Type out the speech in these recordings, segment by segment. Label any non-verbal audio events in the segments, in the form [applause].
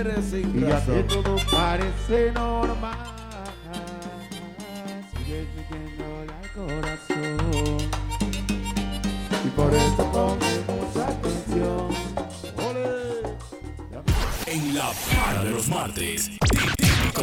Y así corazón. todo parece normal. Sigue leyendo el corazón. Y por eso tome mucha atención. En la para de los martes. Típico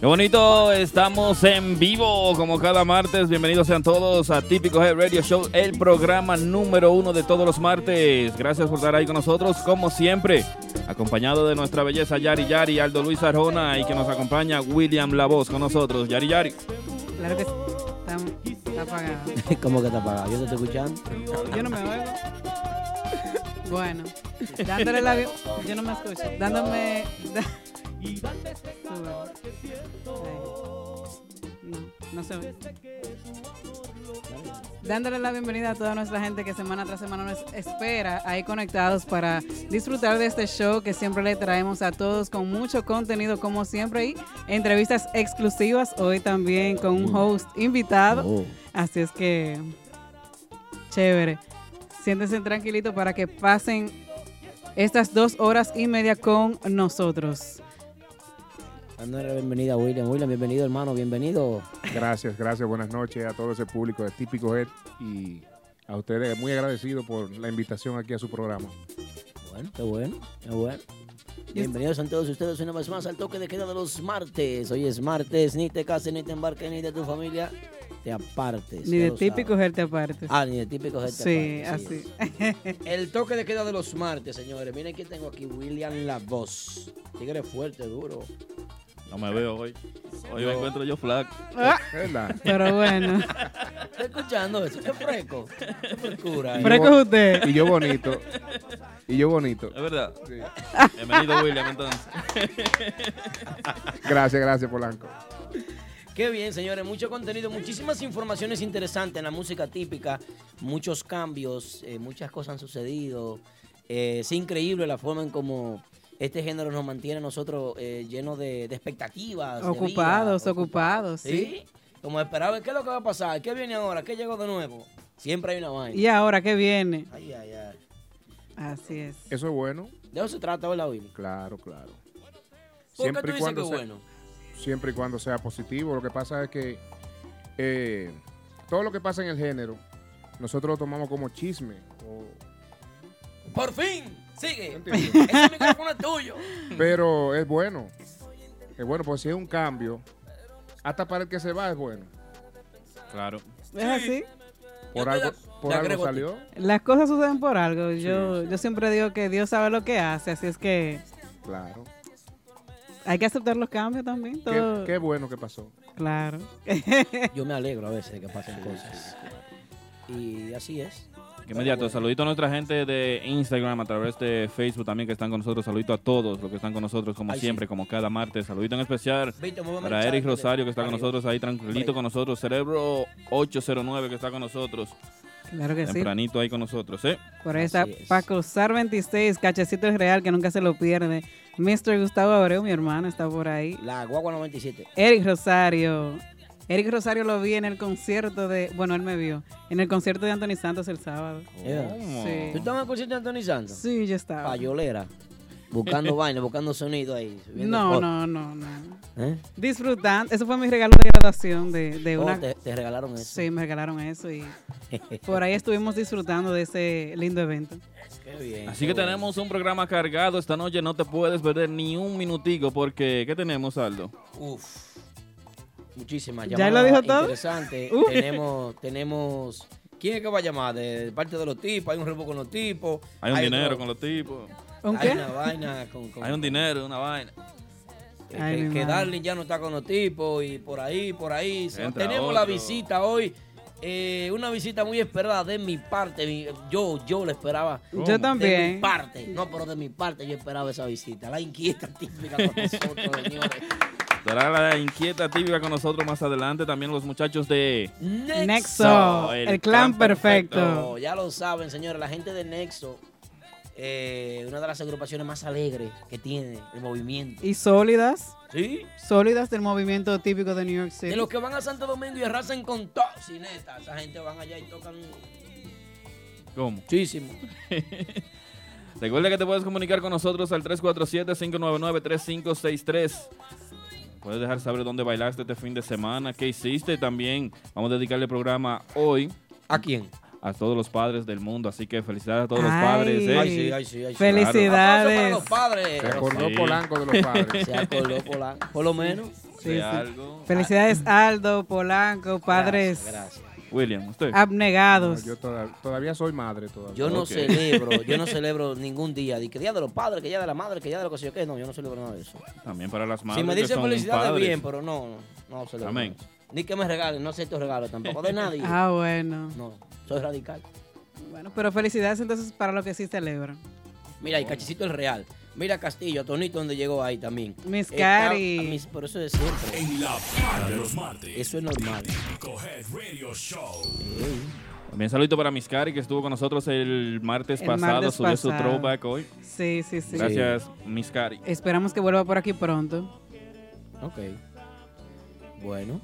Qué bonito, estamos en vivo como cada martes. Bienvenidos sean todos a Típico Head Radio Show, el programa número uno de todos los martes. Gracias por estar ahí con nosotros, como siempre, acompañado de nuestra belleza Yari Yari, Aldo Luis Arjona y que nos acompaña William La Voz con nosotros. Yari Yari. Claro que sí. Está, está apagado. [laughs] ¿Cómo que te apagado? Yo te estoy escuchando. Yo no me oigo. [laughs] Bueno, dándole la vi- Yo no me escucho. Dándome. [laughs] da- Sube. Ahí. No, no se ve. Dándole la bienvenida a toda nuestra gente que semana tras semana nos espera ahí conectados para disfrutar de este show que siempre le traemos a todos con mucho contenido como siempre y entrevistas exclusivas hoy también con un host invitado. Oh. Así es que chévere. Siéntense tranquilitos para que pasen estas dos horas y media con nosotros. Dándole la Ah, bienvenida a William. William, bienvenido, hermano, bienvenido. Gracias, gracias. Buenas noches a todo ese público de Típico Head y a ustedes. Muy agradecido por la invitación aquí a su programa. Bueno, qué bueno, qué Ah, bueno. Bienvenidos a todos ustedes una vez más al toque de queda de los martes. Hoy es martes, ni te cases, ni te embarques, ni de tu familia te apartes. Ni ya de lo típico gente aparte. Ah, ni de típico gente Sí, aparte, así. [laughs] sabes. El toque de queda de los martes, señores. Miren que tengo aquí William La Voz. Tigre fuerte, duro. No me veo hoy. Hoy me encuentro yo flaco. Ah, ¿verdad? Pero bueno. [laughs] Estoy escuchando eso. Qué fresco. Qué frescura. eh. Fresco es usted. Y yo bonito. Y yo bonito. Es verdad. Sí. Bienvenido, William, entonces. Gracias, gracias, Polanco. [laughs] Qué bien, señores. Mucho contenido, muchísimas informaciones interesantes en la música típica. Muchos cambios, eh, muchas cosas han sucedido. Eh, es increíble la forma en cómo este género nos mantiene a nosotros eh, llenos de, de expectativas. de vida. Ocupados, ocupados. Sí. ¿Sí? Como esperaba, ¿qué es lo que va a pasar? ¿Qué viene ahora? ¿Qué llegó de nuevo? Siempre hay una vaina. Y ahora qué viene. Ay, ay, ay. Así es. Eso es bueno. ¿De eso se trata, verdad, Willy? Claro, claro. ¿Por qué tú dices que sea- bueno? Siempre y cuando sea positivo. Lo que pasa es que eh, todo lo que pasa en el género, nosotros lo tomamos como chisme. o- ¡Por fin! [laughs] ¡Sigue! ¡Ese micrófono es tuyo! pero es bueno. Es bueno, porque si es un cambio, hasta para el que se va es bueno. Claro. ¿Es así? Por estoy algo, de- por de algo agrego a ti. salió. Las cosas suceden por algo. Yo, yo siempre digo que Dios sabe lo que hace, así es que Claro. hay que aceptar los cambios también. Qué, Todo. qué bueno que pasó. Claro. [laughs] Yo me alegro a veces de que pasen cosas. Y así es. Que inmediato, saludito a nuestra gente de Instagram, a través de Facebook también que están con nosotros. Saludito a todos los que están con nosotros, como Ay, sí. siempre, como cada martes. Saludito en especial Víctor, muéveme el para chat, Eric dale. Rosario que está con Arriba. nosotros ahí tranquilito con nosotros. Cerebro 809 que está con nosotros. Claro que sí. Tempranito ahí con nosotros, ¿eh? Por ahí está Paco Sar 26, Cachecito es real, que nunca se lo pierde. Mr. Gustavo Abreu, mi hermano, está por ahí. La Guagua 97. Eric Rosario. Eric Rosario lo vi en el concierto de. Bueno, él me vio. En el concierto de Anthony Santos el sábado. Yeah. Oh. ¿Tú Sí. estabas en el concierto de Anthony Santos? Sí, yo estaba. Payolera. [laughs] Buscando vaina, buscando sonido ahí. subiendo No, fotos. no, no, no. ¿Eh? Disfrutando. Eso fue mi regalo de graduación de, de Oh, una. te, te regalaron eso. Sí, me regalaron [laughs] eso y por ahí estuvimos disfrutando de ese lindo evento. Qué bien. Así que qué bueno. tenemos un programa cargado esta noche. No te puedes perder ni un minutico porque ¿qué tenemos, Aldo? Uf. Muchísimas ¿Ya llamadas lo dijo todo? Interesante. [laughs] Uy. Tenemos, tenemos. ¿Quién es que va a llamar? De parte de los tipos, hay un rebo con los tipos. Hay un dinero otro- con los tipos. Hay una vaina Ah, con. con- Hay un dinero, una vaina. Que, Ay, Eh, que- mi que madre. Darling ya no está con los tipos y por ahí, por ahí. Se- Entra Tenemos la otro. visita hoy. eh, una visita muy esperada de mi parte. mi- yo, yo la esperaba. Yo De mi también. parte. No, pero de mi parte yo esperaba esa visita. La inquieta [laughs] típica con nosotros, señores. Estará la inquieta típica con nosotros más adelante. También los muchachos de. Nexo. Nexo, el el, clan clan perfecto. No, ya lo saben, señores. La gente de Nexo, eh, una de las agrupaciones más alegres que tiene el movimiento. Y sólidas, ¿Sí? sólidas del movimiento típico de New York City. De los que van a Santo Domingo y arrasan con tocineta. Esa gente van allá y tocan ¿Cómo? muchísimo. [laughs] Recuerda que te puedes comunicar con nosotros al 347-599-3563. Puedes dejar saber dónde bailaste este fin de semana, qué hiciste. También vamos a dedicarle el programa hoy ¿A quién? a todos los padres del mundo. Así que felicidades a todos los Ay. padres. ¿eh? Ay, sí, ay, sí, ay, sí. Felicidades. Aplauso para los Se padres. acordó Sí. Polanco de los padres. Se acordó por, la- por lo menos. Sí, De sí. algo. Felicidades Aldo, Polanco, padres Gracias, gracias. William, usted. No, abnegados. yo toda- todavía soy madre. Todavía. Yo no Ok. celebro, [laughs] yo no celebro ningún día. Di que día de los padres, que día de la madre, que día de lo que sé yo qué. No, yo no celebro nada de eso. También para las madres. si me que dicen son felicidades, padres. bien, pero no, no, no celebro. Amén. nada. Ni que me regalen, no acepto regalos tampoco de [laughs] nadie. Ah, bueno. No, soy radical. Bueno, pero felicidades entonces para lo que sí celebran. Mira, y Cachicito el Real. Mira Castillo, a Tonito donde llegó ahí también. Miss Está- Cari. a mis- Por eso es siempre. En la par de los martes. Eso es normal. Típico Head Radio Show. También saludito para Miscari que estuvo con nosotros el martes El pasado. martes subió su pasado. throwback hoy. Sí, sí, sí. Gracias, Miscari. Esperamos que vuelva por aquí pronto. Ok. Bueno.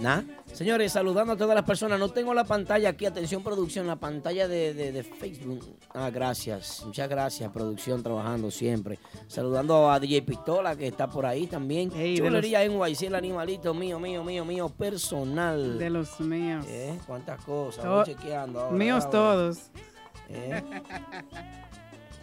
Nada. Señores, saludando a todas las personas. No tengo la pantalla aquí. Atención, producción. La pantalla de, de- de Facebook. Ah, gracias. Muchas gracias, producción, trabajando siempre. Saludando a DJ Pistola, que está por ahí también. Ey, de los- Chulería en NYC, el animalito mío, mío, mío, mío, personal. De los míos. ¿Eh? ¿Cuántas cosas? To- Voy chequeando ahora, míos ahora. todos. ¿Eh?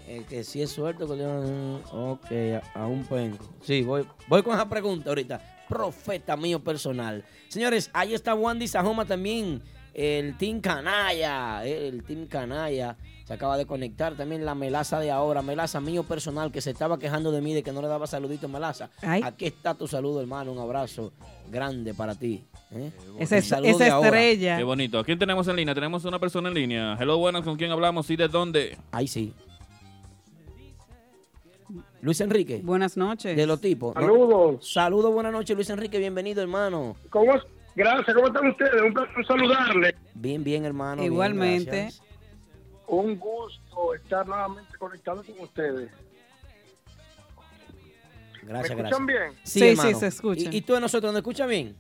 El que sí es suelto, que le- ok, a, a un penco. Sí, voy, voy con esa pregunta ahorita. Profeta mío personal. Señores, ahí está Wandy Sajoma también. El Team Canalla. eh, El Team Canalla. Se acaba de conectar también la melaza de ahora. Melaza mío personal que se estaba quejando de mí de que no le daba saludito melaza. Ay. Aquí está tu saludo, hermano. Un abrazo grande para ti. ¿eh? Esa, El es- saludo esa de ahora. estrella. Qué bonito. ¿A quién tenemos en línea? Tenemos una persona en línea. Hello, buenas, ¿con quién hablamos y de dónde? Ahí sí. Luis Enrique. Buenas noches. De los tipos. ¿no? Saludos. Saludos, buenas noches, Luis Enrique. Bienvenido, hermano. ¿Cómo es? Gracias, ¿cómo están ustedes? Un placer saludarles. Bien, bien, hermano. bien, Igualmente. gracias. Un gusto estar nuevamente conectado con ustedes. gracias, ¿Me gracias. escuchan bien? Sí, sí, hermano. se escucha. ¿Y, y tú a nosotros nos escuchas bien?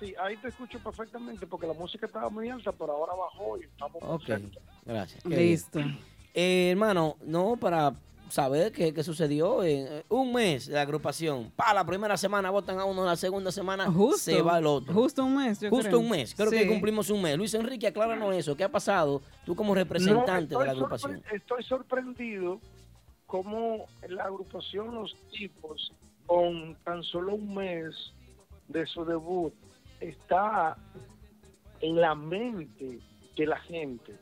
Sí, ahí te escucho perfectamente porque la música estaba muy alta, pero ahora bajó y estamos Ok, cerca. gracias. qué bien. Listo. Eh, hermano, no, para saber qué, qué sucedió. En eh, un mes de agrupación. Para la primera semana votan a uno, la segunda semana Justo. Ah, se va el otro. Justo un mes. yo Justo creo. un mes. Creo que Sí. cumplimos un mes. Luis Enrique, acláranos eso. ¿Qué ha pasado tú como No, representante de estoy la agrupación? sorpre- estoy sorprendido cómo la agrupación Los Tipos, con tan solo un mes de su debut, está en la mente de la gente.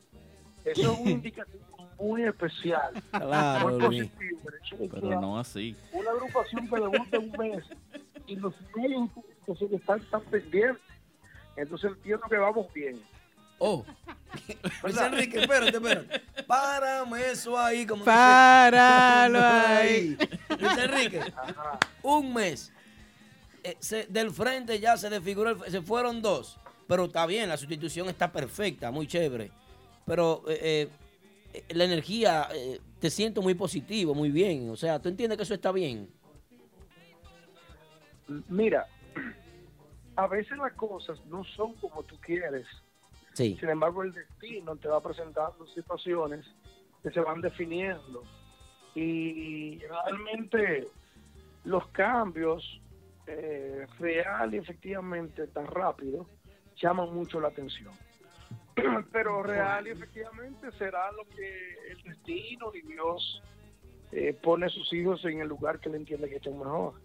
Eso es [laughs] un indicativo muy especial, Claro, muy Luis. positivo. el hecho de que Pero no así. Una agrupación que debuta en un mes y los medios de comunicación están tan pendientes. Entonces entiendo que vamos bien. [laughs] Oh. Luis Enrique, espérate, espérate. Párame eso ahí, como Páralo ahí. dice- Luis Enrique, Ajá. un mes. Eh, se- del frente ya se desfiguró, el- se fueron dos. Pero está bien, la sustitución está perfecta, muy chévere. Pero eh, eh, la energía, eh, te siento muy positivo, muy bien. O sea, tú entiendes que eso está bien. Mira, a veces las cosas no son como tú quieres. Sí. Sin embargo, el destino te va presentando situaciones que se van definiendo. Y realmente los cambios eh, real y efectivamente tan rápido llaman mucho la atención. [clears throat] Pero real y efectivamente será lo que el destino y Dios eh, pone a sus hijos en el lugar que le entiende que estén mejor.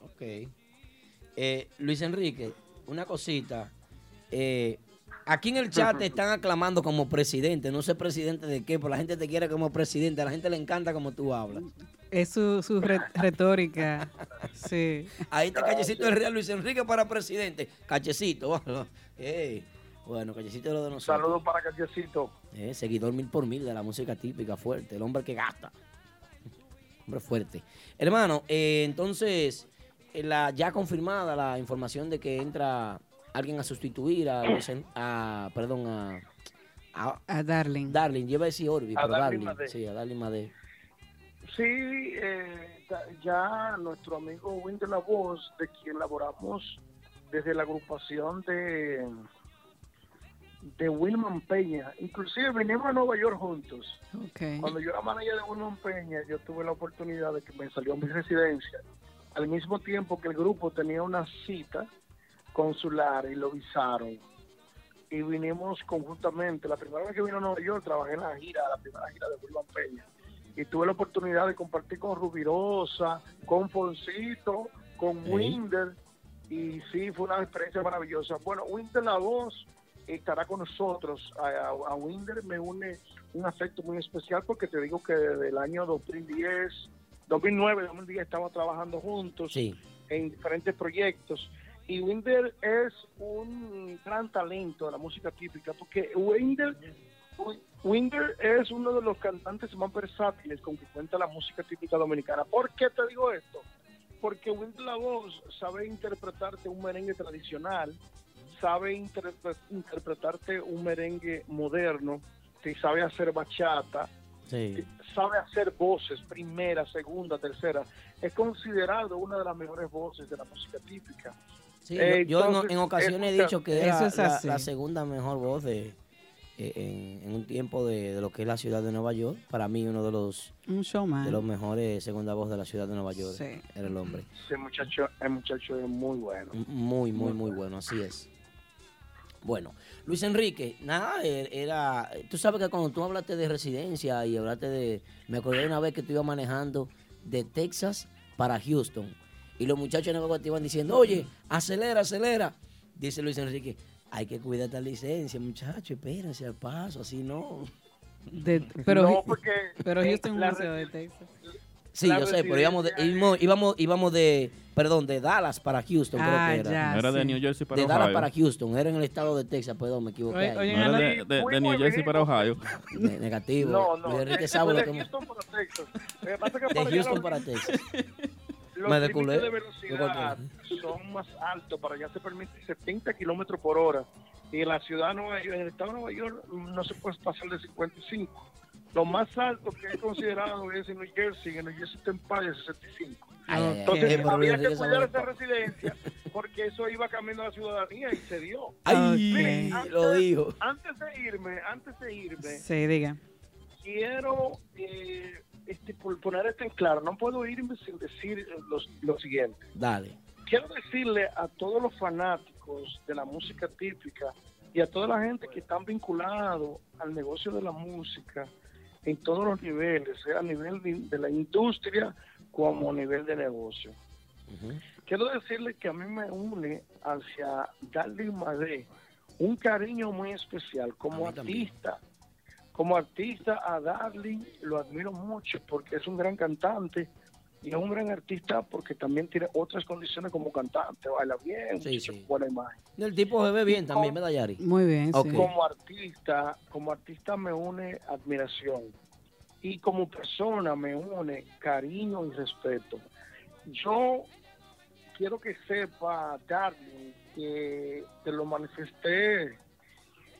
Ok. Eh, Luis Enrique, una cosita. Eh, Aquí en el chat te están aclamando como presidente. No sé presidente de qué, pero la gente te quiere como presidente. A la gente le encanta como tú hablas. Es su, su [laughs] re- retórica. Sí. Ahí está Cachecito del Real Luis Enrique para presidente. Cachecito. [laughs] Ey. Bueno, Cachecito es lo de nosotros. Saludos para Cachecito. Eh, seguidor mil por mil de la música típica, fuerte. El hombre que gasta. [laughs] Hombre fuerte. Hermano, eh, entonces, eh, la, ya confirmada la información de que entra alguien a sustituir [clears throat] a, Luis En- a perdón, a, a, Darling. Darling, lleva a decir Orbi, A pero Darling Darling, Madé. sí, a Darling Madé. Sí, eh, ta- ya nuestro amigo Winter La Voz, de quien laboramos desde la agrupación de, de Wilman Peña. Inclusive venimos a Nueva York juntos. Cuando yo era manager de Wilman Peña, yo tuve la oportunidad de que me salió mi residencia. Al mismo tiempo que el grupo tenía una cita consular y lo visaron. Y vinimos conjuntamente. La primera vez que vino a Nueva York, trabajé en la gira, la primera gira de Wilman Peña. Y tuve la oportunidad de compartir con Rubirosa, con Foncito, con Ey. Winder. Y sí, fue una experiencia maravillosa. Bueno, Winder La Voz estará con nosotros. A, a, a Winder me une un afecto muy especial porque te digo que desde el año 2010, 2009, 2010 estamos trabajando juntos Sí. en diferentes proyectos. Y Winder es un gran talento de la música típica, porque Winder, Wi- Winder es uno de los cantantes más versátiles con que cuenta la música típica dominicana. ¿Por qué te digo esto? Porque Winder La Voz sabe interpretarte un merengue tradicional, sabe interpre- interpretarte un merengue moderno, te sabe hacer bachata, Sí. sabe hacer voces, primera, segunda, tercera. Es considerado una de las mejores voces de la música típica. Sí, Eh, yo yo en- entonces, en, ocasiones he escucha, dicho que era eso es la, así. la segunda mejor voz de, eh, en, en un tiempo de, de lo que es la ciudad de Nueva York. Para mí, uno de los, Un showman. de los mejores segunda voz de la ciudad de Nueva York Sí. era el hombre. Ese muchacho, el muchacho es muy bueno. M- Muy, muy, muy bueno, así es. Bueno, Luis Enrique, nada, e- era. Tú sabes que cuando tú hablaste de residencia y hablaste de. Me acordé una vez que tú ibas manejando de Texas para Houston y los muchachos en Nueva York te iban diciendo, oye, acelera, acelera. Dice Luis Enrique, hay que cuidar esta licencia, muchachos, espérense al paso, así no. [laughs] pero, No, porque pero eh, Houston es un la museo de Texas. Sí, yo sé, pero íbamos de, íbamos, íbamos, íbamos de, perdón, de Dallas para Houston, Ah, creo que era. ya, No era de sí. New Jersey para De Dallas Ohio. para Houston, era en el estado de Texas, perdón, me equivoqué. Oye, ahí. oye, No era de- Ana, de- de New Jersey para Ohio. Ne- negativo. No, no. Luis Enrique es sabe lo de [laughs] que me- Houston para Texas. Lo que pasa es que De para allá Houston los- para Texas. Los Me deculé. límites de velocidad son más altos. Para allá se permite 70 kilómetros por hora. Y en la ciudad de Nueva York, en el estado de Nueva York, no se puede pasar de 55. Lo más alto que es considerado es en New Jersey. En New Jersey te de 65. Ay, ay, ay. Entonces Eh, pero Luis había que Enrique cuidar sabe- esa residencia porque eso iba camino a la ciudadanía y se dio. Ay, Miren, lo dijo. Antes de irme, antes de irme, Sí, diga. quiero eh, este, por poner esto en claro. No puedo irme sin decir eh, los- lo siguiente. Dale. Quiero decirle a todos los fanáticos de la música típica y a toda la gente que están vinculados al negocio de la música en todos los niveles, sea a nivel de, de la industria como a nivel de negocio. Quiero decirle que a mí me une hacia Darling Madé un cariño muy especial como artista. Como artista a Darling lo admiro mucho porque es un gran cantante y es un gran artista porque también tiene otras condiciones como cantante, baila bien, Sí, sí. buena imagen. El tipo se ve bien también, ¿verdad, Yari? Muy bien, Ok. Como artista, como artista me une admiración y como persona me une cariño y respeto. Yo quiero que sepa, Darling, que te lo manifesté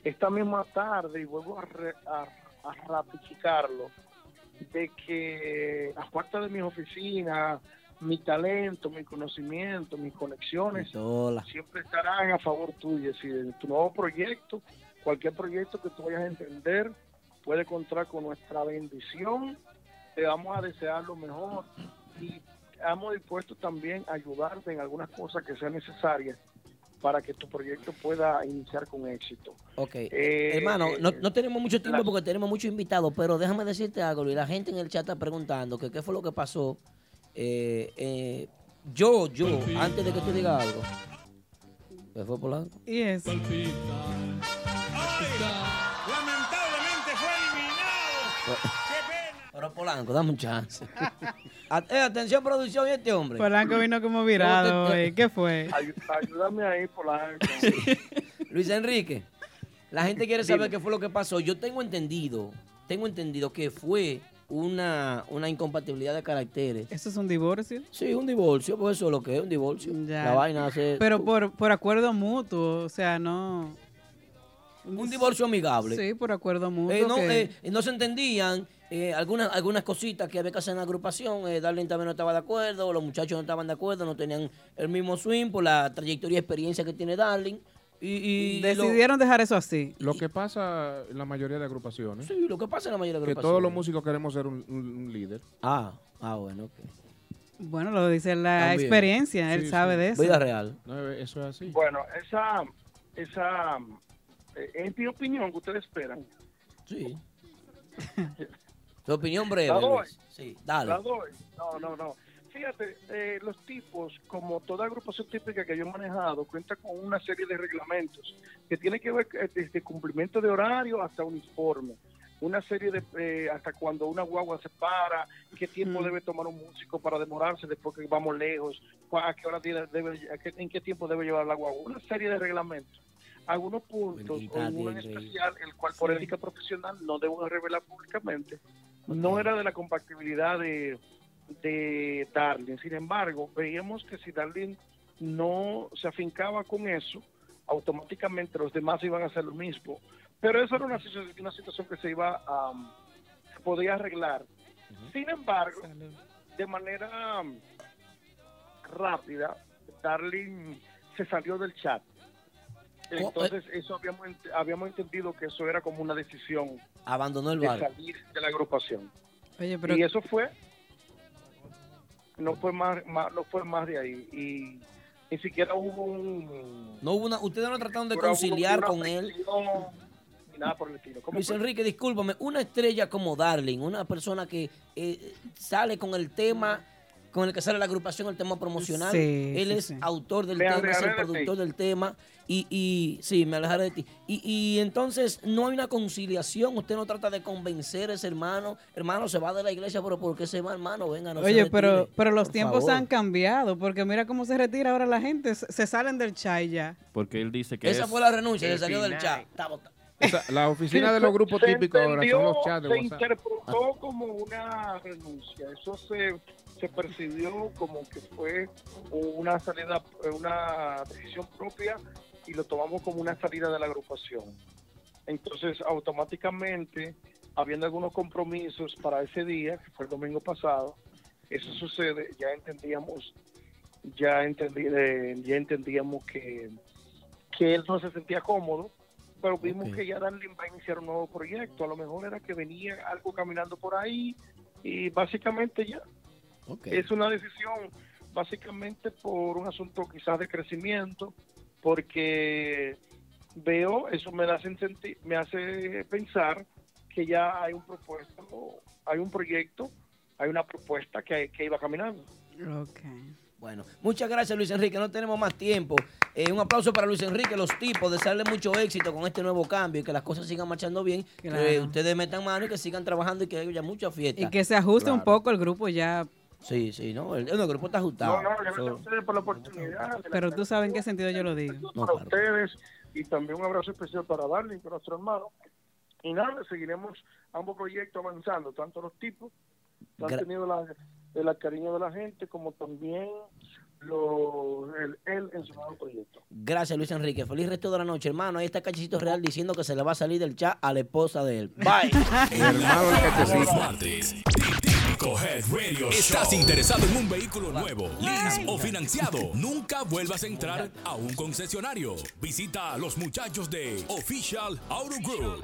esta misma tarde y vuelvo a, re- a- a ratificarlo, de que aparte de mis oficinas, mi talento, mi conocimiento, mis conexiones, Pistola. siempre estarán a favor tuyo. Si de tu nuevo proyecto, cualquier proyecto que tú vayas a entender, puede contar con nuestra bendición. Te vamos a desear lo mejor y estamos dispuestos también a ayudarte en algunas cosas que sean necesarias para que tu proyecto pueda iniciar con éxito. Ok. Eh, Hermano, no, no tenemos mucho tiempo la- porque tenemos muchos invitados, pero déjame decirte algo, Luis. La gente en el chat está preguntando que qué fue lo que pasó. Eh, eh, yo, yo, antes de que tú digas algo. ¿Qué fue, Polanco? Y es. Lamentablemente fue eliminado. Pues, Pero Polanco, dame un chance. At- eh, atención, producción, y este hombre. Polanco vino como virado, Usted- güey. ¿Qué fue? ayúdame ahí, Polanco. Luis Enrique, la gente quiere saber qué fue lo que pasó. Yo tengo entendido, tengo entendido que fue una, una incompatibilidad de caracteres. ¿Eso es un divorcio? Sí, un divorcio, pues eso es lo que es un divorcio. La vaina se... Pero por, por acuerdo mutuo, o sea, no. Un divorcio amigable. Sí, por acuerdo mutuo. Eh, no, que- eh, no se entendían eh, algunas, algunas cositas que había que hacer en la agrupación. Eh, Darlene también no estaba de acuerdo, los muchachos no estaban de acuerdo, no tenían el mismo swing por la trayectoria y experiencia que tiene Darling. Y, y lo- Decidieron dejar eso así. Lo que pasa en la mayoría de agrupaciones. Sí, lo que pasa en la mayoría de Que agrupaciones. todos los músicos queremos ser un, un- un líder. Ah, ah, bueno. Bueno, lo dice la También. experiencia, él Sí, sabe sí. de eso. Vida real. No, eso es así. Bueno, esa, esa eh, es mi opinión que ustedes esperan. Sí. Tu opinión breve. La doy. Luis. Sí, dale. La doy. No, no, no. Fíjate, eh, los tipos, como toda agrupación típica que yo he manejado, cuenta con una serie de reglamentos que tiene que ver eh, desde cumplimiento de horario hasta uniforme. Una serie de, eh, hasta cuando una guagua se para, qué tiempo debe tomar un músico para demorarse después que vamos lejos, cua- a qué hora tiene- debe, a qué- en qué tiempo debe llevar la guagua. Una serie de reglamentos. Algunos puntos, Bendita o uno en Virgen. especial, el cual por ética profesional no debo revelar públicamente, no era de la compatibilidad de, de Darling. Sin embargo, veíamos que si Darling no se afincaba con eso, automáticamente los demás iban a hacer lo mismo. Pero eso era una, situ- una situación que se iba a... um, se podía arreglar. Sin embargo, de manera um, rápida, Darling se salió del chat. Entonces, eso habíamos, ent- habíamos entendido que eso era como una decisión Abandonó el de barco. salir de la agrupación. Oye, pero Y eso fue, no fue más, más- no fue más de ahí. Y ni siquiera hubo un... No hubo una, ustedes no trataron de Pero hubo conciliar una con él. fricción Ni nada por el estilo. ¿Cómo Luis fue? Enrique, discúlpame, una estrella como Darling, una persona que eh, sale con el tema, con el que sale la agrupación, el tema promocional, Sí, él sí, es sí. autor del Me tema, es alejaré el de ti. productor del tema, y, y sí, me alejaré de ti. Y, y entonces no hay una conciliación, usted no trata de convencer a ese hermano, hermano se va de la iglesia, pero ¿por qué se va, hermano? Venga, no se Oye, pero, retire, pero los por tiempos favor". han cambiado, porque mira cómo se retira ahora la gente, se, se salen del chay ya. Porque él dice que Esa es- fue la renuncia, se El salió del final. chat. Está botado. Esa- la oficina de los grupos Se típicos ahora son entendió, los chats de Se WhatsApp. interpretó como una renuncia. Eso se, se percibió como que fue una salida, una decisión propia y lo tomamos como una salida de la agrupación. Entonces, automáticamente, habiendo algunos compromisos para ese día, que fue el domingo pasado, eso sucede, ya entendíamos, ya, entendí, eh, ya entendíamos que, que él no se sentía cómodo, pero vimos Ok. que ya Darling va a iniciar un nuevo proyecto, a lo mejor era que venía algo caminando por ahí y básicamente ya. Es una decisión básicamente por un asunto quizás de crecimiento, porque veo, eso me hace, senti- me hace pensar que ya hay un propuesto, hay un proyecto, hay una propuesta que, que iba caminando. Bueno, muchas gracias Luis Enrique, no tenemos más tiempo. Eh, un aplauso para Luis Enrique, los tipos, desearle mucho éxito con este nuevo cambio y que las cosas sigan marchando bien, que Claro. ustedes metan mano y que sigan trabajando y que haya mucha fiesta. Y que se ajuste un poco el grupo ya. Sí, sí, no, el, no, el grupo está ajustado. No, no, gracias So- a ustedes por la oportunidad. Pero tú sabes en qué sentido yo lo digo. para ustedes y también un abrazo especial para Darling, para nuestro hermano. Y nada, seguiremos ambos proyectos avanzando, tanto los tipos que han Gra- tenido la, el cariño de la gente como también los, el, él en su nuevo proyecto. Gracias Luis Enrique, feliz resto de la noche, hermano. Ahí está Cachecito Real diciendo que se le va a salir del chat a la esposa de él. [laughs] Bye. Ah, hermano del Cachecito. Típico Head Radio ¿Estás Show. interesado en un vehículo nuevo, lease o financiado? Nunca vuelvas a entrar a un concesionario. Visita a los muchachos de Official Auto Group.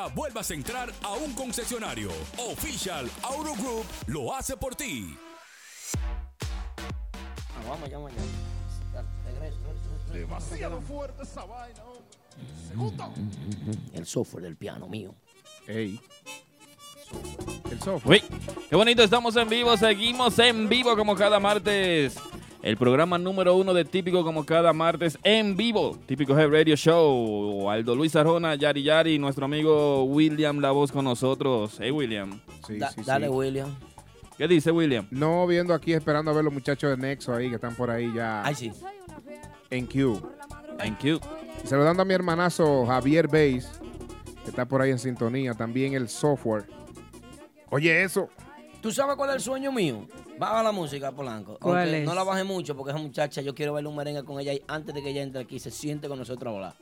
vuelvas a entrar a un concesionario. Official Auto Group lo hace por ti. Ah, vamos allá, vamos allá. Dale, Regreso, regreso, regreso. Demasiado fuerte esa vaina, hombre. Segundo. El software del piano mío. Ey. El software. Uy, qué bonito, estamos en vivo, seguimos en vivo como cada martes. El programa número uno de Típico como cada martes en vivo. Típico Head Radio Show. Aldo Luis Arjona, Yari Yari, nuestro amigo William La Voz con nosotros. Hey William. Sí, Da- sí, sí. dale, William. ¿Qué dice William? No viendo aquí, esperando a ver los muchachos de Nexo ahí que están por ahí ya Ay, sí. en queue. Thank you. Saludando a mi hermanazo Javier Bays, que está por ahí en sintonía. También el software. Oye, eso. ¿Tú sabes cuál es el sueño mío? Baja la música, Polanco. ¿Cuál Aunque es? No la baje mucho porque esa muchacha, yo quiero bailar un merengue con ella y antes de que ella entre aquí se siente con nosotros a volar.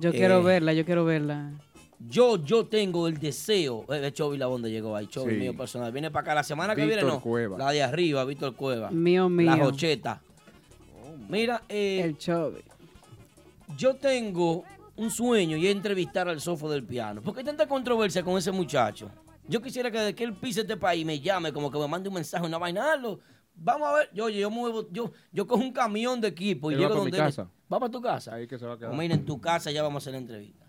Yo Eh. quiero verla, yo quiero verla. Yo, yo tengo el deseo. eh, De Chovy la onda llegó ahí, Chovy Sí. mío personal. Viene para acá la semana que viene, Víctor no. Cueva. La de arriba, Víctor Cueva. Mío, La mío. Rocheta. Mira, eh, El chove. yo tengo un sueño y es entrevistar al sofo del piano. ¿Por qué hay tanta controversia con ese muchacho? Yo quisiera que desde que él pise este país me llame, como que me mande un mensaje, una vaina. "Ah, lo- Vamos a ver. Yo, yo muevo, yo, yo cojo un camión de equipo y Él va llego pa' mi donde él- casa. Va para tu casa. Ahí que se va a quedar. O mira, en tu casa ya vamos a hacer la entrevista.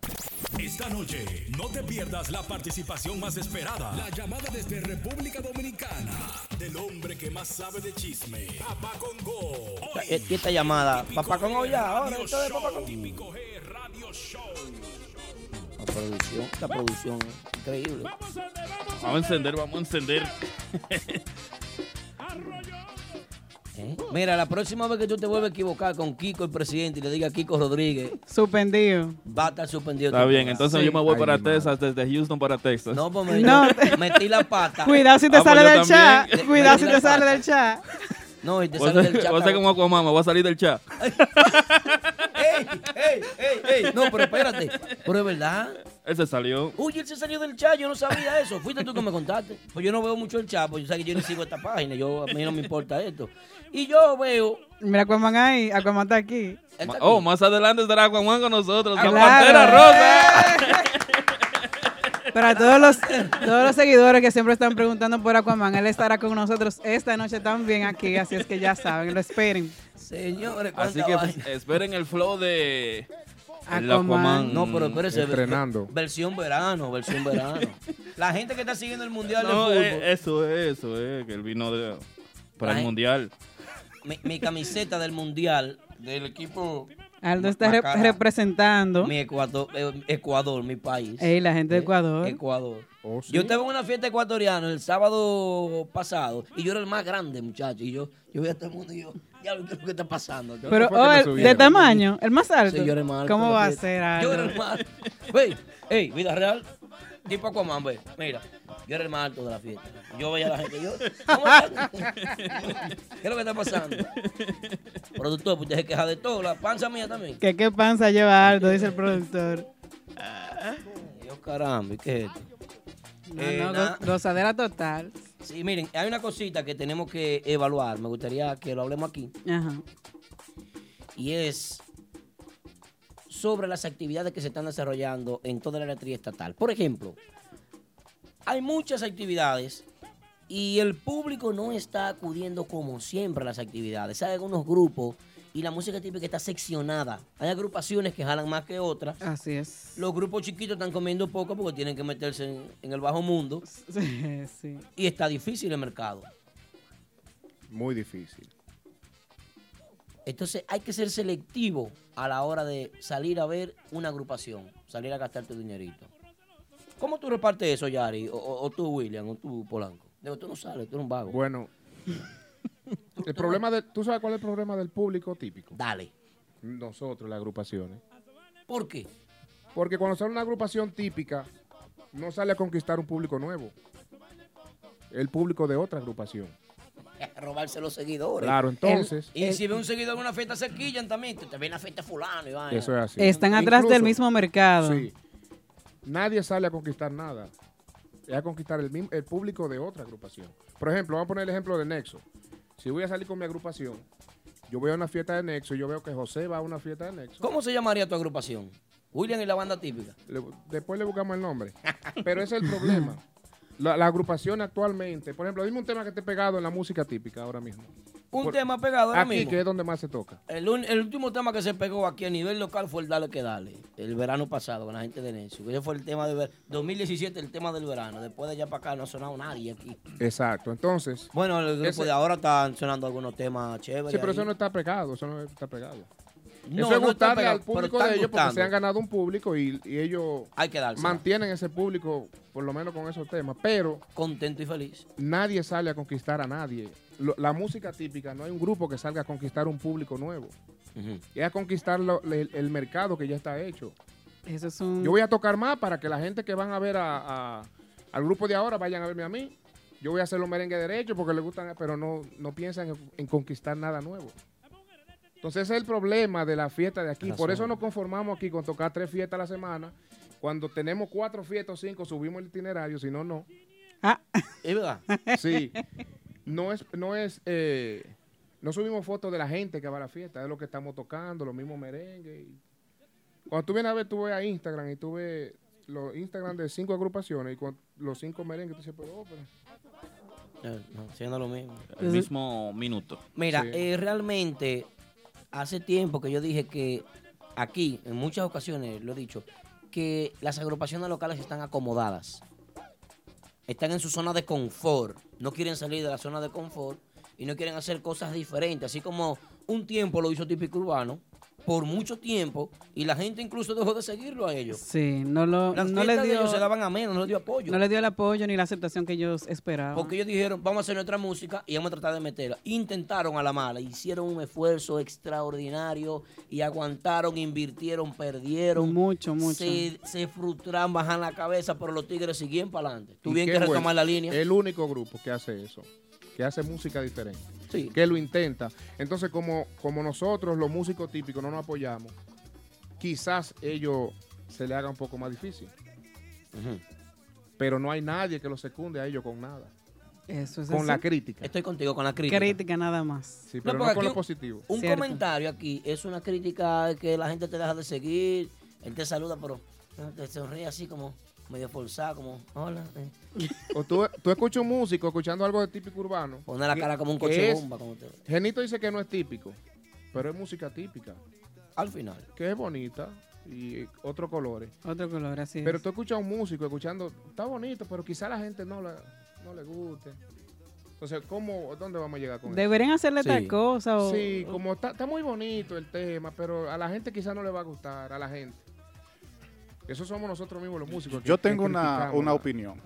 Esta noche no te pierdas la participación más esperada. La llamada desde República Dominicana del hombre que más sabe de chisme. Papá Congo. Hoy, Eh, Esta llamada. Papá con olla, ahora. Radio esto de papá Show. con Típico G Radio Show. La producción, esta producción es increíble. Vamos a encender, vamos a encender. [laughs] ¿eh? Mira, la próxima vez que tú te vuelves a equivocar con Kiko, el presidente, y le diga Kiko Rodríguez, Suspendido. va a estar suspendido. Está tu bien, programa. entonces Sí. yo me voy Ay, para mi madre. Texas, desde Houston para Texas. No, pues me- No. yo [laughs] metí la pata. Cuidado si te Ah, pues sale yo del [laughs] también. chat. Cuidado si te sale del chat. No, y te Voy a sale ser del chat. voy a ser como Aquaman, me voy a salir del chat. ¡Ey, ey, ey, ey! No, pero espérate. Pero es verdad. Él se salió. Uy, él se salió del chat, yo no sabía eso. Fuiste tú que me contaste. Pues yo no veo mucho el chat, pues yo sé que yo no sigo esta página, yo, a mí no me importa esto. Y yo veo... Mira Aquaman ahí. Aquaman está aquí. él está Oh, aquí. más adelante estará Aquaman con nosotros. Ah, Con Claro. Pantera Rosa. Para todos los, todos los seguidores que siempre están preguntando por Aquaman, él estará con nosotros esta noche también aquí, así es que ya saben, lo esperen. Señores, cuánta Así que vaina. Ah, pues, esperen el flow de el Aquaman. Aquaman. No, pero espérese. ve- Estrenando. ve- Versión verano, versión verano. La gente que está siguiendo el mundial [laughs] No, de fútbol. eh, eso es, eso es, que él vino de- para Ay. el mundial. Mi, mi camiseta del mundial, del equipo. Aldo está re- Macara. representando. Mi Ecuador, eh, Ecuador, mi país. Ey, la gente de Eh, Ecuador. Ecuador. Oh, sí. Yo estaba en una fiesta ecuatoriana el sábado pasado y yo era el más grande, muchacho. Y yo, yo veía a todo el mundo y yo, ya ¿qué es lo que está pasando? Yo, Pero fue que oh, te el- subieron? de tamaño, el más alto. Sí, yo era el más alto ¿Cómo en la va a fiesta. ser Yo Aldo? era el más alto. Wey, ey, vida real. Tipo Aquaman, ve. Mira, yo era el más alto de la fiesta. Yo veía a la gente. Yo, ¿cómo está? ¿Qué es lo que está pasando? Productor, pues usted se queja de todo. La panza mía también. Que qué panza lleva Aldo, dice el productor. Dios Ah, caramba, ¿y ¿qué es esto? No, Eh, Ah, no, nada. go- gozadera total. Sí, miren, hay una cosita que tenemos que evaluar. Me gustaría que lo hablemos aquí. Ajá. y es sobre las actividades que se están desarrollando en toda la área triestatal. Por ejemplo, hay muchas actividades y el público no está acudiendo como siempre a las actividades. Hay algunos grupos y la música típica está seccionada. Hay agrupaciones que jalan más que otras. Así es. Los grupos chiquitos están comiendo poco porque tienen que meterse en, en el bajo mundo [laughs] Sí, sí. y está difícil el mercado. Muy difícil. Entonces hay que ser selectivo a la hora de salir a ver una agrupación, salir a gastar tu dinerito. ¿Cómo tú repartes eso, Yari? O, o- o tú, William, o tú, Polanco. Digo, tú no sales, tú eres un vago. Bueno, el problema de, ¿tú sabes cuál es el problema del público típico? Dale. [laughs] Nosotros, las agrupaciones. ¿Por qué? Porque cuando sale una agrupación típica, no sale a conquistar un público nuevo. El público de otra agrupación. robarse los seguidores. Claro, entonces- y si ve un seguidor en una fiesta, se quillan también. Te, te viene a fiesta fulano y vaina. Eso es así. Están atrás del mismo mercado. Sí. Nadie sale a conquistar nada. Es a conquistar el, mismo, el público de otra agrupación. Por ejemplo, vamos a poner el ejemplo de Nexo. Si voy a salir con mi agrupación, yo voy a una fiesta de Nexo, yo veo que José va a una fiesta de Nexo. ¿Cómo se llamaría tu agrupación? William y la banda típica. después le buscamos el nombre. Pero ese es el problema. La, la agrupación actualmente, por ejemplo, dime un tema que esté pegado en la música típica ahora mismo. Un Por- tema pegado ahora aquí, mismo. que es donde más se toca. El, un- el último tema que se pegó aquí a nivel local fue el Dale que Dale, el verano pasado con la gente de Nelson. Ese fue el tema de ver- 2017, el tema del verano. Después de allá para acá no ha sonado nadie aquí. Exacto, entonces. Bueno, el grupo ese- de ahora están sonando algunos temas chéveres. Sí, pero ahí. eso no está pegado, eso no está pegado. No, eso es no está gustarle pegado, al pero público están de ellos porque se gustando. han ganado un público y, y ellos Hay que dársela. mantienen ese público, por lo menos con esos temas. Pero Contento y feliz. nadie sale a conquistar a nadie. Lo- la música típica, no hay un grupo que salga a conquistar un público nuevo. Es a conquistar lo- el- el mercado que ya está hecho. Eso es un... Yo voy a tocar más para que la gente que van a ver a- a- al grupo de ahora vayan a verme a mí. Yo voy a hacer los merengue derechos porque les gustan, pero no, no piensan en, en conquistar nada nuevo. Entonces ese es el problema de la fiesta de aquí. Por Razón. eso nos conformamos aquí con tocar tres fiestas a la semana. Cuando tenemos cuatro fiestas o cinco, subimos el itinerario, si no, no. Ah. ¿Es verdad? Sí. No es, no es, eh, no subimos fotos de la gente que va a la fiesta, es lo que estamos tocando, los mismos merengues. y- Cuando tú vienes a ver, tú ves a Instagram y tú ves los Instagram de cinco agrupaciones y con los cinco merengues, tú dices, pero, oh, pero Eh, no, siendo lo mismo. El mismo minuto. Mira, Sí. eh, realmente hace tiempo que yo dije que aquí, en muchas ocasiones lo he dicho, que las agrupaciones locales están acomodadas. Están en su zona de confort. No quieren salir de la zona de confort y no quieren hacer cosas diferentes. Así como un tiempo lo hizo Típico Urbano, por mucho tiempo, y la gente incluso dejó de seguirlo a ellos. Sí, no, lo, Las no fiestas le de dio... ellos se daban a menos, no le dio apoyo. No le dio el apoyo ni la aceptación que ellos esperaban. Porque ellos dijeron, vamos a hacer nuestra música y vamos a tratar de meterla. Intentaron a la mala, hicieron un esfuerzo extraordinario y aguantaron, invirtieron, perdieron. Mucho, mucho. Se, se frustraron, bajan la cabeza, pero los tigres siguen para adelante. ¿y Tuvieron qué que retomar bueno? Eh, la línea. El único grupo que hace eso, que hace música diferente, que lo intenta. Entonces, como, como nosotros, los músicos típicos, no nos apoyamos, quizás ellos se le haga un poco más difícil. Pero no hay nadie que lo secunde a ellos con nada. Eso es con así. la crítica. Estoy contigo con la crítica. Crítica. nada más. Sí, pero no, porque con aquí lo un- positivo. Un Cierto. comentario aquí es una crítica que la gente te deja de seguir, él te saluda, pero eh, te sonríe así como medio forzado, como hola. eh. O tú, tú escuchas un músico escuchando algo de típico urbano. Pone la que- cara como un que coche es- bomba, como te- Genito dice que no es típico, pero es música típica. Al final. Que es bonita y otros colores. Otro color, así Pero es. tú escuchas a un músico escuchando, está bonito, pero quizá a la gente no, la- no le guste. Entonces, ¿cómo, ¿dónde vamos a llegar con eso? Deberían hacerle tal cosa o- Sí, como está, está muy bonito el tema, pero a la gente quizá no le va a gustar, a la gente. Eso somos nosotros mismos los músicos. que- Yo que tengo una, criticamos, una ¿verdad? opinión.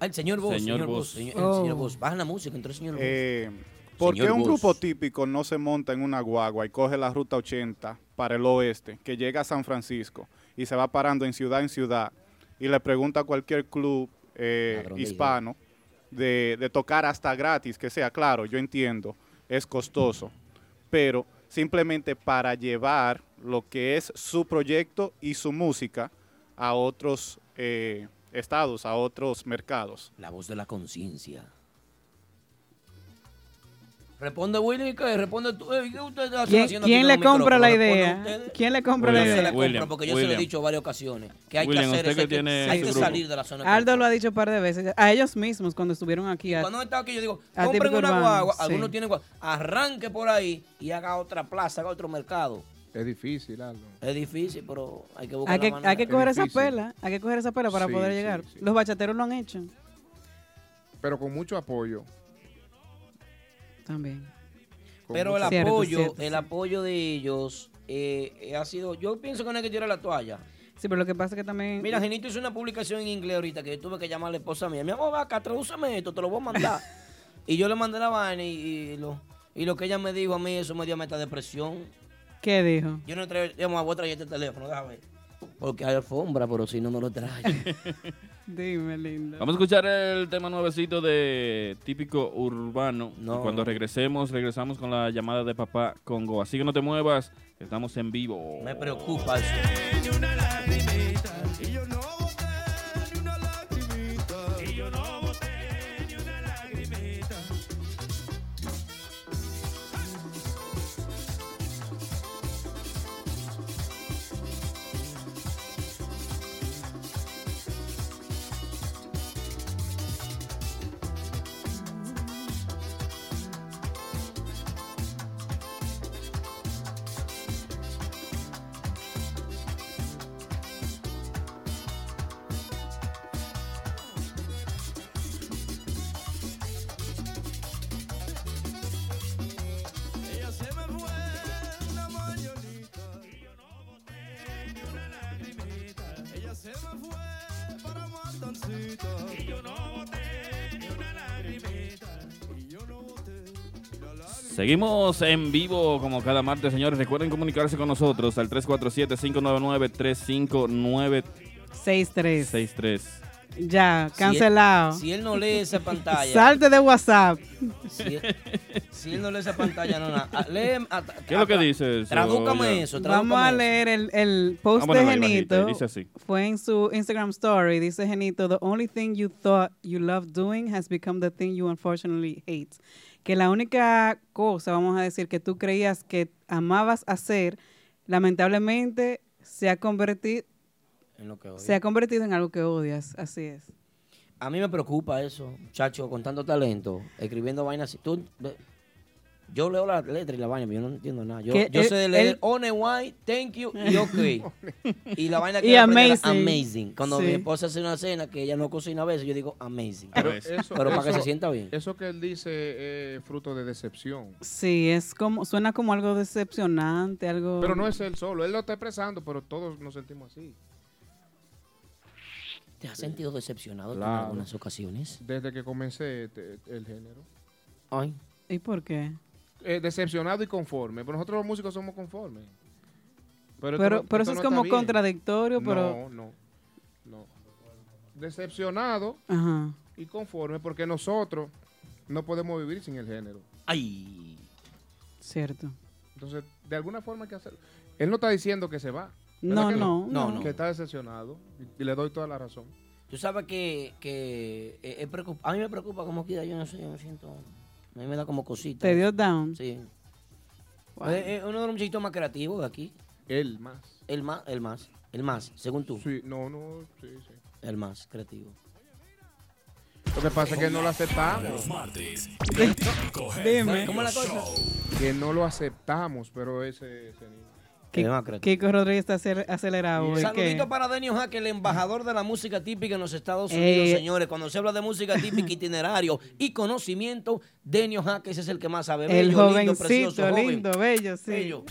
Al señor Vos, Señor señor, Vos, Vos. señor, el Oh. señor Vos. Baja la música, entró el señor Vos. Eh, ¿Por qué Señor un Vos. grupo típico no se monta en una guagua y coge la ruta 80 para el oeste, que llega a San Francisco y se va parando en ciudad en ciudad y le pregunta a cualquier club eh, Ladrón de hispano de, de tocar hasta gratis, que sea claro, yo entiendo, es costoso, pero simplemente para llevar lo que es su proyecto y su música a otros eh, estados, a otros mercados. La voz de la conciencia. Responde Willy, ¿qué? Responde tú. eh, Ey, ¿qué ustedes están ¿Quién- haciendo quién aquí le con los compra la micrófonos? idea? ¿Responden ustedes? ¿Quién le compra la Yo se idea? la compro William, porque yo se William. lo he dicho varias ocasiones. Que hay William, que hacer usted eso, que hay que, tiene hay su que grupo. salir de la zona. de Aldo lo ha dicho un par de veces. A ellos mismos cuando estuvieron aquí. a- Cuando estaba aquí yo digo, A compren típico una urbano, guagua, sí. algunos tienen guagua, arranque por ahí y haga otra plaza, haga otro mercado. Es difícil, Aldo. Es difícil, pero hay que buscar Hay la que, manera. hay que coger esa pela, hay que coger esa pela para Sí, poder sí, llegar. Los bachateros lo han hecho Pero con mucho apoyo. también. con Pero el mucho apoyo, el apoyo de ellos eh, eh, ha sido, yo pienso que no hay que tirar la toalla. Sí, pero lo que pasa es que también... Mira, Genito hizo una publicación en inglés ahorita que yo tuve que llamar a la esposa mía. Mi amor, vaca, tradúceme esto, te lo voy a mandar. [laughs] y yo le mandé la vaina y, y lo, y lo que ella me dijo a mí, eso me dio meta depresión. ¿Qué dijo? Yo no traigo, digamos, voy a traer este teléfono, déjame ver. Porque hay alfombra, pero si no, no lo trae. Dime, lindo. [laughs] Vamos a escuchar el tema nuevecito de típico urbano. Y Cuando regresemos, regresamos con la llamada de papá Congo. Así que no te muevas, que estamos en vivo. Me preocupa eso. Ella se me fue una mañanita y yo no boté ni una lagrimita. Ella se me fue para Martancita y yo no boté ni una lagrimita. Y yo no boté la lagrimita. Seguimos en vivo como cada martes, señores. Recuerden comunicarse con nosotros al 347-599-3563. 6-3. Ya, cancelado. Si él, si él no lee esa [laughs] pantalla. Salte de WhatsApp. Si, si él no lee esa pantalla, no nada. Ah, Lee, ah, ah, ¿Qué es lo que dice eso? Tradúcame Ya. eso, Vamos a leer el, el post Vamos a de leer ahí bajito, Genito. dice así. Fue en su Instagram story. Dice Genito, the only thing you thought you loved doing has become the thing you unfortunately hate. Que la única cosa, vamos a decir, que tú creías que amabas hacer, lamentablemente se ha convertido, en lo que odio. se ha convertido en algo que odias. Así es. A mí me preocupa eso, muchacho, con tanto talento, escribiendo vainas. así. Tú, ve- yo leo la letra y la vaina, pero yo no entiendo nada. Yo, Que yo él- sé de leer él- on a white, thank you [laughs] y ok. y la vaina que Y yo aprendí era amazing. amazing. Cuando Sí. mi esposa hace una cena que ella no cocina a veces, yo digo amazing. Pero Pero, eso- pero para que eso- se sienta bien. Eso que él dice es fruto de decepción. Sí, es como, suena como algo decepcionante, algo... Pero no es e- él solo, él lo está expresando, pero todos nos sentimos así. ¿Te has sentido decepcionado en Claro. algunas ocasiones? Desde que comencé este- el género. Ay. ¿Y por qué? Eh, decepcionado y conforme. Pero nosotros los músicos somos conformes. Pero, esto pero, no- esto eso no es está como bien. contradictorio, No, pero... no, no. Decepcionado Ajá. y conforme porque nosotros no podemos vivir sin el género. Ay. Cierto. Entonces, de alguna forma hay que hacerlo. Él no está diciendo que se va. ¿verdad No, que No, no, no. no. Que está decepcionado. Y, y le doy toda la razón. Tú sabes que, que eh, es preocup- a mí me preocupa como quiera, yo no sé, yo me siento... A mí me da como cosita. Te dio down. Sí. Es, es Eh, uno de los muchachitos más creativos de aquí. Él más. El más, el más, el más, según tú. Sí, no, no, sí, sí. El más creativo. Lo que pasa es que no lo aceptamos. Dime. ¿Cómo es la cosa? Que no lo aceptamos, pero ese, ese niño. El Ki- más creativo. Kiko Rodríguez está acel- acelerado. hoy, ¿qué? Saludito para Denio Jaque, el embajador de la música típica en los Estados Eh. Unidos, señores. Cuando se habla de música [laughs] típica, itinerario y conocimiento, Denio Jaque ese es el que más sabe. El Bello, lindo, jovencito, precioso, joven, lindo, bello, sí. bello.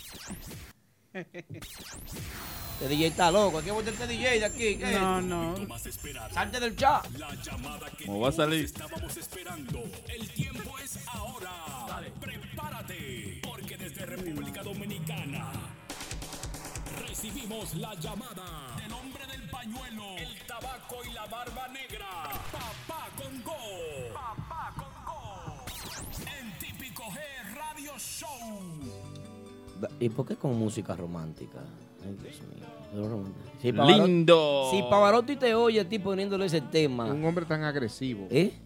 Este DJ está loco. Aquí voy a tener este DJ de aquí. ¿qué es No, esto? no. Salte del chat. ¿Cómo va a salir? Estábamos esperando. El tiempo es ahora. Prepárate, porque desde República Dominicana recibimos la llamada del hombre del pañuelo, el tabaco y la barba negra. Papá Congo. Papá Congo. En típico G Radio Show. ¿Y por qué con música romántica? Ay, Dios mío. pero romántica. Si Pavarotti- Lindo. Si Pavarotti te oye a ti poniéndole ese tema, Un hombre tan agresivo. ¿eh?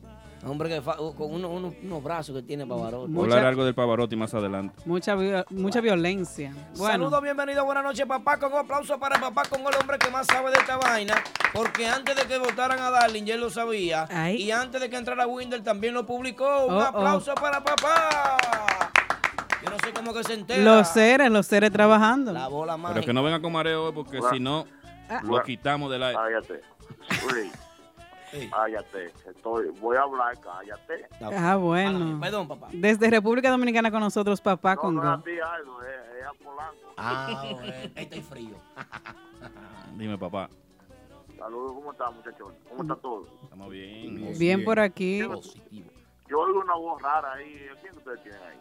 Hombre que fa- con uno- uno- unos brazos que tiene Pavarotti. Voy a hablar algo del Pavarotti más adelante. Mucha, vi- mucha violencia. Bueno, Saludos, bienvenido, buenas noches, papá. Con un aplauso para el papá, con el hombre que más sabe de esta vaina. Porque antes de que votaran a Darling, ya él lo sabía. Ay. Y antes de que entrara Winder, también lo publicó. Un Oh, oh. aplauso para papá. Yo no sé cómo que se entera. los seres, los seres trabajando. La bola Ah. Pero mágica. que no venga con mareo hoy porque si no, lo quitamos del aire. Cállate. Luis, Sí. cállate. Estoy, voy a hablar, cállate. Ah, bueno. Perdón, papá. Desde República Dominicana con nosotros, No, papá no es Congo. a ti, Aldo, es, es a Polanco. Ah, bueno. Estoy frío. [laughs] Dime, papá. Saludos, ¿cómo estás, muchachos? ¿Cómo está todo? Estamos bien. Bien por aquí. Yo oigo una voz rara ahí. ¿Quién ustedes tienen ahí?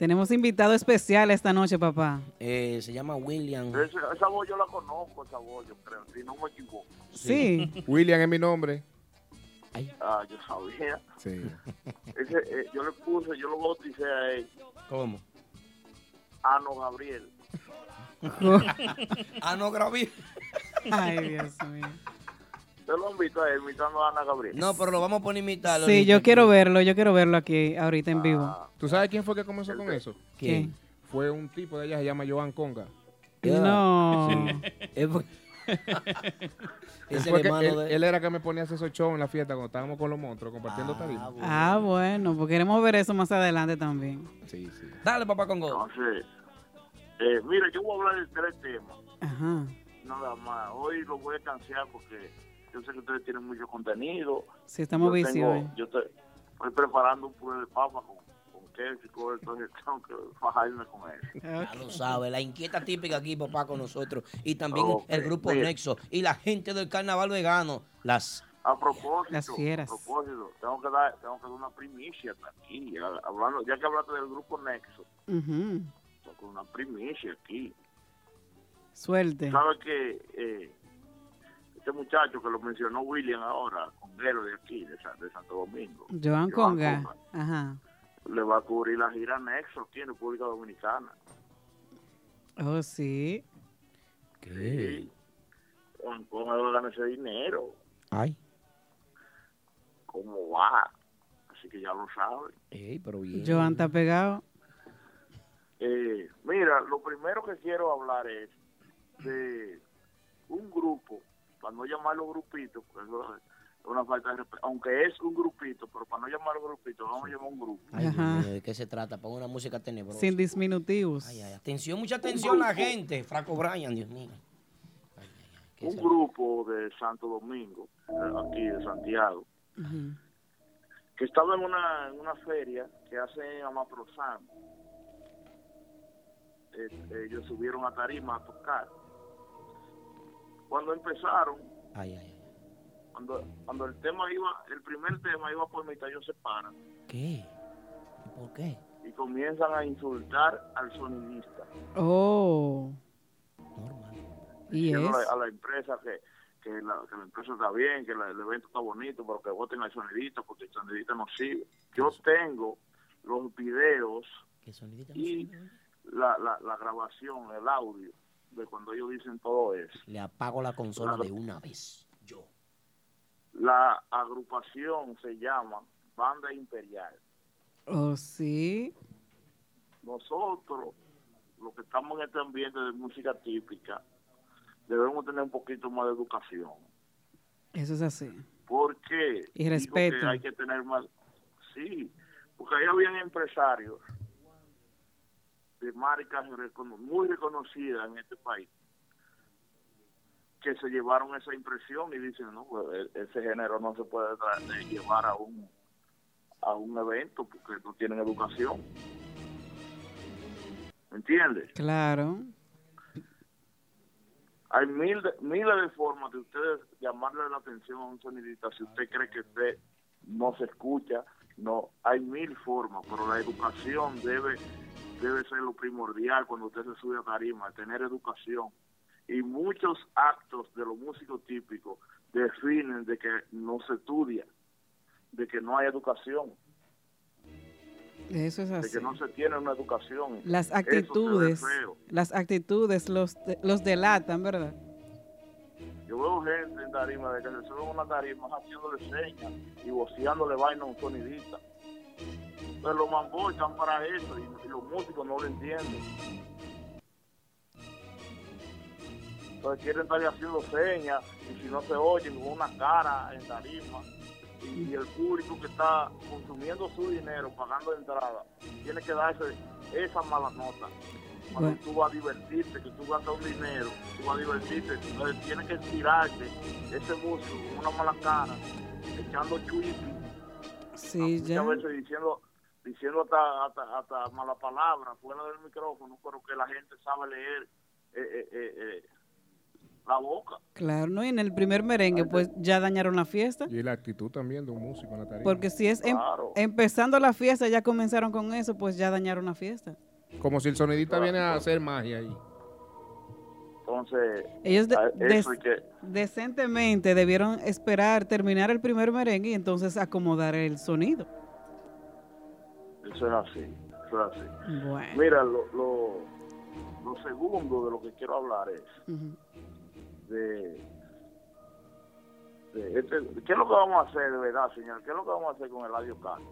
Tenemos invitado especial esta noche, papá. Eh, se llama William. Esa, esa voz yo la conozco, esa voz, yo creo, si no me equivoco. William es mi nombre. Ah, yo sabía. Sí. Ese, eh, yo le puse, yo lo bauticé a él, ¿Cómo? Ano [laughs] Gabriel. ah, no grabé. Ay, Dios mío. ¿Te lo han visto a él imitando a Ana Gabriel? No, pero lo vamos a poner imitarlo. Sí, yo quiero verlo, yo quiero verlo aquí ahorita Ah. en vivo. ¿Tú sabes quién fue que comenzó con eso? ¿Quién? Fue un tipo de allá, se llama Joan Conga. No. [laughs] Es bu- Él Es fue el que- hermano él, de... él era que me ponía esos shows en la fiesta cuando estábamos con los monstruos compartiendo tarima. Ah, bueno, pues queremos ver eso más adelante también. Sí, sí. Dale, papá Congo. Entonces, eh, mira, yo voy a hablar de tres temas, Ajá. nada más. Hoy lo voy a cancelar porque yo sé que ustedes tienen mucho contenido. Sí, estamos yo tengo- vicios. Yo te- estoy preparando un puré de papa con, con queso y todo, entonces tengo que [laughs] fajarme con eso. Ya lo sabe, la inquieta típica aquí, papá, con nosotros. Y también Ok, el grupo bien. Nexo y la gente del carnaval vegano. Las A propósito, Las fieras. a propósito, tengo que dar, tengo que dar una primicia aquí, ya- hablando, ya que hablaste del grupo Nexo, Ujú. tengo que dar una primicia aquí. Suelte. Sabes que eh, este muchacho que lo mencionó William ahora, conguero de aquí, de, Sa- de Santo Domingo, Joan Joan Conga. Conga. Ajá. le va a cubrir la gira Nexo aquí en República Dominicana. Oh, sí. Sí. Juan Conga gana ese dinero. Ay. ¿Cómo va? Así que ya lo saben. pero Joan está pegado. Eh, mira, lo primero que quiero hablar es de un grupo, para no llamarlo grupito, porque eso es una falta de respeto, aunque es un grupito, pero para no llamarlo grupito, vamos a llamar un grupo. Ay, Dios Ajá. mío, ¿de qué se trata? Pon una música tenebrosa. Sin disminutivos. Ay, ay, atención, mucha atención a la gente. Franco Bryan, Dios mío. Un grupo de Santo Domingo, eh, aquí de Santiago, Ujú. que estaba en una, en una feria que hace Amaprosan. Eh, ellos subieron a tarima a tocar. Cuando empezaron, Ay, ay, ay. cuando, cuando el tema iba, el primer tema iba por mitad, ellos se paran ¿Qué? ¿Por qué? y comienzan a insultar al sonidista, Oh. Y es. diciéndole a la empresa que, que, la, que la empresa está bien, que la- el evento está bonito, pero que voten al sonidista porque el sonidista no sirve. Yo tengo los videos ¿Qué sonidita? y la, la, la grabación, el audio de cuando ellos dicen todo eso. Le apago la consola de una vez. Yo. La agrupación se llama Banda Imperial. Oh, sí. nosotros, los que estamos en este ambiente de música típica, debemos tener un poquito más de educación. Eso es así. Porque Y respeto. que hay que tener más. Sí, porque ahí habían empresarios de marcas recono- muy reconocidas en este país que se llevaron esa impresión y dicen, no, pues, e- ese género no se puede tra- eh, llevar a un, a un evento porque no tienen educación. ¿Me entiendes? Claro. Hay mil de- miles de formas de ustedes llamarle la atención a un sonidista si usted cree que usted no se escucha. No, hay mil formas, pero la educación debe debe ser lo primordial cuando usted se sube a tarima, tener educación. Y muchos actos de los músicos típicos definen de que no se estudia, de que no hay educación, Eso es de así. que no se tiene una educación. Las Eso se ve actitudes. feo. Las actitudes los, los delatan, ¿verdad? Yo veo gente en tarima de que se suben a una tarima haciéndole señas y voceándole vaina a un sonidista. Pero los mambos están para eso y, y los músicos no lo entienden. Entonces quieren estar haciendo señas y si no se oyen con una cara en tarima y, y el público que está consumiendo su dinero, pagando entrada, tiene que darse esa mala nota. Cuando Bueno. tú vas a divertirte, que tú gastas un dinero, tú vas a divertirte, entonces tienes que tirarte ese músico con una mala cara, echando chuipi, Sí, ya. muchas veces diciendo diciendo hasta, hasta, hasta mala palabra fuera del micrófono, pero que la gente sabe leer eh, eh, eh, eh, la boca. Claro, ¿no? Y en el primer merengue, pues ya dañaron la fiesta. Y la actitud también de un músico en la tarima. Porque si es em- empezando la fiesta, ya comenzaron con eso, pues ya dañaron la fiesta. Como si el sonidista viene a hacer magia ahí. Entonces, Ellos de- a- eso y des- que decentemente debieron esperar terminar el primer merengue y entonces acomodar el sonido. eso es así, eso es así. Bueno. Mira, lo, lo, lo segundo de lo que quiero hablar es Ujú. de, de este- ¿qué es lo que vamos a hacer de verdad, señor? ¿Qué es lo que vamos a hacer con el Radio Cano?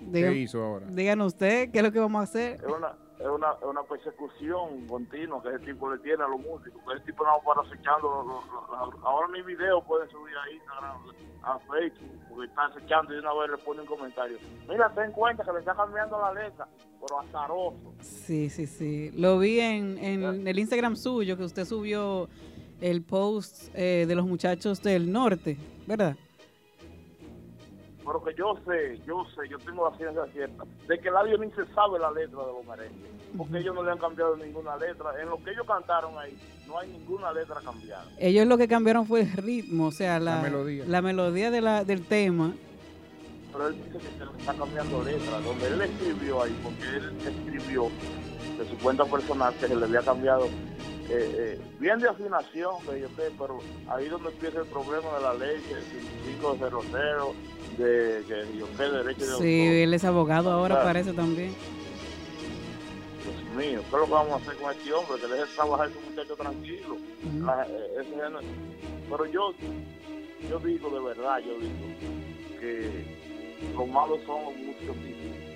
Diga- hizo ahora? Díganos usted qué es lo que vamos a hacer. Es una, es una, es una persecución continua que ese tipo le tiene a los músicos, que ese tipo no para acechando los- los- los- ahora mis videos pueden subir a Instagram, a Facebook, porque está acechando y de una vez le pone un comentario. Mira, ten en cuenta que le está cambiando la letra, pero azaroso. Sí, sí, sí. Lo vi en, en el Instagram suyo que usted subió el post eh, de los muchachos del norte, ¿verdad? Pero que yo sé, yo sé, yo tengo la ciencia cierta, de que Ladio ni se sabe la letra de los merengues, porque ellos no le han cambiado ninguna letra. En lo que ellos cantaron ahí, no hay ninguna letra cambiada. Ellos lo que cambiaron fue el ritmo, o sea, la, La melodía. la melodía de la, del tema. Pero él dice que se le está cambiando letra, donde él escribió ahí, porque él escribió de su cuenta personal que se le había cambiado eh, eh, bien de afinación, que yo sé, pero ahí donde empieza el problema de la ley, que el 5500, de que yo sé, derecho de Sí, él es abogado ahora, Claro. parece también. Dios mío, ¿qué es lo que vamos a hacer con este hombre? Que deje trabajar ese muchacho tranquilo. La- eh, ese ya no- pero yo, yo digo de verdad, yo digo que los malos son los músicos mismos.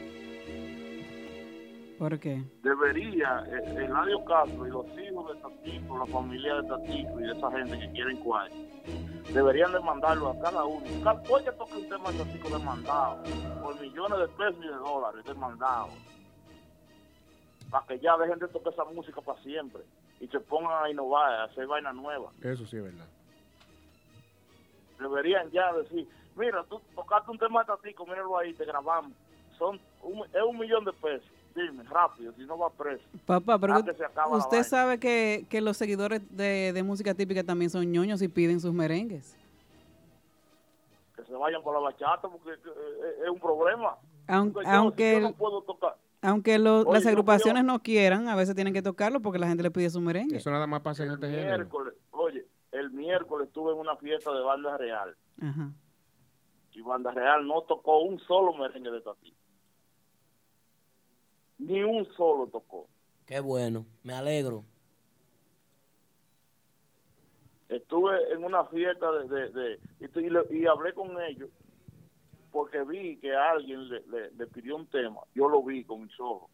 ¿Por qué? Debería, eh, Eladio Castro y los hijos de Tatico, la familia de Tatico y de esa gente que quieren cuál, deberían demandarlo a cada uno. Cada oye toca un tema de Tatico demandado, por millones de pesos y de dólares demandado. Para que ya dejen de tocar esa música para siempre y se pongan a innovar, a hacer vaina nueva. Eso sí es verdad. deberían ya decir, mira, tú tocaste un tema de Tatico, míralo ahí, te grabamos. Son un, es un millón de pesos. Dime, rápido, si no va preso. Papá, pero Ah, que se acaba la usted vaina. sabe que, que los seguidores de, de música típica también son ñoños y piden sus merengues. Que se vayan por la bachata porque eh, es un problema. Aun- Porque Pues aunque yo, si yo no el- puedo tocar. Aunque lo- Oye, las yo agrupaciones no quieran, a veces tienen que tocarlo porque la gente le pide su merengue. Eso nada más pasa en este género. Miércoles, oye, el miércoles estuve en una fiesta de banda real Ajá. y banda real no tocó un solo merengue de Tatico. Ni un solo tocó. Qué bueno, me alegro. estuve en una fiesta de, de- de- y, tu- y le- y hablé con ellos porque vi que alguien le, le- le pidió un tema, yo lo vi con mis ojos,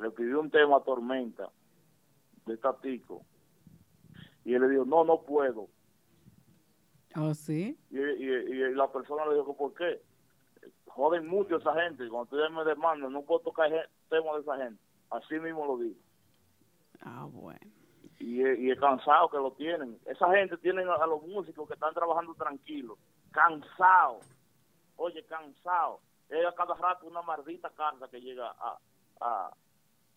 le pidió un tema a Tormenta de Tatico y él le dijo, no, no puedo. ¿Oh, sí? Y, y- y la persona le dijo, ¿por qué? Joden mucho esa gente, cuando ustedes me demandan, no puedo tocar je- temas de esa gente. Así mismo lo digo. Ah, bueno. y, he- y he cansado que lo tienen. Esa gente tienen a, a los músicos que están trabajando tranquilos, cansados, oye, cansados. Es a cada rato una maldita carta que llega a, a,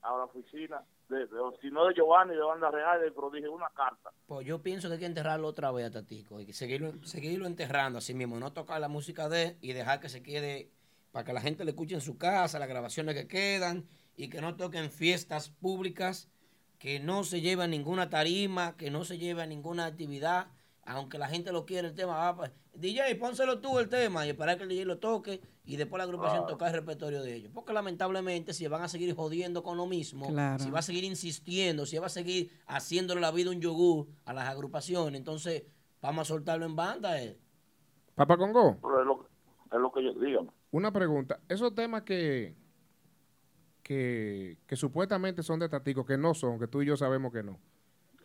a la oficina, de, de- o si no de Giovanni, de Banda Real, del Prodigio, una carta. Pues yo pienso que hay que enterrarlo otra vez a Tatico. Hay que seguirlo, seguirlo enterrando así mismo. No tocar la música de él y dejar que se quede para que la gente le escuche en su casa, las grabaciones que quedan y que no toquen fiestas públicas, que no se lleve a ninguna tarima, que no se lleve a ninguna actividad. Aunque la gente lo quiera, el tema va pa- DJ, pónselo tú el tema y esperar que el DJ lo toque y después la agrupación toca el repertorio de ellos. Porque lamentablemente, si van a seguir jodiendo con lo mismo, Claro. si va a seguir insistiendo, si va a seguir haciéndole la vida un yogur a las agrupaciones, entonces vamos a soltarlo en banda. eh. Papá Congo, Pero es lo, es lo que yo digo. una pregunta. Esos temas que, que, que supuestamente son de Tatico, que no son, que tú y yo sabemos que no.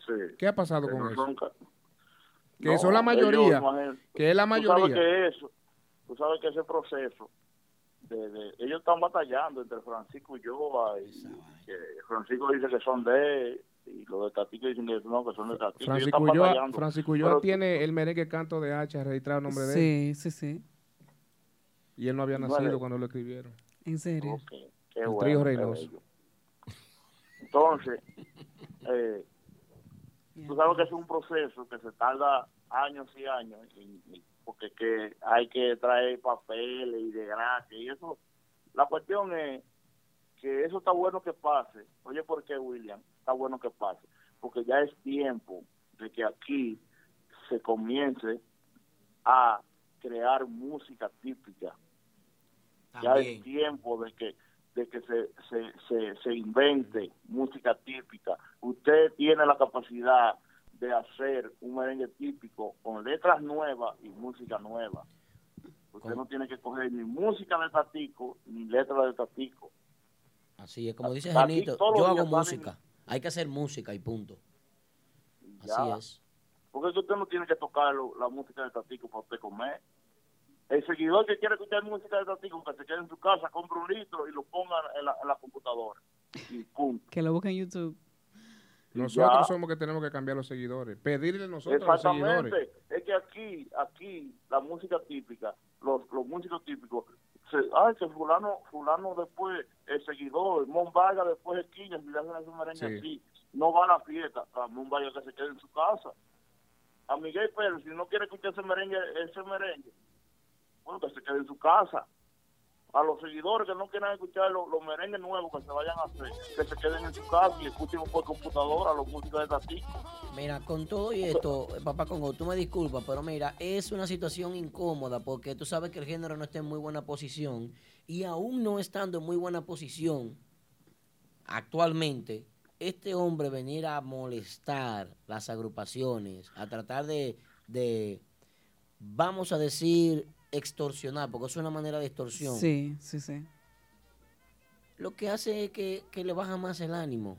Sí. ¿Qué ha pasado Que con no eso? son ca- Que No, son la mayoría. ellos, imagínate. que es la Tú sabes mayoría. que eso, tú sabes que ese proceso, de, de- ellos están batallando entre Francisco y Yoba, y que Francisco dice que son de él, y los de Tatico dicen que no, que son de Tatico. ellos Francisco están Ulloa, batallando. Francisco Ulloa Pero- tiene el merengue canto de H registrado a nombre de él. Sí, sí, sí. Y él no había Vale. nacido cuando lo escribieron. ¿En serio? Qué el bueno, trío qué Reynoso. bello. Entonces, eh, Tú sabes que es un proceso que se tarda años y años, y- y- porque que hay que traer papeles y de gracia, y eso. La cuestión es que eso está bueno que pase. Oye, ¿por qué, William? Está bueno que pase. Porque ya es tiempo de que aquí se comience a crear música típica. Ya También. es tiempo de que de que se, se, se, se invente música típica. Usted tiene la capacidad de hacer un merengue típico con letras nuevas y música nueva. Usted no tiene que coger ni música de Tatico ni letra de Tatico. Así es, como dice Aquí Genito, todos yo los hago días van música. Hay que hacer música y punto. Ya. Así es. Porque eso usted no tiene que tocar lo- la música de Tatico para usted comer. El seguidor que quiere escuchar música de Tatico, que se quede en su casa, compre un litro y lo ponga en la, en la computadora. Que lo busque en YouTube. Nosotros Ya. somos que tenemos que cambiar los seguidores. Pedirle nosotros a los seguidores. Exactamente. Es que aquí, aquí, la música típica, los, los músicos típicos, se, ay, que fulano, fulano después es seguidor, Mon Vargas después es quilla, si le hacen ese merengue Sí. así, no va a la fiesta, Ramón Vargas que se quede en su casa. A Miguel Pérez, si no quiere escuchar ese merengue, ese merengue, bueno, que se quede en su casa. A los seguidores que no quieran escuchar los, los merengues nuevos que se vayan a hacer, que se queden en su casa y escuchen por computadora los músicos de Tatico. Mira, con todo y esto, eh, papá Congo, tú me disculpas, pero mira, es una situación incómoda porque tú sabes que el género no está en muy buena posición y aún no estando en muy buena posición actualmente, este hombre venir a molestar las agrupaciones, a tratar de, de, vamos a decir, extorsionar, porque es una manera de extorsión Sí, sí, sí. lo que hace es que, que le baja más el ánimo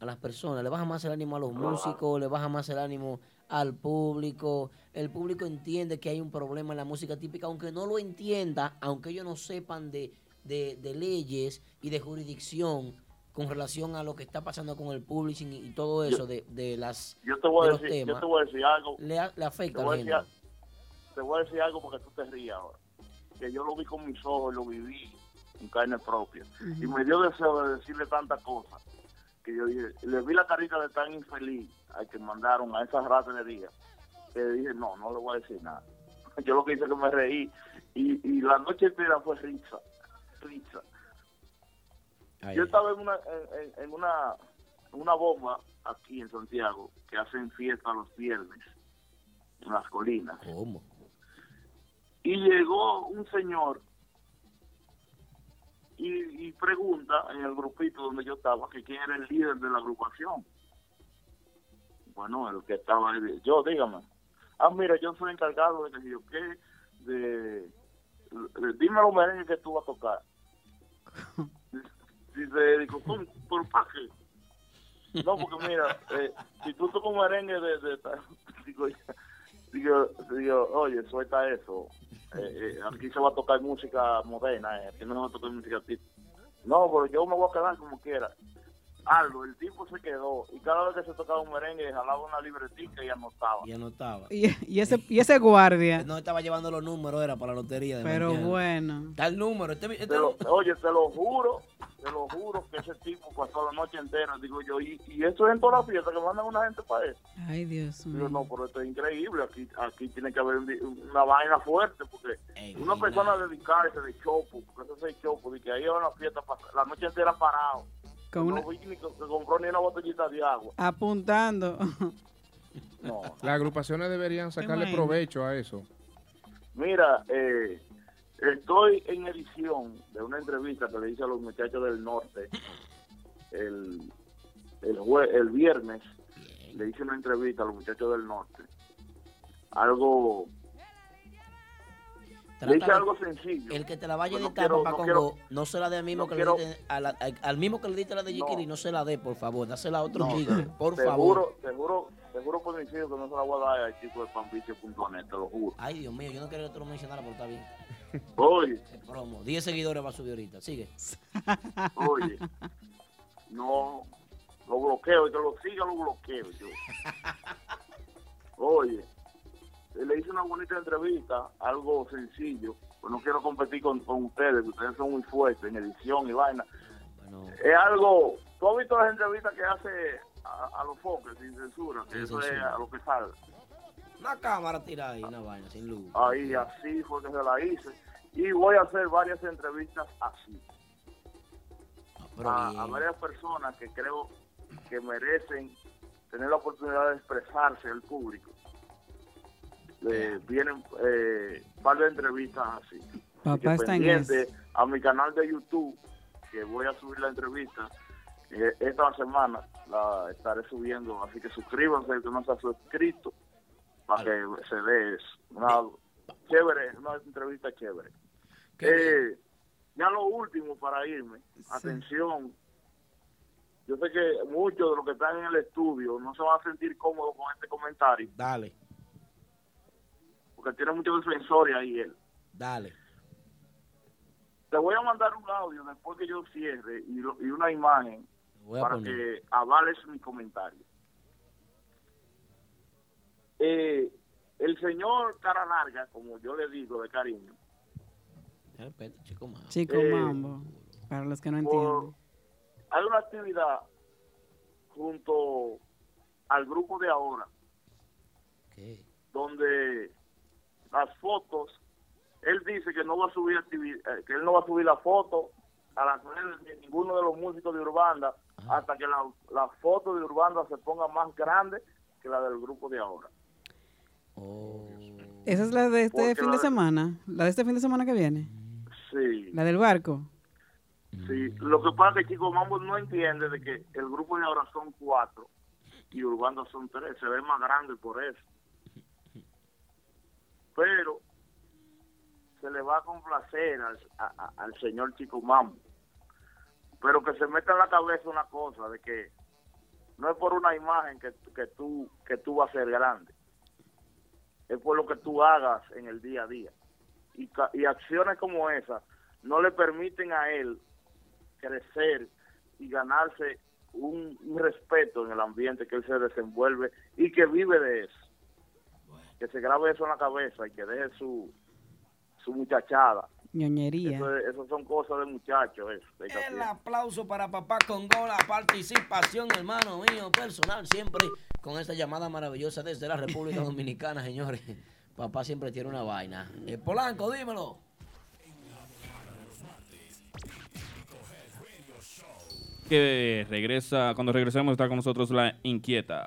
a las personas, le baja más el ánimo a los músicos, le baja más el ánimo al público. El público entiende que hay un problema en la música típica, aunque no lo entienda, aunque ellos no sepan de, de- de leyes y de jurisdicción con relación a lo que está pasando con el publishing y, y todo eso de, de las Yo te voy a de los decir, yo temas, te voy a decir algo. le, a- le afecta Te al voy, a decir, género. a- te voy a decir algo porque tú te rías ahora. Que yo lo vi con mis ojos, lo viví en carne propia. Y me dio deseo de decirle tantas cosas. Que yo dije, le vi la carita de tan infeliz al que mandaron a esa ratería. Que dije, no, no le voy a decir nada. [laughs] Yo lo que hice es que me reí. Y, y la noche entera fue risa. Risa. Ay, Yo estaba en una, en, en- en una, una bomba aquí en Santiago que hacen fiesta los viernes en las colinas. ¿Cómo? Y llegó un señor y, y pregunta en el grupito donde yo estaba que quién era el líder de la agrupación. Bueno, el que estaba ahí, yo, dígame. Ah, mira, yo soy encargado de que si yo qué, de, de- dime los merengues que tú vas a tocar. [laughs] Dice, digo, ¿cómo? ¿por pa' qué? No, porque mira, eh, si tú tocas un merengue de, de ta- [laughs] digo, digo, digo, oye, suelta eso. Eh, eh, aquí se va a tocar música moderna, eh, aquí no se va a tocar música típica. No, pero yo me voy a quedar como quiera. Algo, el tipo se quedó y cada vez que se tocaba un merengue jalaba una libretica y anotaba. Y anotaba. Y, y ese, y ese guardia. [laughs] No estaba llevando los números, era para la lotería. de Pero mañana. bueno. Está el número. Este, este- Te lo- [laughs] oye, te lo juro, te lo juro que ese tipo pasó la noche entera, digo yo, y, y eso es en toda la fiesta que mandan una gente para eso. Ay, Dios Digo, mío. no, pero esto es increíble, aquí aquí tiene que haber un di- una vaina fuerte, porque una persona dedicarse de chopo, porque eso es chopo, de que ahí va una fiesta, pa- la noche entera parado, Con no una- vi ni que, que compró ni una botellita de agua. Apuntando. Las agrupaciones deberían sacarle imagino. provecho a eso. Mira, eh, estoy en edición de una entrevista que le hice a los muchachos del norte el, el, jue- el viernes. Le hice una entrevista a los muchachos del norte. Algo. Le hice Trata- algo sencillo. El que te la vaya a Yo no editar, quiero- papá no Congo, quiero- no se la dé al mismo no que quiero- le diste a la- al, al mismo que le diste la de Jiquiri, no. se la dé, por favor, dásela a otro No, tigre, te- por te favor. Juro, te juro, te juro por mis hijos que no se la voy a dar al chico de panvicio.net, te lo juro. Ay, Dios mío, yo no quería que tú lo mencionara, pero está bien. Oye, El promo, 10 seguidores va a subir ahorita, sigue. oye, no, lo bloqueo, y que lo siga, lo bloqueo yo. Oye, le hice una bonita entrevista, algo sencillo, pues no quiero competir con, con ustedes, que ustedes son muy fuertes en edición y vaina. Es algo, tú has visto las entrevistas que hace a, a los foques sin censura, que Sin eso es censura. a lo que sale. Una cámara tirada ahí, una vaina, sin luz. Ahí así fue que se la hice. Y voy a hacer varias entrevistas así. pero A, bien. a varias personas que creo que merecen tener la oportunidad de expresarse al público. Le vienen eh, varias entrevistas así. Papá está en Pendiente a mi canal de YouTube, que voy a subir la entrevista. eh, Esta semana la estaré subiendo, así que suscríbanse, el que no se ha suscrito, para que se dé eso. Una, Eh, chévere, una entrevista chévere. Eh, ya lo último para irme, atención. Yo sé que muchos de los que están en el estudio no se van a sentir cómodos con este comentario. Dale, Porque tiene muchos defensores ahí él. dale. Te voy a mandar un audio después que yo cierre y, lo- y una imagen Voy a para poner. que avales mi comentario. Eh, el señor Cara Larga, como yo le digo de cariño, Espérate, chico, más. Chico Eh, Mambo, para los que no por- entienden. hay una actividad junto al grupo de ahora donde las fotos él dice que no va a subir activi- eh, que él no va a subir la foto a las redes de ninguno de los músicos de Urbanda hasta que la, la foto de Urbanda se ponga más grande que la del grupo de ahora Esa es la de este porque fin la de de- semana, la de este fin de semana que viene, sí la del barco. sí lo que pasa es que Chico Mambo no entiende de que el grupo de ahora son cuatro y Urbanda son tres se ve más grande por eso pero se le va a complacer al, a- a- al señor Chico Mambo. Pero que se meta en la cabeza una cosa, de que no es por una imagen que, que tú, que tú vas a ser grande, es por lo que tú hagas en el día a día. Y, ca- y acciones como esas no le permiten a él crecer y ganarse un, un respeto en el ambiente que él se desenvuelve y que vive de eso. Que se grabe eso en la cabeza y que deje su, su muchachada. Ñoñería. Eso, es- eso son cosas de muchachos. Eso, de esa El fiesta. aplauso para papá Congo, la participación, hermano mío, personal, siempre con esta llamada maravillosa desde la República Dominicana, señores. Papá siempre tiene una vaina. Eh, Polanco, dímelo. Que regresa, cuando regresemos está con nosotros la inquieta.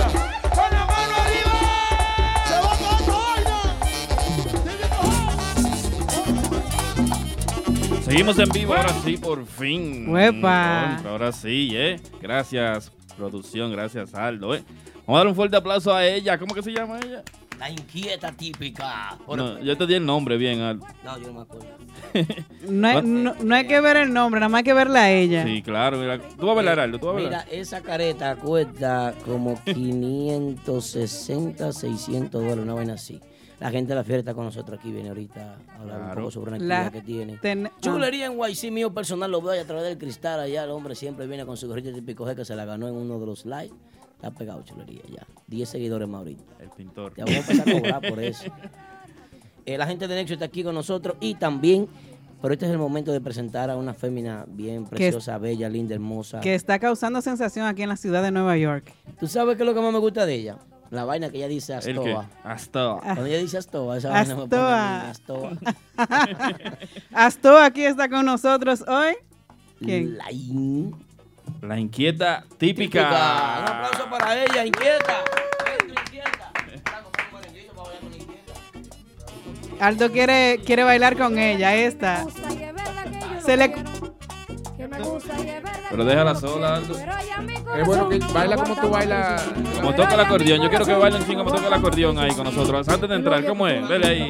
Seguimos en vivo, ahora sí, por fin. Uepa. Contra, Ahora sí, ¿eh? Gracias, producción, gracias, Aldo, ¿eh? Vamos a dar un fuerte aplauso a ella. ¿Cómo que se llama ella? La inquieta típica. Por- No, yo te di el nombre bien, Aldo. No, yo no me acuerdo. No hay, no, no hay que ver el nombre, nada más hay que verla a ella. Sí, claro. mira. Tú vas a bailar, Aldo, tú vas a Mira, bailar. esa careta [laughs] cuesta como 560, 600 dólares, una vaina así. La gente de la fiesta está con nosotros aquí, viene ahorita a hablar un Claro. poco sobre una La actividad que tiene. ten- ah. Chulería en YC mío personal, lo veo ahí a través del cristal allá. El hombre siempre viene con su gorrita típico G que se la ganó en uno de los live. Está pegado chulería ya. 10 seguidores más ahorita. El pintor. Ya voy a empezar a cobrar por [laughs] eso. Eh, la gente de Nexo está aquí con nosotros y también, pero este es el momento de presentar a una fémina bien preciosa, bella, linda, hermosa. Que está causando sensación aquí en la ciudad de Nueva York. ¿Tú sabes qué es lo que más me gusta de ella? La vaina que ella dice ¿El qué? Astoa. Hasta. Cuando ella dice Astoa, esa vaina me pone a mí, Astoa. [laughs] Astoa aquí está con nosotros hoy. ¿Quién? La inquieta Típica. típica. Un aplauso para ella, inquieta. Ven, tú, inquieta. Aldo quiere, quiere bailar con ella, esta. Se le... Pero déjala sola, Aldo. Es Eh, bueno que baila como tú bailas. Como toca el acordeón, yo quiero que bailen sin como toca el acordeón ahí con nosotros. Antes de entrar, ¿cómo es? Dele ahí.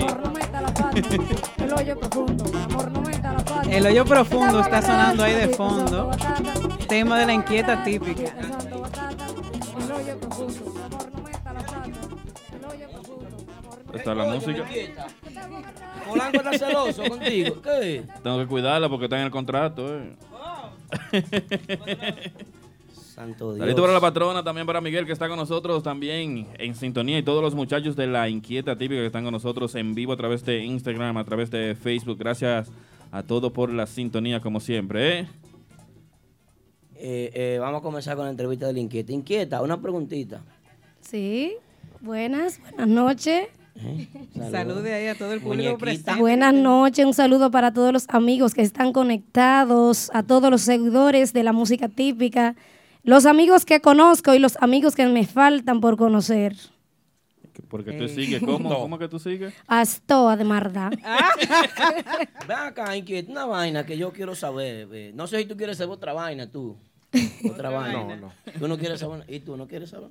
El hoyo profundo, mi amor, no meta la pata. El hoyo profundo está sonando ahí de fondo. Tema de la inquieta típica. El hoyo profundo, mi amor, no meta la pata. El hoyo profundo. Está la música. Polanco está celoso [laughs] contigo. ¿Qué? Tengo que cuidarla porque está en el contrato. eh. Santo Dios. Saludito para la patrona, también para Miguel que está con nosotros también en sintonía y todos los muchachos de la inquieta típica que están con nosotros en vivo a través de Instagram, a través de Facebook. Gracias a todos por la sintonía como siempre. ¿eh? Eh, eh, vamos a comenzar con la entrevista de la inquieta. Inquieta, una preguntita. Sí, buenas, buenas noches. Salude ahí a todo el público presente. Buenas noches, un saludo para todos los amigos que están conectados, a todos los seguidores de la música típica, los amigos que conozco y los amigos que me faltan por conocer. Porque tú sigues, ¿cómo? No. ¿Cómo que tú sigues? Astoa de Marda. [laughs] Ven acá, inquieta, una vaina que yo quiero saber. eh, No sé si tú quieres saber otra vaina, tú. Otra vaina. vaina. Tú no quieres saber. ¿Y tú no quieres saber?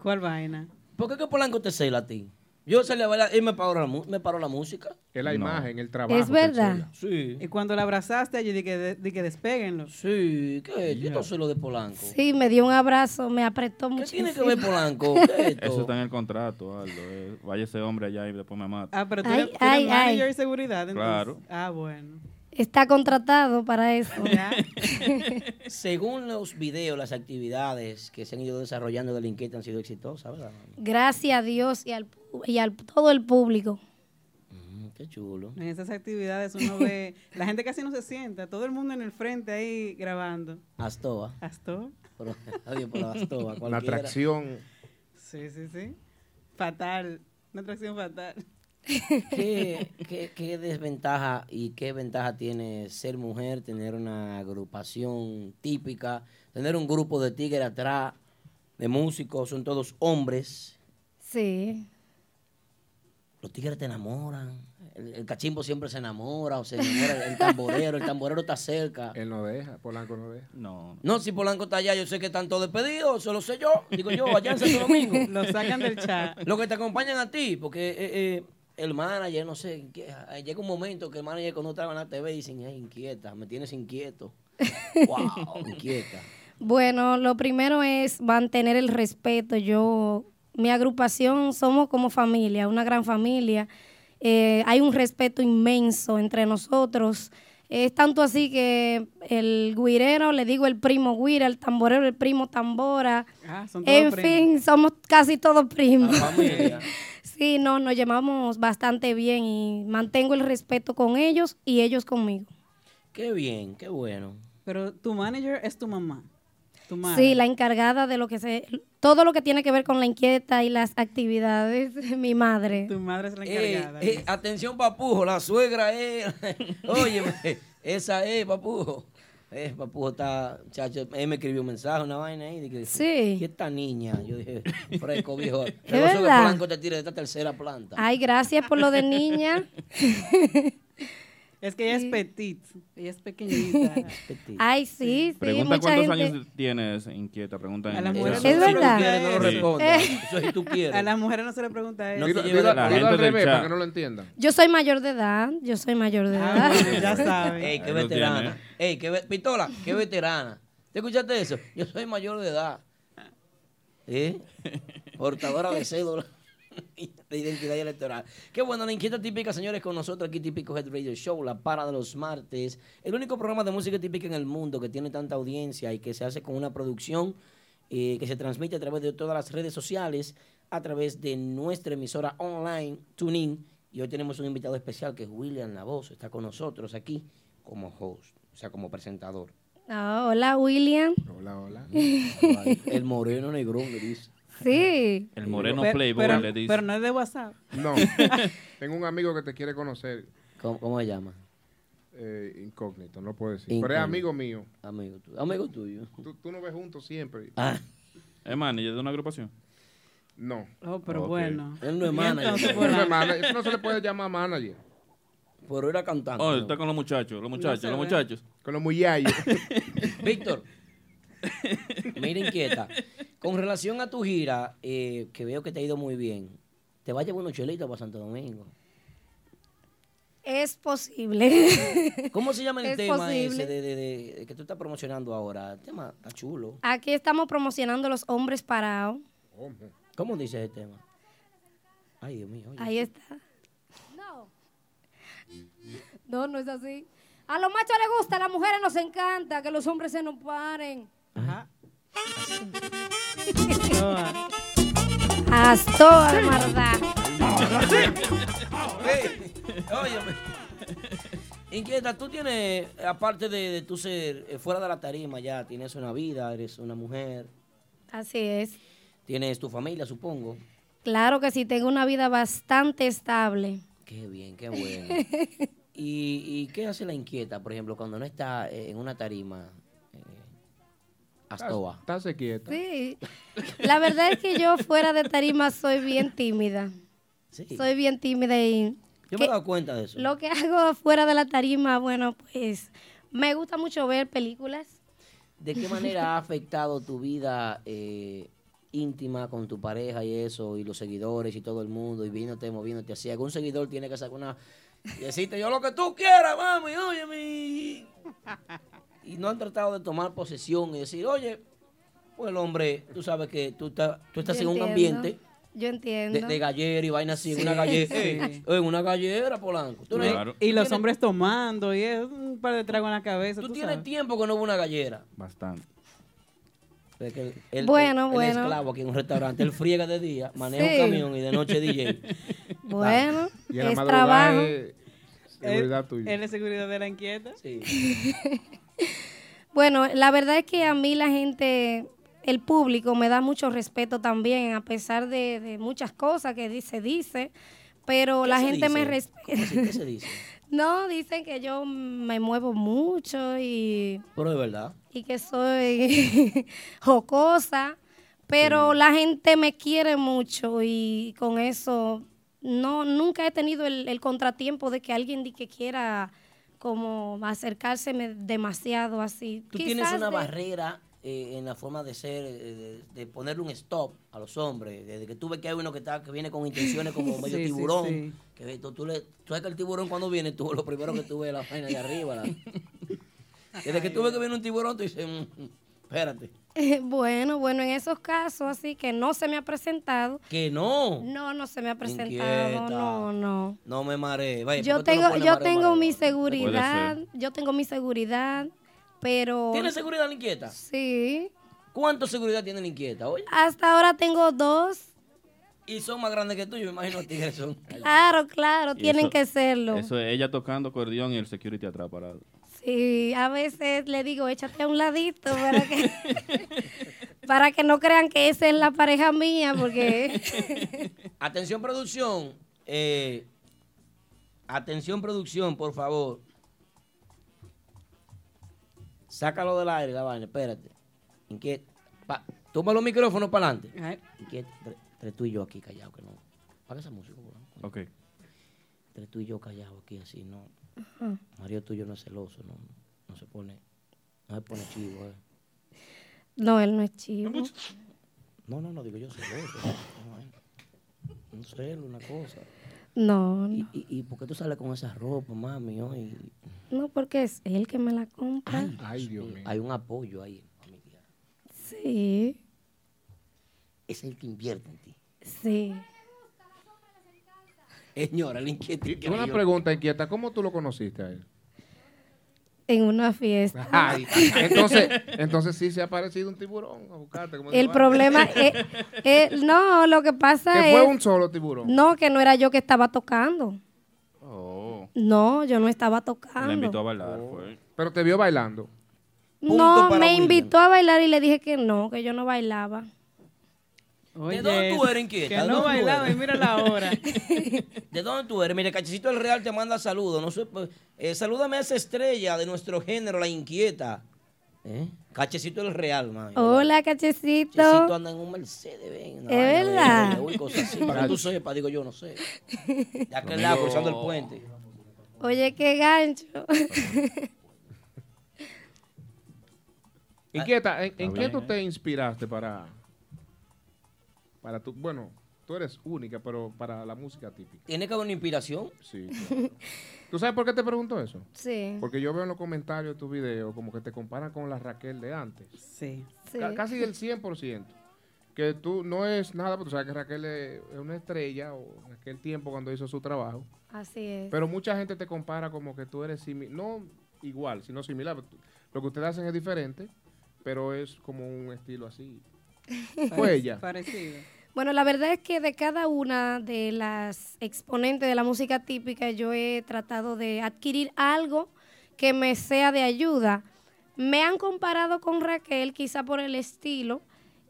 ¿Cuál vaina? ¿Por qué que Polanco te cela a ti? Yo salí a bailar y me paró la, mu- me paró la música. Es la imagen, el trabajo. Es verdad. Sí. Y cuando la abrazaste, yo dije, de- dije despeguenlo. Sí, ¿qué? Yo no soy lo de Polanco. Sí, me dio un abrazo, me apretó mucho. tiene que ver Polanco? Eso está en el contrato, Aldo. eh. Vaya ese hombre allá y después me mata. Ah, pero tú Ay, eres, tú eres ay, manager ay. de seguridad, entonces. Claro. Ah, bueno. [laughs] Está contratado para eso. Según los videos, las actividades que se han ido desarrollando de la inquieta han sido exitosas, ¿verdad? Gracias a Dios y al pu- y al todo el público. Mm, Qué chulo. En esas actividades uno ve... La gente casi no se sienta, todo el mundo en el frente ahí grabando. Astoa. ¿Astoa? Pero, [laughs] adiós por la Astoa. La cualquiera. atracción. Sí, sí, sí. Fatal. Una atracción fatal. ¿Qué, qué, qué desventaja y qué ventaja tiene ser mujer, tener una agrupación típica, tener un grupo de tigres atrás, de músicos, son todos hombres? Sí. Los tigres te enamoran. El, el cachimbo siempre se enamora o se enamora el tamborero. El tamborero está cerca. Él no deja, Polanco no deja. No. No, si Polanco está allá, yo sé que están todos despedidos, se lo sé yo. Digo yo, allá en [laughs] Santo Domingo. Lo sacan del chat. Los que te acompañan a ti, porque eh, eh, el manager, no sé, que- eh, llega un momento que el manager cuando estaba en la TV dicen, "Ey, inquieta, me tienes [laughs] inquieto. wow, inquieta. Bueno, lo primero es mantener el respeto. Yo, mi agrupación, somos como familia, una gran familia. Eh, hay un respeto inmenso entre nosotros. Es tanto así que el guirero, le digo el primo guira, el tamborero, el primo tambora. Ah, son todos En primos. fin, somos casi todos primos. familia. [laughs] sí, no, nos llevamos bastante bien y mantengo el respeto con ellos y ellos conmigo. Qué bien, qué bueno. Pero tu manager es tu mamá. Tu madre. Sí, la encargada de lo que se, todo lo que tiene que ver con la inquieta y las actividades, [laughs] mi madre. Tu madre es la Ey, encargada. ey, atención, papujo, la suegra es. [laughs] Oye, esa es, papujo. Eh, papujo está, chacho, él me escribió un mensaje, una vaina ahí. de que- Sí. ¿Y esta niña? Yo dije, fresco, [laughs] viejo. Es que verdad. Polanco te tire de esta tercera planta. Ay, gracias por lo [laughs] de niña. Es que ella es petit. Ella es [laughs] pequeñita. Ay, sí, sí, Pregunta mucha cuántos gente. años tienes, inquieta. Pregunta A las en- mujeres Eso Es no si tú verdad. Eh. quieres, no lo Sí. Ah. respondas. Eso si tú quieres. Eh. A las mujeres no se le pregunta eso. No Dilo, te dilo- lleves de la dilo gente al del revés chat. para que no lo [laughs] entiendan. Yo soy mayor de edad, yo soy mayor de Ah, edad. [laughs] bueno, [laughs] ya saben. Ey, qué Ahí lo ¿eh? veterana. Ey, qué ve- Pistola, qué veterana. ¿Te escuchaste eso? Yo soy mayor de edad. ¿Eh? Portadora de cédula. [laughs] de identidad electoral. Qué bueno, la inquieta típica, señores, con nosotros aquí, Típico Head Radio Show, la para de los martes. El único programa de música típica en el mundo que tiene tanta audiencia y que se hace con una producción eh, que se transmite a través de todas las redes sociales, a través de nuestra emisora online, TuneIn. Y hoy tenemos un invitado especial que es William Lavoz, está con nosotros aquí como host, o sea, como presentador. Ah, hola, William. Hola, [laughs] hola. El moreno negrón le dice. Sí. El moreno Pero- playboy pero- le dice. Pero no es de WhatsApp. No. [laughs] Tengo un amigo que te quiere conocer. [laughs] ¿Cómo, cómo se llama? eh, incógnito, no puedo decir. Pero Incógnito. es amigo mío. Amigo tuyo. Amigo tuyo. Tú, tú nos ves juntos siempre. Ah. ¿Es manager de una agrupación? No. Oh, pero Ok. bueno. Él no es Y manager. entonces, Él no es manager. Eso no se le puede llamar manager. Pero era cantante. Oh, está con los muchachos, los muchachos, Ah, se los ve. muchachos. Con los muyallos. Víctor, mira [laughs] inquieta. Con relación a tu gira, eh, que veo que te ha ido muy bien, te va a llevar unos chelitos para Santo Domingo. Es posible. [laughs] ¿Cómo se llama el Es tema posible. ese de, de- de- de que tú estás promocionando ahora? El tema está chulo. Aquí estamos promocionando los hombres parados. ¿Cómo dice ese tema? Ay, Dios mío. oye. Ahí está. No. No, no es así. A los machos les gusta, a las mujeres nos encanta que los hombres se nos paren. Hasta de verdad. Ey, óyeme. Inquieta, tú tienes, aparte de, de tú ser eh, fuera de la tarima ya, tienes una vida, eres una mujer, Así es. tienes tu familia, supongo. Claro que sí, tengo una vida bastante estable. Qué bien, qué bueno. [laughs] ¿Y, y qué hace la inquieta, por ejemplo, cuando no está eh, en una tarima? eh, Astoa. Estás quieta. Sí. La verdad es que yo fuera de tarima soy bien tímida. Soy bien tímida y Yo me he dado cuenta de eso. lo que [laughs] hago fuera de la tarima, bueno, pues me gusta mucho ver películas. ¿De qué manera ha afectado tu vida eh, íntima con tu pareja y eso, y los seguidores y todo el mundo, y viéndote, moviéndote así? Algún seguidor tiene que sacar una... Y decirte yo lo que tú quieras, mami, óyeme. Y no han tratado de tomar posesión y decir, oye, pues el hombre, tú sabes que tú, estás- tú estás Yo en un entiendo, ambiente Yo entiendo. de, de gallera y vaina así, en Sí, una gallera. sí. Ey, en una gallera, Polanco. Tú no- Y los tienes- hombres tomando y es un par de tragos en la cabeza. Tú Tú, tienes sabes. tiempo que no hubo una gallera. [laughs] Bastante. Bueno, el bueno. esclavo aquí en un restaurante, él friega de [laughs] día, maneja Sí. un camión y de noche DJ. [laughs] Bueno, Y en la es madrugada trabajo. es seguridad tuya. ¿Es la seguridad de la inquieta? Sí. [laughs] Bueno, la verdad es que a mí la gente, el público me da mucho respeto también, a pesar de, de muchas cosas que di- se dice, pero ¿Qué la se gente me dice? ¿Cómo Eh, así? ¿Qué respeta. se dice? [laughs] No, dicen que yo me muevo mucho y, Pero de verdad. y que soy [laughs] jocosa, pero la gente me quiere mucho y con eso no nunca he tenido el, el contratiempo de que alguien di que quiera como acercárseme demasiado así. Tú tienes Quizás una de- barrera eh, en la forma de ser, eh, de, de ponerle un stop a los hombres. Desde que tú ves que hay uno que, está, que viene con intenciones [laughs] como medio Sí, sí, tiburón. sí. Que ve- tú, tú le, tú sabes que el tiburón cuando viene, tú lo primero que tú ves es la vaina de [laughs] arriba. la- Desde que tú ves que viene un tiburón, tú dices, "Mm, espérate. [laughs] bueno, bueno, en esos casos así que no se me ha presentado. Que no. No, no se me ha presentado, Inquieta. no, no. No me mareé. Vaya, yo ¿por qué tú no tengo, pones yo mareo, tengo mareo? mi seguridad, yo tengo mi seguridad, pero ¿Tiene seguridad la inquieta? sí. ¿Cuánto seguridad tiene la inquieta? Oye, Hasta ahora tengo dos. y son más grandes que tú, yo me imagino los tigres son. Claro, claro, Y tienen eso- que serlo. Eso es ella tocando acordeón y el security atrás parado. Sí, a veces le digo, échate a un ladito para que, [laughs] para que no crean que esa es la pareja mía, porque [laughs] Atención, producción. eh, atención, producción, por favor. Sácalo del aire, la vaina, espérate. Inquieta. Pa- toma los micrófonos para adelante. Inquieta, entre, entre tú y yo aquí callado, que no. Paga esa música, por favor. Ok. Entre tú y yo callado aquí así, no. Ujú. Mario tuyo no es celoso, no, no se pone, no se pone chivo, eh. no, él no es chivo. No, no, no, digo yo celoso. no, eh. Un celo, una cosa. No, no, ¿Y, y por qué tú sales con esa ropa, mami? hoy? no, porque es él que me la compra. Ay, Dios mío. Hay un apoyo ahí. Sí, Es el que invierte en ti. sí. [laughs] Señora, la inquieta. Y una pregunta inquieta, ¿cómo tú lo conociste [laughs] a él? en una fiesta. Ay, entonces, entonces sí se ha parecido un tiburón a buscarte. como El digo, [laughs] problema ah. es, eh, no, lo que pasa Que es... fue un solo tiburón. No, que no era yo que estaba tocando. No, yo no estaba tocando. Le invitó a bailar, Oh. fue. Pero te vio bailando. No, para me William. invitó a bailar y le dije que no, que yo no bailaba. ¿De dónde tú eres inquieta? que no bailaba y mira la hora. [laughs] ¿De dónde tú eres? Mire, Cachecito del Real te manda saludos. No sé, pues, eh, salúdame a esa estrella de nuestro género, la inquieta. ¿Eh? Cachecito del Real, man. Hola, cachecito. Cachecito anda en un Mercedes, ven. una Oh. vaina Es de verdad. BMW y cosas así, para que tú sepas, digo yo, no sé. De aquel lado, Domingo. cruzando el puente. Oye, qué gancho. [laughs] Ah, Inquieta, ¿en, en qué bien, tú te inspiraste para, para tu, bueno, tú eres única, pero para la música típica? Tiene que haber una inspiración. Sí. claro. ¿Tú sabes por qué te pregunto eso? Sí. Porque yo veo en los comentarios de tu video como que te comparan con la Raquel de antes. Sí. Sí. Ca- casi del 100%. Que tú no es nada, porque tú sabes que Raquel es es una estrella o en aquel tiempo cuando hizo su trabajo. Así es. Pero mucha gente te compara como que tú eres simi- no igual, sino similar. pero tú- Lo que ustedes hacen es diferente, pero es como un estilo [laughs] así. Fue ella. Parecido. Bueno, la verdad es que de cada una de las exponentes de la música típica yo he tratado de adquirir algo que me sea de ayuda. Me han comparado con Raquel, quizá por el estilo,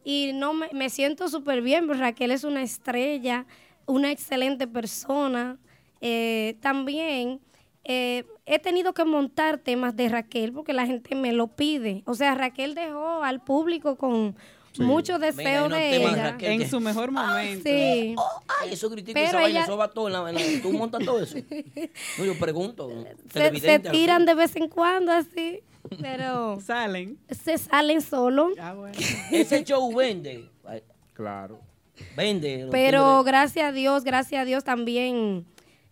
y no me, me siento súper bien. pues Raquel es una estrella, una excelente persona. Eh, también eh, he tenido que montar temas de Raquel porque la gente me lo pide. O sea, Raquel dejó al público con mucho deseo unos de temas de ella. Raquel En que- su mejor momento. Ah, Sí. Ay, eso critica Pero esa vaina, ella- eso va todo. en la- en la- tú montas todo [laughs] eso. No, yo pregunto. se, se tiran de vez en cuando así, [laughs] pero... Salen. Se salen solo. Ah, Ese show vende. Claro. Vende. ¿no? Pero Vende. gracias a Dios, gracias a Dios también.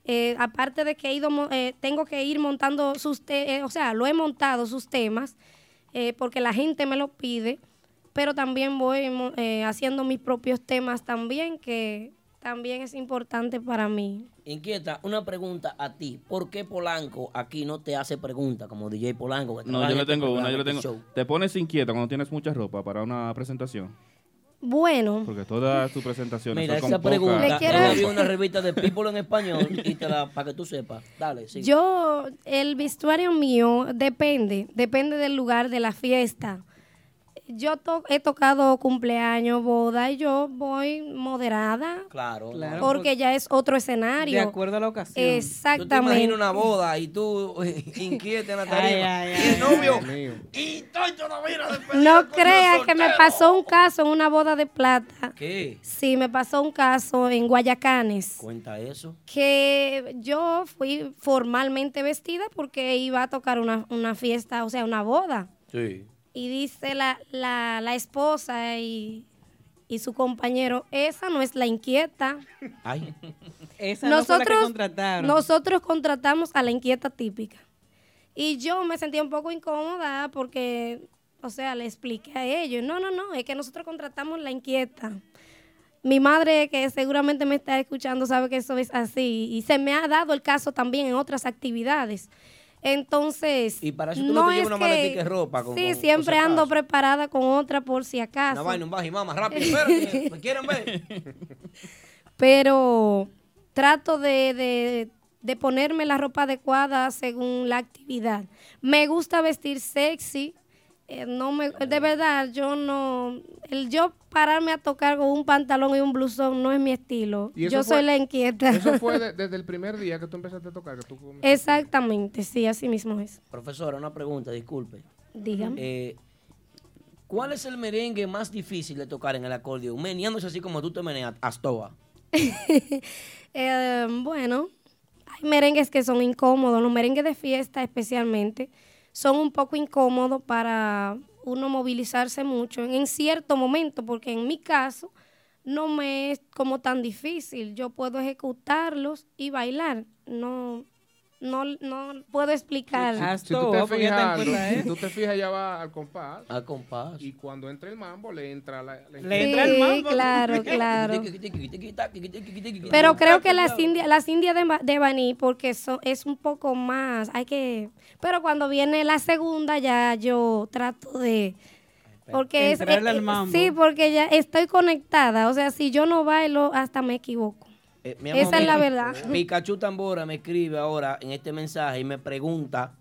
eh, aparte de que he ido, mo- eh, tengo que ir montando sus temas, o sea, lo he montado sus temas, eh, porque la gente me lo pide, pero también voy mo- eh, haciendo mis propios temas también, que también es importante para mí. Inquieta, una pregunta a ti. ¿Por qué Polanco aquí no te hace preguntas como DJ Polanco? que No, trabaja yo en le este tengo una, programa, yo le este tengo. show? Te pones inquieta cuando tienes mucha ropa para una presentación. Bueno, Porque todas tus presentaciones Mira, son esa con poca- pregunta, yo vi una revista de People en español y te la, para que tú sepas. Dale, sí. Yo, el vestuario mío depende, depende del lugar de la fiesta. Yo to- he tocado cumpleaños, boda, y yo voy moderada. Claro. Porque, ya es otro escenario. De acuerdo a la Tú ocasión. te imaginas Exactamente. una boda y tú eh, inquieta en la tarima. Ay, ay, y el novio. No crea que me pasó un caso en una boda de plata. ¿Qué? Sí, me pasó un caso en Guayacanes. Cuenta eso. que yo fui formalmente vestida porque iba a tocar una, una fiesta, o sea, una boda. Sí. Y dice la, la, la esposa y, y su compañero, esa no es la inquieta. Ay. Esa no fue la que contrataron. Nosotros contratamos a la inquieta típica. Y yo me sentía un poco incómoda porque, o sea, le expliqué a ellos, no, no, no, es que nosotros contratamos la inquieta. Mi madre, que seguramente me está escuchando, sabe que eso es así. Y se me ha dado el caso también en otras actividades. Entonces, Y para eso tú no te llevas es una maletica de ropa con- sí, con- por siempre si acaso. ando preparada con otra por si acaso. Una vaina, un baji, mamá, rápido. [laughs] Espérate, ¿me quieren ver? pero trato de, de- de ponerme la ropa adecuada según la actividad. Me gusta vestir sexy. eh, no me, de verdad, yo no. El yo pararme a tocar con un pantalón y un blusón no es mi estilo. Y eso Yo fue- soy la inquieta. Eso fue de- desde el primer día que tú empezaste a tocar. Que tú comenzaste. [laughs] Exactamente, sí, así mismo es. Profesora, una pregunta, disculpe. Dígame. Eh, ¿Cuál es el merengue más difícil de tocar en el acordeón? Meneándose así como tú te meneas, Astoa. Eh, bueno, hay merengues que son incómodos, los merengues de fiesta especialmente, son un poco incómodos para uno movilizarse mucho en, en cierto momento, porque en mi caso no me es como tan difícil, yo puedo ejecutarlos y bailar, no, no, no puedo explicarla. Si tú, te ¿eh? fijas, lo- si tú te fijas, ya va al compás. Al compás. Y cuando entra el mambo, le entra la. Sí, [laughs] claro, claro. Pero creo que las indias las indias de, Ma- de Baní, porque son, es un poco más, hay que... Pero cuando viene la segunda ya yo trato de... Porque es, eh, Entrarle al mambo. sí, porque ya estoy conectada. O sea, si yo no bailo, hasta me equivoco. Eh, mi Esa es la mi- verdad. Pikachu Tambora me escribe ahora en este mensaje y me pregunta,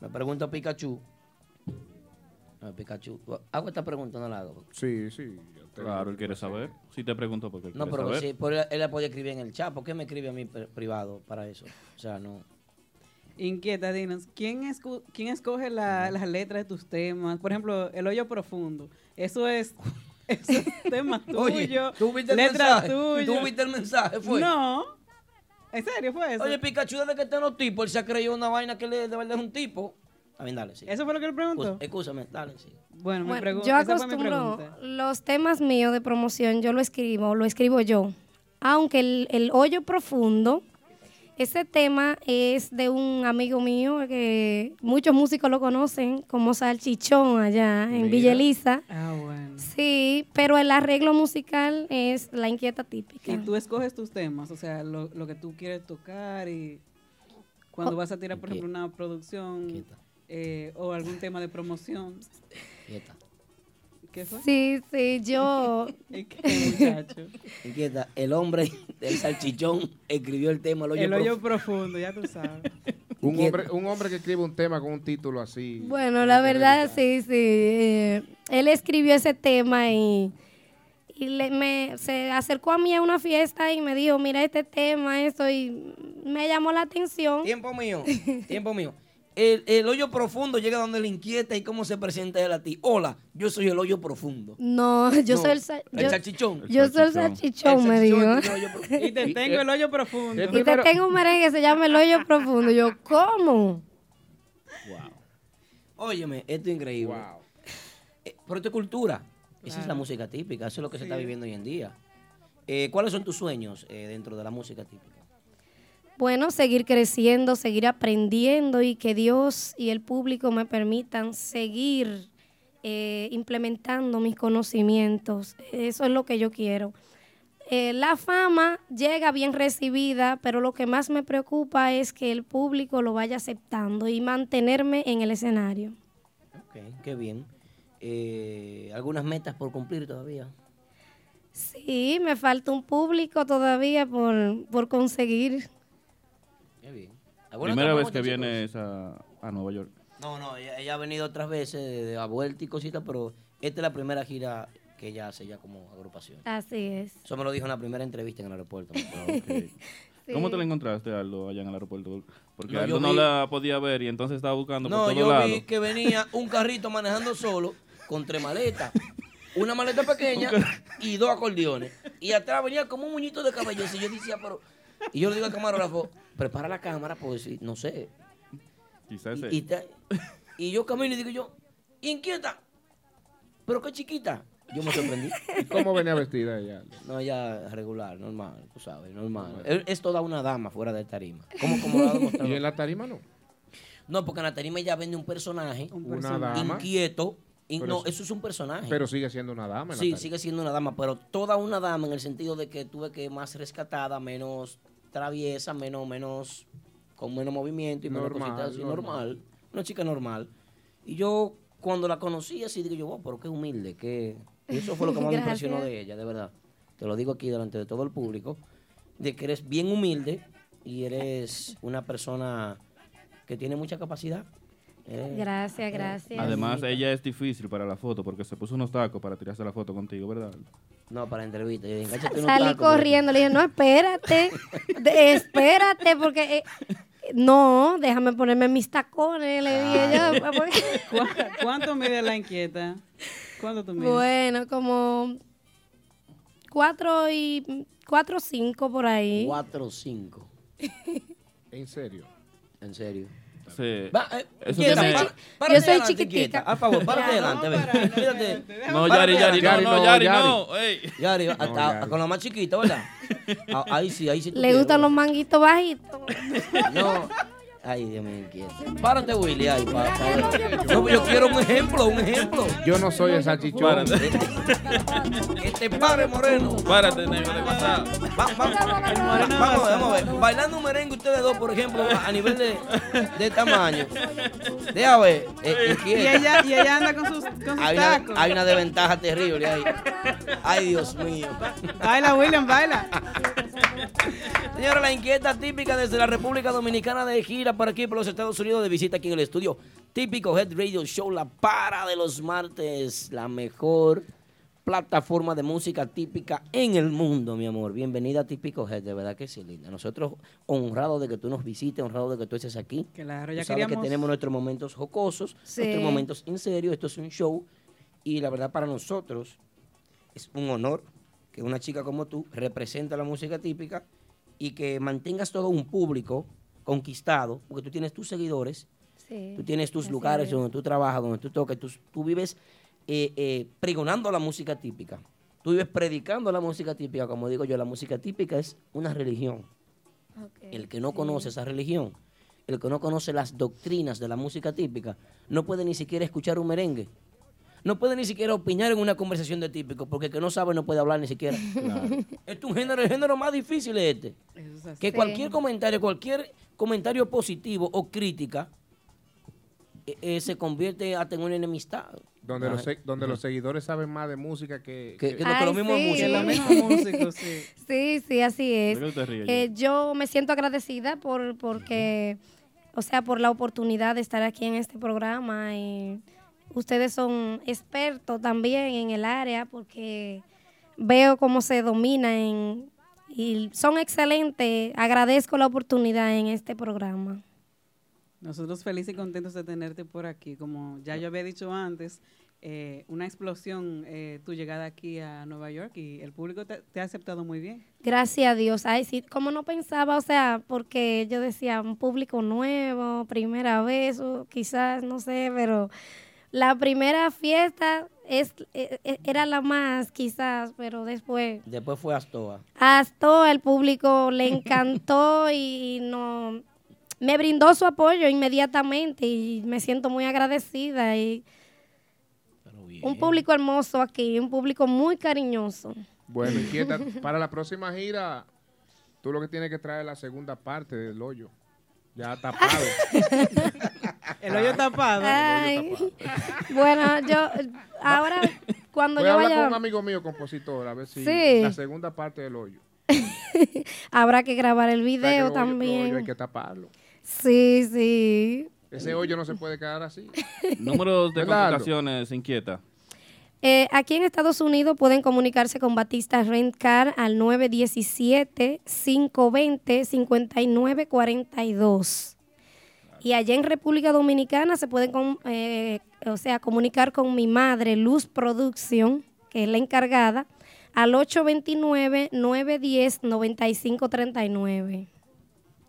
me pregunta Pikachu. No, Pikachu, hago esta pregunta, no la hago. Sí, sí. Claro, él quiere saber. Si te pregunto por qué. No, quiere pero saber. sí, pero él, él la podía escribir en el chat. ¿Por qué me escribe a mí pri- privado para eso? O sea, [laughs] no. Inquieta, dinos, ¿quién, escu- quién escoge la- las letras de tus temas? Por ejemplo, El Hoyo Profundo. Eso es, [laughs] eso es tema tuyo. [laughs] Oye, ¿tú viste el letra mensaje? tuya. ¿Tú viste el mensaje? ¿Fue? No. ¿En serio fue eso? Oye, Pikachu, desde que están los tipos, él se ha creído una vaina que le, de verdad es un tipo. A ver, dale, sí. ¿Eso fue lo que él preguntó? Escús- Escúchame, dale, sí. Bueno, Bueno, mi pregunta. yo esa fue mi acostumbro pregunta. los temas míos de promoción, yo lo escribo, lo escribo yo. Aunque el, el hoyo profundo, ese tema es de un amigo mío que muchos músicos lo conocen como Salchichón allá en Villa Elisa. Ah, bueno. Sí, pero el arreglo musical es la inquieta típica. Y tú escoges tus temas, o sea, lo, lo que tú quieres tocar y cuando Oh. vas a tirar, por ejemplo, una producción eh, o algún tema de promoción. ¿Qué fue? Sí, sí, [laughs] yo. Inquieta, el hombre [laughs] del salchichón escribió el tema, el hoyo, El hoyo profundo. profundo, ya tú sabes. Un hombre, un hombre que escribe un tema con un título así. Bueno, la verdad, sí, sí. eh, él escribió ese tema y, y le- me, se acercó a mí a una fiesta y me dijo, mira este tema, eso, y me llamó la atención. Tiempo mío, tiempo mío. El, el hoyo profundo llega donde le inquieta y cómo se presenta él a ti. Hola, yo soy el hoyo profundo. No, [laughs] yo No, soy el, sa- el yo- salchichón. Yo soy el salchichón, me dijo. Y [laughs] te tengo el hoyo profundo. Y te tengo un merengue que se llama El Hoyo Profundo. Yo, ¿cómo? Óyeme, esto es increíble. Eh, pero esto es cultura. Esa es la Claro. música típica, eso es lo que se está Sí. viviendo hoy en día. Eh, ¿Cuáles son tus sueños eh, dentro de la música típica? Bueno, seguir creciendo, seguir aprendiendo y que Dios y el público me permitan seguir eh, implementando mis conocimientos. Eso es lo que yo quiero. Eh, la fama llega bien recibida, pero lo que más me preocupa es que el público lo vaya aceptando y mantenerme en el escenario. Ok, qué bien. Eh, ¿Algunas metas por cumplir todavía? Sí, me falta un público todavía por, por conseguir. Qué bien. ¿Alguna Primera otra vez que pregunta, viene esa- a Nueva York. chicos? No, no, ella, ella ha venido otras veces de, de a vuelta y cositas, pero esta es la primera gira que ella hace ya como agrupación. Así es. Eso me lo dijo en la primera entrevista en el aeropuerto. Sí. ¿Cómo te la encontraste, Aldo, allá en el aeropuerto? Porque No, Aldo yo no vi- la podía ver y entonces estaba buscando No, por yo todos lados. vi que venía un carrito manejando solo con tres maletas. Una maleta pequeña y dos acordeones. Y atrás venía como un muñito de cabello. Y yo decía, pero. Y yo le digo al camarógrafo, prepara la cámara, pues si- no sé. Quizás Y, y ta- y yo camino y digo yo, inquieta, pero qué chiquita. Yo me sorprendí. ¿Cómo venía vestida ella? No, ella regular, normal, tú sabes, normal. Es- Es toda una dama fuera de tarima. ¿Cómo, cómo lo ha demostrado? ¿Y en la tarima no? No, porque en la tarima ella vende un personaje. Una personaje. dama. Inquieto. In- Pero no, es- eso es un personaje. Pero sigue siendo una dama. en la Sí, tarima. sigue siendo una dama, pero toda una dama en el sentido de que tuve que más rescatada, menos traviesa, menos, menos, con menos movimiento y menos Normal, cositas así, normal. normal. Una chica normal. Y yo, cuando la conocí así, digo yo, wow, pero qué humilde, que eso fue lo que más me Gracias. impresionó de ella, de verdad. Te lo digo aquí delante de todo el público, de que eres bien humilde y eres una persona que tiene mucha capacidad. Eres- Gracias, eres- gracias. Además, ella es difícil para la foto porque se puso unos tacos para tirarse la foto contigo, [laughs] ¿verdad? No, para la entrevista. Yo dije, "Engánchate unos Salí tacos, porque- corriendo, le dije, no, espérate, de- espérate, porque eh, no, déjame ponerme mis tacones, Ah, le dije yo. porque- [laughs] ¿Cuá- ¿Cuánto mide la inquieta? ¿Cuánto tú mides? bueno, como cuatro y cuatro o cinco por ahí. 4 o 5. [laughs] ¿En serio? En serio. Sí. Va, eh, Eso quieta, tiene- pa- párate yo soy adelante, chiquitica. quieta. A favor, párate adelante, ven. Quédate. No, Párate Yari, Yari, no, adelante. no, Yari, no. ey. Yari, No, hasta- Yari. con la más [laughs] chiquita, ¿verdad? Ah, ahí sí, ahí sí. tú Le quieres. gustan los manguitos bajitos. [laughs] No, Ay, Dios mío, inquieto. Párate, Willy. Ay, pa, pa- No, yo quiero un ejemplo, un ejemplo. Yo no soy el salchichón. Que te pare, Moreno. Párate, negro, de pasado. Va- va- va- vamos, vamos a ver. Bailando un merengue ustedes dos, por ejemplo, a nivel de, de tamaño. Deja ver. eh, Y inquieta. ella, y ella anda con sus, con sus Hay una, tacos. hay una desventaja terrible ahí. Ay, Dios mío. Baila, William, baila. [laughs] Señora, la inquieta típica desde la República Dominicana de gira para aquí, por los Estados Unidos, de visita aquí en el estudio. Típico Head Radio Show, la para de los martes, la mejor plataforma de música típica en el mundo, mi amor. Bienvenida a Típico Head, de verdad que sí, linda. Nosotros honrados de que tú nos visites, honrados de que tú estés aquí. Claro, Tú ya sabes que queríamos- tenemos nuestros momentos jocosos, Sí. nuestros momentos en serio, esto es un show y la verdad para nosotros es un honor que una chica como tú represente la música típica y que mantengas todo un público conquistado, porque tú tienes tus seguidores, Sí. tú tienes tus Así lugares es. donde tú trabajas, donde tú tocas, tú, tú vives eh, eh, pregonando la música típica, tú vives predicando la música típica, como digo yo, la música típica es una religión. eh. El que no conoce esa religión, el que no conoce las doctrinas de la música típica, no puede ni siquiera escuchar un merengue. No puede ni siquiera opinar en una conversación de típico, porque el que no sabe no puede hablar ni siquiera. Este es un género, el género más difícil es este. Que Sí. cualquier comentario, cualquier comentario positivo o crítica eh, eh, se convierte hasta en una enemistad. Ah, Donde, Ajá. los, se- donde Ajá. los seguidores saben más de música que... Que- que lo- que Ay, los mismos sí. músicos. Que los [laughs] mismos músicos, [laughs] Sí, sí, así es. ¿Por qué usted ríe, Eh, yo me siento agradecida por porque, o sea, por la oportunidad de estar aquí en este programa y ustedes son expertos también en el área porque veo cómo se domina en- y son excelentes. Agradezco la oportunidad en este programa. Nosotros felices y contentos de tenerte por aquí. Como ya yo había dicho antes, eh, una explosión eh, tu llegada aquí a Nueva York y el público te, te ha aceptado muy bien. Gracias a Dios. Ay, sí, como no pensaba, o sea, porque yo decía, un público nuevo, primera vez, o quizás, no sé, pero la primera fiesta es, e- e- era la más, quizás, pero después. Después fue Astoa. Hasta el público le encantó y no me brindó su apoyo inmediatamente y me siento muy agradecida y un público hermoso aquí, un público muy cariñoso. Bueno, inquieta. Para la próxima gira, tú lo que tienes que traer es la segunda parte del hoyo. Ya tapado. Ah. El hoyo tapado. Ay. [laughs] Bueno, yo ahora cuando Voy a yo hablar con vaya un amigo mío, compositor, a ver si Sí. la segunda parte del hoyo. habrá que grabar el O sea, que video los hoyos- los también. hoyos hay que taparlo. Sí, sí. Ese hoyo no se puede quedar [laughs] así. Números de ¿Verdad, Aldo? contrataciones, inquieta. Eh, aquí en Estados Unidos pueden comunicarse con Batista Rent Car al 917-520-5942. Y allá en República Dominicana se pueden com- eh, o sea, comunicar con mi madre, Luz Production, que es la encargada, al 829-910-9539.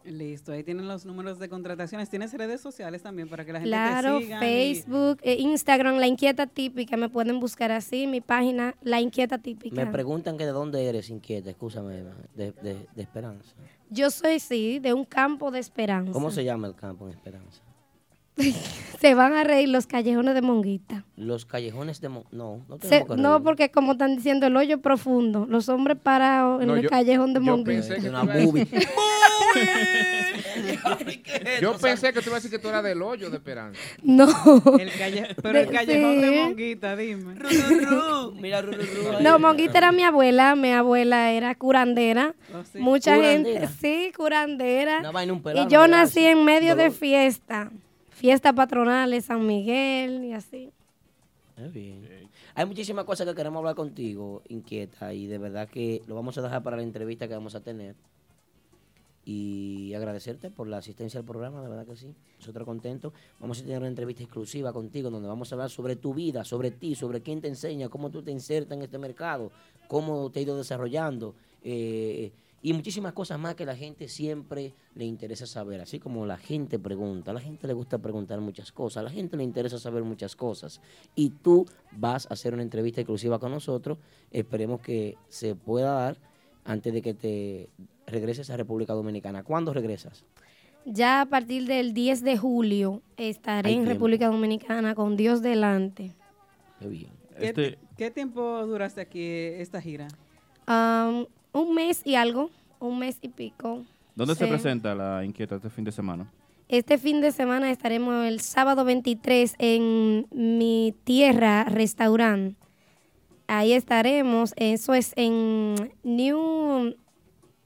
Listo, ahí tienen los números de contrataciones. Tienes redes sociales también para que la gente Claro, te siga. Facebook, eh, Instagram, La Inquieta Típica, me pueden buscar así, mi página, La Inquieta Típica. Me preguntan que de dónde eres, inquieta, escúchame, de, de- de Esperanza. Yo soy, sí, de un campo de esperanza. ¿Cómo se llama el campo en Esperanza? Se van a reír los callejones de Monguita. Los callejones de... Mo- No, no Se- tenemos que no, reír. porque como están diciendo, el hoyo profundo. Los hombres parados en No, el yo- callejón de yo Monguita. pensé que Una tú ibas a decir- movie. [laughs] Yo pensé que tú ibas a decir que tú eras del hoyo de Esperanza. No. El [laughs] calle- pero el De- callejón de sí. Monguita, dime. [laughs] Mira, Ru, Ru, Ru, ahí. No, Monguita era mi abuela. Mi abuela era curandera. Oh, sí. Mucha ¿Curandera? gente, sí, curandera. Una vaina, un y pelado, yo ¿verdad? nací en medio de Dolor. fiesta. Fiestas patronales, San Miguel y así. Está bien. Hay muchísimas cosas que queremos hablar contigo, inquieta, y de verdad que lo vamos a dejar para la entrevista que vamos a tener. Y agradecerte por la asistencia al programa, de verdad que sí. Nosotros contentos. Vamos a tener una entrevista exclusiva contigo donde vamos a hablar sobre tu vida, sobre ti, sobre quién te enseña, cómo tú te insertas en este mercado, cómo te has ido desarrollando. eh, y muchísimas cosas más que la gente siempre le interesa saber. Así como la gente pregunta, a la gente le gusta preguntar muchas cosas, a la gente le interesa saber muchas cosas. Y tú vas a hacer una entrevista exclusiva con nosotros. Esperemos que se pueda dar antes de que te regreses a República Dominicana. ¿Cuándo regresas? Ya a partir del 10 de julio estaré Hay en tiempo. República Dominicana con Dios delante. Qué bien. ¿Qué, Este- qué tiempo duraste aquí eh, esta gira? Am, un mes y algo, un mes y pico. ¿Dónde se Sí. presenta la inquieta este fin de semana? Este fin de semana estaremos el sábado 23 en mi tierra, restaurante. Ahí estaremos, eso es en New,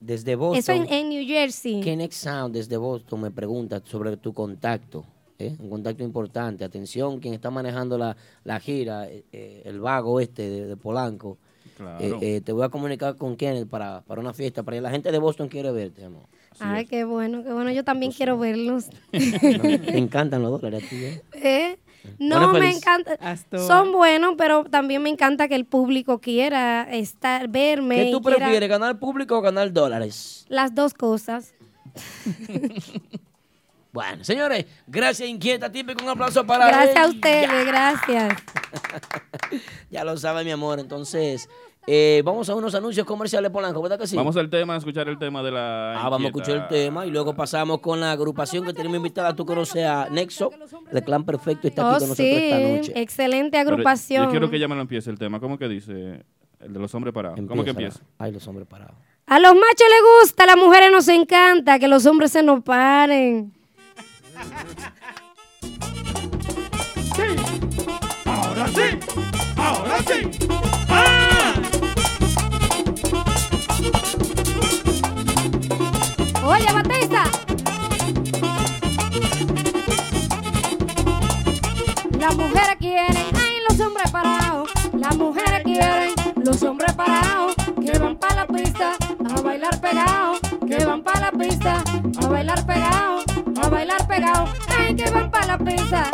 Desde eso Boston. en, en New Jersey. Kenneth Sound desde Boston me pregunta sobre tu contacto. ¿eh? Un contacto importante. Atención, quien está manejando la, la gira, eh, eh, el vago este de, de Polanco. Claro. Eh, eh, te voy a comunicar con Kenneth para, para una fiesta. Para La gente de Boston quiere verte, amor. [laughs] Ay, qué bueno, qué bueno, yo también quiero [laughs] verlos. Te encantan los dólares a ti, ¿eh? [laughs] ¿Eh? Pone No, me feliz. encanta. Astor. Son buenos, pero también me encanta que el público quiera estar, verme. ¿Qué tú y quiera- prefieres, ganar público o ganar dólares? Las dos cosas. Bueno, señores, gracias Inquieta Típico, un aplauso para Gracias a ella. ustedes, gracias. Ya lo sabe, mi amor. Entonces, eh, vamos a unos anuncios comerciales, Polanco, ¿verdad que sí? Vamos al tema, a escuchar el tema de la Ah, vamos a escuchar el tema y luego pasamos con la agrupación que tenemos invitada. Tú conoces a Nexo, el clan perfecto está aquí Oh, con nosotros sí, esta noche. excelente Pero agrupación. Yo quiero que ya me lo empiece el tema. ¿Cómo que dice? El de los hombres parados. ¿Cómo que Empiézala. empieza? Ay, los hombres parados. A los machos les gusta, a las mujeres nos encanta, que los hombres se nos paren. Ahora sí, ahora sí. ¡Ah! Oye, Batista. Las mujeres quieren, ay, los hombres parados. Las mujeres quieren, los hombres parados. Que van para la pista a bailar pegados. Que van para la pista a bailar pegados. A bailar pegados. Ay, que van para la pista.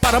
Para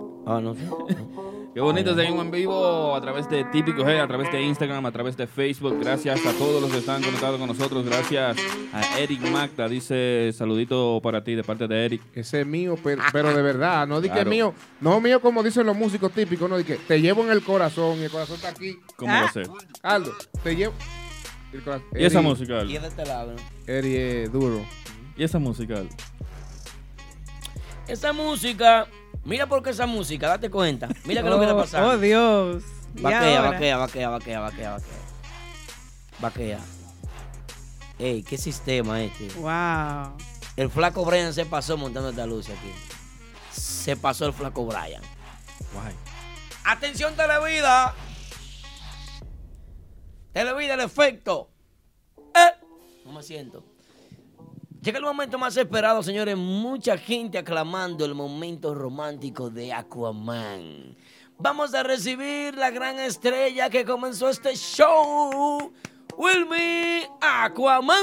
ah, no. Qué bonito, seguimos en vivo a través de Típico G, a través de Instagram, a través de Facebook. Gracias a todos los que están conectados con nosotros. Gracias a Eric Magda. Dice saludito para ti de parte de Eric. Ese es mío, pero, pero de verdad, no di que Claro. mío, no mío como dicen los músicos típicos, no di que te llevo en el corazón y el corazón está aquí. Ah. ¿Cómo va a ser? Aldo, te llevo. el corazón- ¿Y esa Eri- música, Aldo? Y es de este lado. ¿no? Eri es duro. ¿Y esa música, Aldo? Esa música, mira por qué esa música, date cuenta. Mira qué es lo que está [laughs] Oh, pasando. oh, Dios. ¿Y Vaquea, ahora? vaquea, vaquea, vaquea, vaquea, vaquea. Vaquea. Ey, qué sistema este. Wow. El flaco Brian se pasó montando esta luz aquí. Se pasó el flaco Brian. Atención Televida. Televida, el efecto. Eh, No me siento. Llega el momento más esperado, señores. Mucha gente aclamando el momento romántico de Aquaman. Vamos a recibir la gran estrella que comenzó este show. Wilmy Aquaman.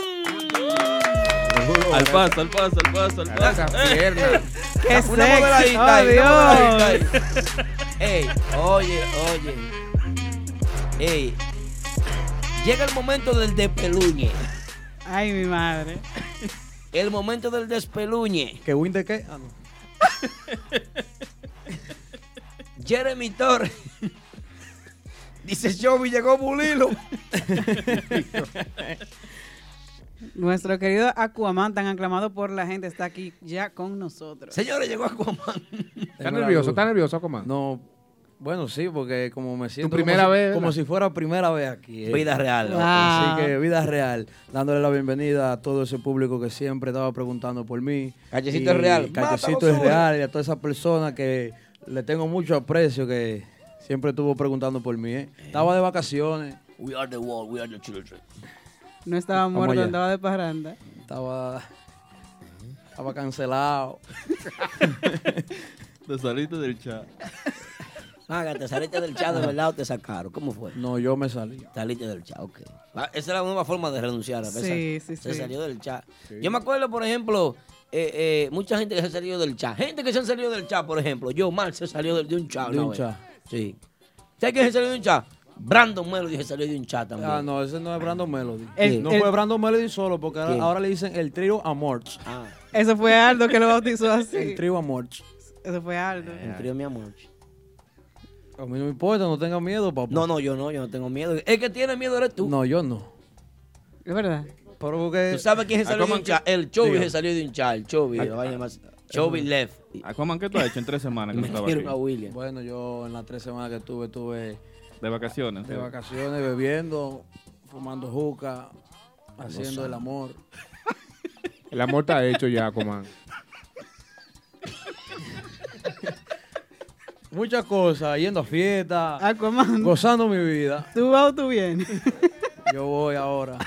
Al paso, al paso, al paso, al paso. Esa pierna. ¿Qué Eh, Una sexy. modeladita Oh, ahí, una Dios. modeladita ahí. Ey, oye, oye. Ey, llega el momento del despeluñe. Ay, mi madre. El momento del despeluñe. ¿Que Win de qué? Ah, no. [laughs] Jeremy Torres. Dice Chovy, llegó Bulilo. Nuestro querido Aquaman, tan aclamado por la gente, está aquí ya con nosotros. Señores, llegó Aquaman. ¿Estás nervioso? ¿Estás nervioso, Comán? No. Bueno, sí, porque como me siento primera como, si- vez, como ¿verdad? si fuera primera vez aquí. eh. Vida real. Wow. Así que vida real, dándole la bienvenida a todo ese público que siempre estaba preguntando por mí. Callecito es real. Callecito Mátalo, es sube. real y a todas esas personas que le tengo mucho aprecio que siempre estuvo preguntando por mí. eh. Estaba de vacaciones, We are the world, we are the children. No estaba Vamos muerto, allá. andaba de parranda. estaba, estaba cancelado. Te saliste del chat. Maga, te saliste del chat de verdad o te sacaron. ¿Cómo fue? No, yo me salí. Saliste del chat, ok. Ah, Esa es la nueva forma de renunciar. a pesar. Sí, sí, se sí. salió del chat. Sí. Yo me acuerdo, por ejemplo, eh, eh, mucha gente que se ha salido del chat. Gente que se han salido del chat, por ejemplo. Yo, Mal, se salió del- de, un chat. De una un vez. chat. Sí. ¿Sabes quién se salió de un chat? Brandon Melo se salió de un chat también. Ah, no, ese no es Brandon Melody. El- no el- fue Brandon Melody solo, porque ahora- ¿Quién? ahora le dicen el trío Amorch. Eso fue Aldo que lo bautizó así. El trío Amorch. Eso fue Aldo. El trío mi amor. A mí no me importa, no tenga miedo, papá. No, no, yo no, yo no tengo miedo. El que tiene miedo eres tú. No, yo no. Es verdad. Pero Eh, porque... ¿Tú sabes quién se salió de un chat? El Chovy Diga. se salió de un chat. El Chovy. la vaina más- Chovy left. ah, Aquaman, ¿qué tú has hecho en tres [laughs] semanas que no estaba aquí? William. Bueno, yo en las tres semanas que estuve, estuve De vacaciones. eh. de vacaciones, bebiendo, fumando juca, haciendo sabe. el amor. El amor está hecho ya, Comán. Muchas cosas, yendo a fiestas, Aquaman. gozando mi vida. ¿Tú vas o tú [laughs] vienes? Yo voy ahora.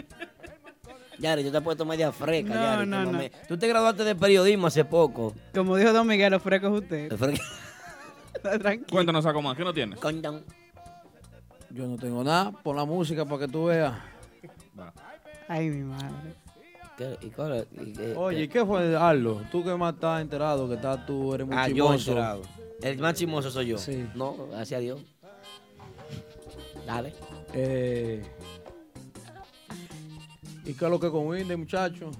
[laughs] Yari, yo te he puesto media fresca, No, Yari, no, como no. me- Tú te graduaste de periodismo hace poco. Como dijo Don Miguel, los frescos usted. Tranquilo. Cuéntanos, Aquaman, ¿qué no tienes? Yo no tengo nada, pon la música para que tú veas. Ay, mi madre. Oye, ¿y qué fue, Arlo? Tú que más estás enterado, que estás tú, eres muy Ah, yo chismoso. enterado. El más chismoso soy yo. Sí. No, gracias a Dios. Dale. Eh, ¿Y qué es lo que con Winder, muchacho?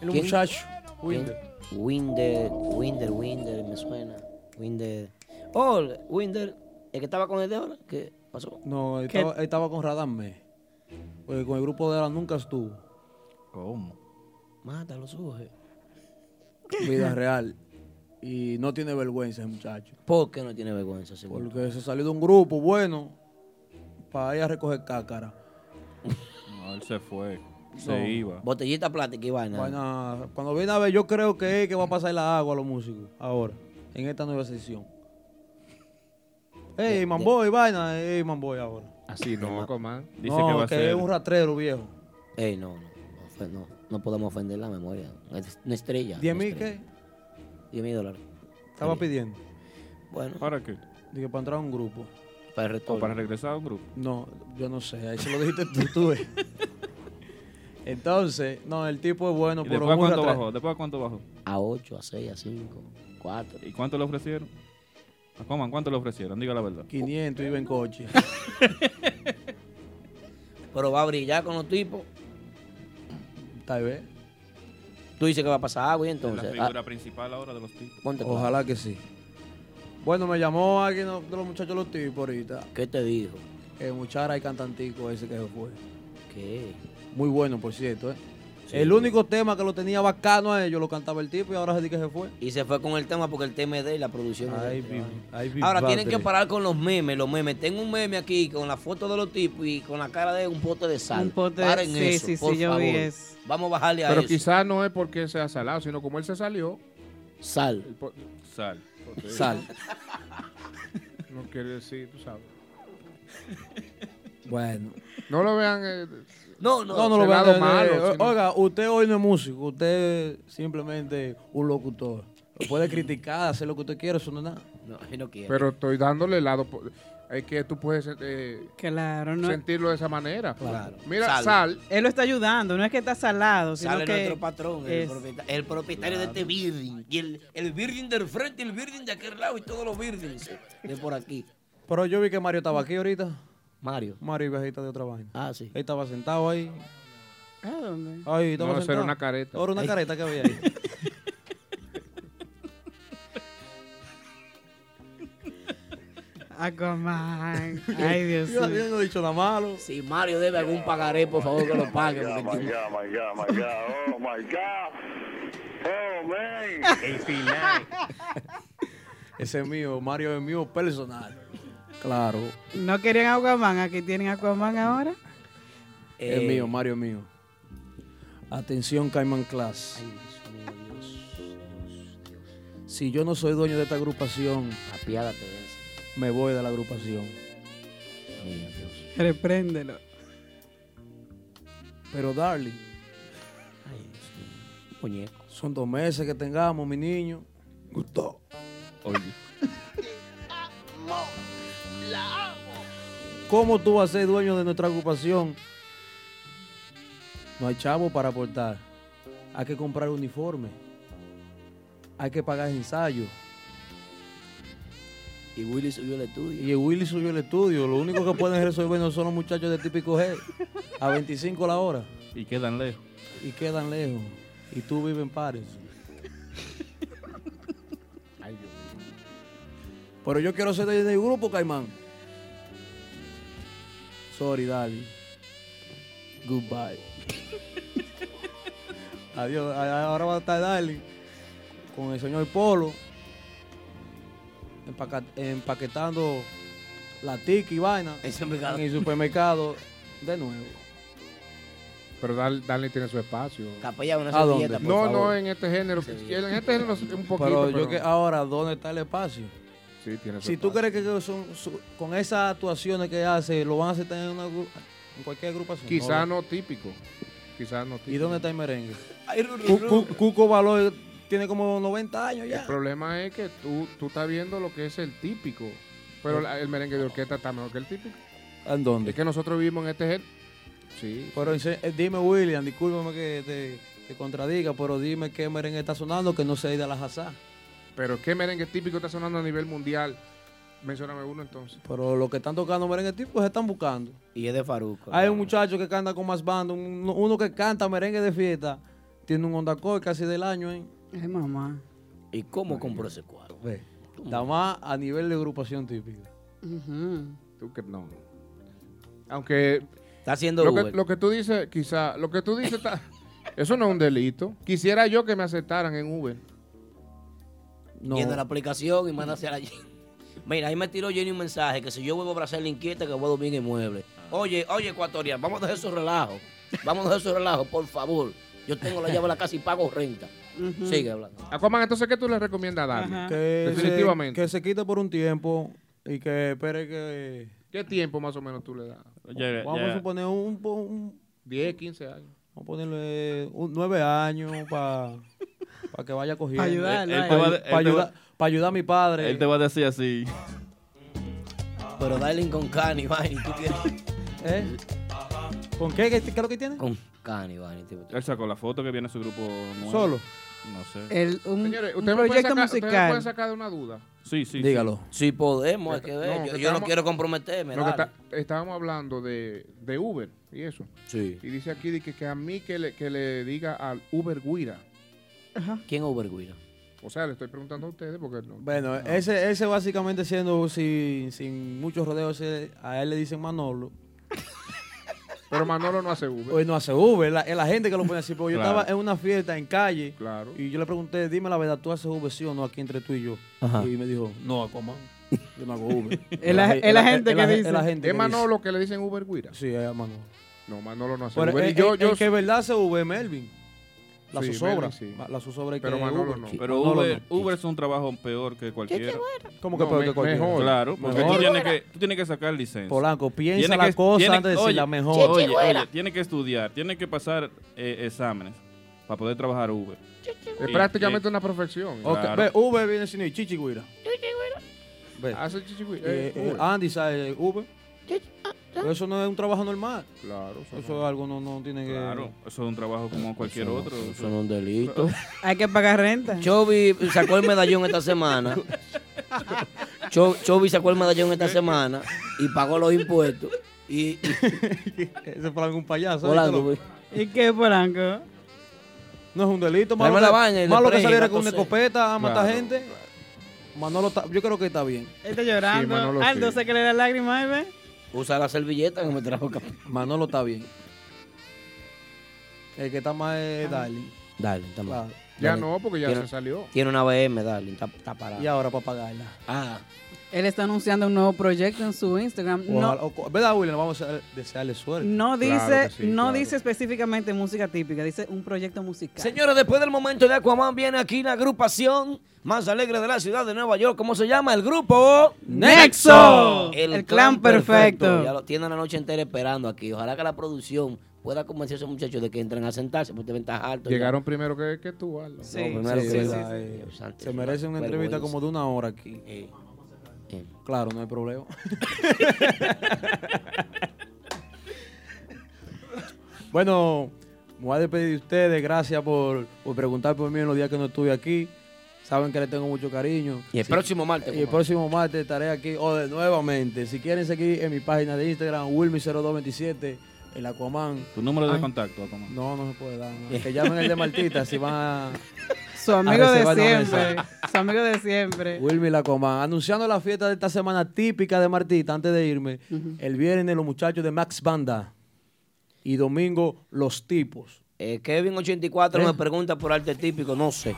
El ¿Quién? muchacho. ¿Quién? Winder. Winder, Winder, Winder, me suena. Winder. Oh, Winder, el que estaba con el de ahora, ¿qué pasó? No, él ¿Qué? estaba, él estaba con Radamé. Porque con el grupo de ahora nunca estuvo. ¿Cómo? Mátalo, suje. Vida real. Y no tiene vergüenza el muchacho. ¿Por qué no tiene vergüenza, seguro? Porque se salió de un grupo bueno para ir a recoger cácara. No, él se fue. Se No. iba. Botellita plástica y vaina. Vaina- cuando viene a ver, yo creo que es que va a pasar la agua a los músicos ahora, en esta nueva sesión. Ey, Mamboy, vaina, ey, Mamboy ahora. Así no, Comán. Dice que va a ser. es un ratrero viejo. Ey, no, no. no, ofe- No, no podemos ofender la memoria. No es- Una estrella. ¿Diez una mil estrella. Diez mil dólares. Estaba Sí. pidiendo. Bueno. ¿Para qué? Dije, para entrar a un grupo. Para el ¿O para regresar a un grupo? No, yo no sé, ahí se lo dijiste tú, [laughs] tú. eh. Entonces, no, el tipo es bueno, ¿Y pero después a muy cuánto ratrero. bajó? ¿Después a cuánto bajó? A 8, a 6, a 5, 4. ¿Y cuánto le ofrecieron? ¿A Coman cuánto le ofrecieron? Diga la verdad. 500 iba en [laughs] coche. Pero va a brillar con los tipos. Tal vez. Tú dices que va a pasar agua y entonces. la figura principal ahora de los tipos. ah, Ponte claro. Ojalá que sí. Bueno, me llamó alguien de los muchachos los tipos ahorita. ¿Qué te dijo? El muchacho y cantantico ese que se fue. ¿Qué? Muy bueno, por cierto, ¿eh? Sí. El único tema que lo tenía bacano a ellos lo cantaba el tipo y ahora se dice que se fue. Ah, Y se fue con el tema porque el tema es de él, la producción. es de él. Ay, mi Ahora tienen padre. que parar con los memes, los memes. Tengo un meme aquí con la foto de los tipos y con la cara de un pote de sal. Un pote de- Paren sí, eso, sí, sí, por yo vi favor. eso. Vamos a bajarle a Pero eso. quizás no es porque sea salado, sino como él se salió. Sal. el po- Sal. Ok. Sal. No quiere decir, tú sabes. Bueno. No lo vean. eh, No, no lo ese vean lado desde- malo, o- sino- Oiga, usted hoy no es músico, usted es simplemente un locutor. Lo puede criticar, hacer lo que usted quiera, eso no es nada. No, no quiere. Pero estoy dándole el lado. po- Es que tú puedes eh, Claro, no. sentirlo de esa manera. Claro. Mira, sal. Él lo está ayudando, no es que está salado, sino Sale que nuestro patrón, el, es- propieta- el propietario de este building. Y el, el building del frente, el building de aquel lado y todos los buildings de por aquí. Pero yo vi que Mario estaba aquí ahorita. Mario. Mario viajita de otra vaina. Ah, sí. Él estaba sentado ahí. ¿A dónde? Ahí estaba No, eso sentado. era una careta. Ahora una Ay. careta que había [laughs] ahí. [laughs] Aquaman. Ay, Dios Yo mío. no he dicho nada malo. Si Mario debe algún pagaré, por favor, que lo pague. Oh my porque el tipo- God, my God, my God, oh my God. Oh man. El final. Ese es mío, Mario es mío [laughs] personal. Claro. ¿No querían Aquaman? Aquí tienen Aquaman ahora. Es mío, Mario es mío. Eh, Atención, Cayman Class. Si yo no soy dueño de esta agrupación, apiádate de eso. Me voy de la agrupación. Repréndelo. Pero, darling, son dos meses que tengamos, mi niño. Gustó. Oye. ¿Cómo tú vas a ser dueño de nuestra agrupación? No hay chavo para aportar. Hay que comprar uniforme. Hay que pagar ensayo. Y Willy subió al estudio. Y Willy subió al estudio. Lo único que pueden resolver son los muchachos de típico G. A 25 la hora. Y quedan lejos. Y quedan lejos. Y tú vives en Paris. Pero yo quiero ser del del grupo, Caimán. Sorry, Dali. [laughs] Goodbye. Adiós. A- Ahora va a estar Dali con el señor Polo empaca- empaquetando la tica y vaina en el supermercado de nuevo. Pero Dal- Dale tiene su espacio. Capella, una ¿A dónde? servilleta, por No, no, favor. en este género. que- En este género es un poquito. Pero yo pero- que ahora, ¿dónde está el espacio? Sí, tiene su Si tú espacio. crees que son- su- con esas actuaciones que hace, lo van a hacer en, una gru- en cualquier agrupación. Quizá lo- no típico. Quizá no típico. ¿Y dónde está el merengue? Ay, Cu- Cu- Cuco Valor tiene como 90 años El ya. problema es que tú, tú estás viendo lo que es el típico. Pero Sí. la- el merengue de orquesta está mejor que el típico. ¿En dónde? Es que nosotros vivimos en este género. Sí. Pero ense- eh, dime, William, discúlpame que te, te contradiga, pero dime qué merengue está sonando que no sea Ida la Hazá. Pero ¿qué merengue típico está sonando a nivel mundial? Mencióname uno entonces. Pero los que están tocando merengue tipo se están buscando. Y es de Faruco. Hay un muchacho que canta con más banda, un- uno que canta merengue de fiesta, tiene un Honda Accord casi del año, ¿eh? Ay, mamá. ¿Y cómo compró ese cuadro? Ve, está más a nivel de agrupación típica. Tú que no. Aunque. Está haciendo Eh, lo que, Uber. lo que tú dices, quizá. Lo que tú dices está. Eso no es un delito. Quisiera yo que me aceptaran en Uber. No. Yendo a la aplicación y mandarse a la Mira, ahí me tiró Jenny un mensaje que si yo vuelvo a abrazar la inquieta que voy a dormir en el mueble. Oye, oye, ecuatoriano, vamos a dejar esos relajos. Vamos a dejar esos relajos, por favor. Yo tengo la llave de la casa y pago renta. Sigue hablando. Aquaman, entonces, ¿qué tú le recomiendas Ajá. darle? Que se- Definitivamente. que se quite por un tiempo y que espere que... ¿Qué tiempo más o menos tú le das? Oye, Vamos a suponer un, po- un- 10, 15 años. vamos a ponerle un nueve años para que vaya cogiendo. Pa' ayudarlo, Él- él te Para va- ayudar, él te va- pa' ayudar a mi padre. Él te va a decir así. Pero Darling con Cani, Vani, tú quieres. ¿Eh? ¿Con qué? ¿Qué, qué es lo que tiene? Con Cani, Vani. tipo. Él sacó la foto que viene su grupo nuevo. ¿Solo? No sé. El, un, Señores, ustedes un me pueden proyecto sacar- ustedes me musical. pueden sacar de una duda. Sí, sí. Dígalo. Si podemos, hay que ver. que yo yo no estábamos- quiero comprometerme. lo que dale. está- estábamos hablando de, de Uber y eso. Sí. Y dice aquí de que, que a mí que le, que le diga al Uber Guira. ¿Quién es Uber Guira? O sea, le estoy preguntando a ustedes porque [laughs] no. Bueno, no. ese, ese básicamente siendo sin, sin muchos rodeos, ese- a él le dicen Manolo. [laughs] Pero Manolo no hace Uber. Pues no hace Uber, la- es la gente que lo pone así. Porque yo Claro. estaba en una fiesta en calle claro. y yo le pregunté, dime la verdad, ¿tú haces Uber sí o no aquí entre tú y yo? Ajá. Y me dijo, no, Aquaman, yo no hago Uber. [laughs] Es la- es la gente es que la- dice. Es la gente ¿Es que Manolo que le dicen Uber Guira? Sí, es Manolo. No, Manolo no hace Pero Uber. el, y yo, el- yo el que de verdad hace Uber es Melvin. La Sí, zozobra. Melvin, sí. Ma- La zozobra es Pero que Manolo Uber. no. Sí, Pero Manolo Uber, no. Uber es un trabajo peor que cualquiera. ¿Cómo que peor que cualquiera? Mejor. Claro, porque Mejor. tú tienes, que, tú tienes que sacar licencia. Polanco, piensa Tienes la cosa tienes- antes de oye, decirla mejor. Oye, Chichihuera. oye, tienes que estudiar, tienes que pasar eh, exámenes para poder trabajar Uber. Eh, Es prácticamente una perfección. Ok, ve, Uber viene sin chichi güira. Ve. Hace chichigüí- Eh, eh, eh, Uber. Andy sabe eh, Uber. Pero eso no es un trabajo normal. Claro. Eso, es algo no, no tiene Claro, eso es un trabajo como cualquier Eso no- otro. Eso no es un delito. Hay que pagar renta. Chovy sacó el medallón esta semana. Cho- Chovy sacó el medallón esta semana y pagó los impuestos. [laughs] Y, Ese fue algún payaso. Polanco, ¿viste, ¿Y qué, Polanco? No es un delito. Tráeme Malo, la que, vaina y le malo que prende, saliera va con una a toser. escopeta a matar Claro. gente. Manolo, está- yo creo que está bien. Él está llorando. Sí, Manolo, Aldo, sí. sé que le da lágrimas, ¿eh? ahí, ¿ve? Usa la servilleta que me trajo acá. Manolo está bien. El que está más Ah. es Darling. Dale, está mal. Claro. Ya Dale. no, porque ya Tiene- se salió. Tiene una BM, dale, está, está parado. Y ahora para pagarla. Ah. Él está anunciando un nuevo proyecto en su Instagram. Ojalá- No, o co- ¿Verdad, William? Vamos a desearle suerte. no dice, no dice específicamente música típica, dice un proyecto musical. Señores, después del momento de Aquaman viene aquí la agrupación más alegre de la ciudad de Nueva York. ¿Cómo se llama? El grupo Nexo. El, El clan, clan perfecto. perfecto. Ya lo tienen la noche entera esperando aquí. Ojalá que la producción pueda convencer a esos muchachos de que entren a sentarse porque deben estar hartos. ya. Llegaron primero que, que tú, Aldo. Sí, No, primero sí, que- sí, sí, sí. Eh, Dios santo, se es merece una una entrevista vergüenza. como de una hora aquí. Eh, Claro, no hay problema. [laughs] bueno, me voy a despedir de ustedes. Gracias por, por preguntar por mí en los días que no estuve aquí. Saben que le tengo mucho cariño. Y el próximo martes, Y el compadre. próximo martes estaré aquí o de- nuevamente. Si quieren seguir en mi página de Instagram, Wilmy0227, el Aquaman. Tu número de Ay. contacto, Aquaman. No, no se puede dar. no. Que llamen el de Martita si van a. [laughs] Su a amigo de reservar una mesa. siempre. Su amigo de siempre. Wilmy la Coman. Anunciando la fiesta de esta semana típica de Martita, antes de irme, el viernes los muchachos de Max Banda y domingo los tipos. Eh, Kevin84 ¿Eh? me pregunta por arte típico, no sé.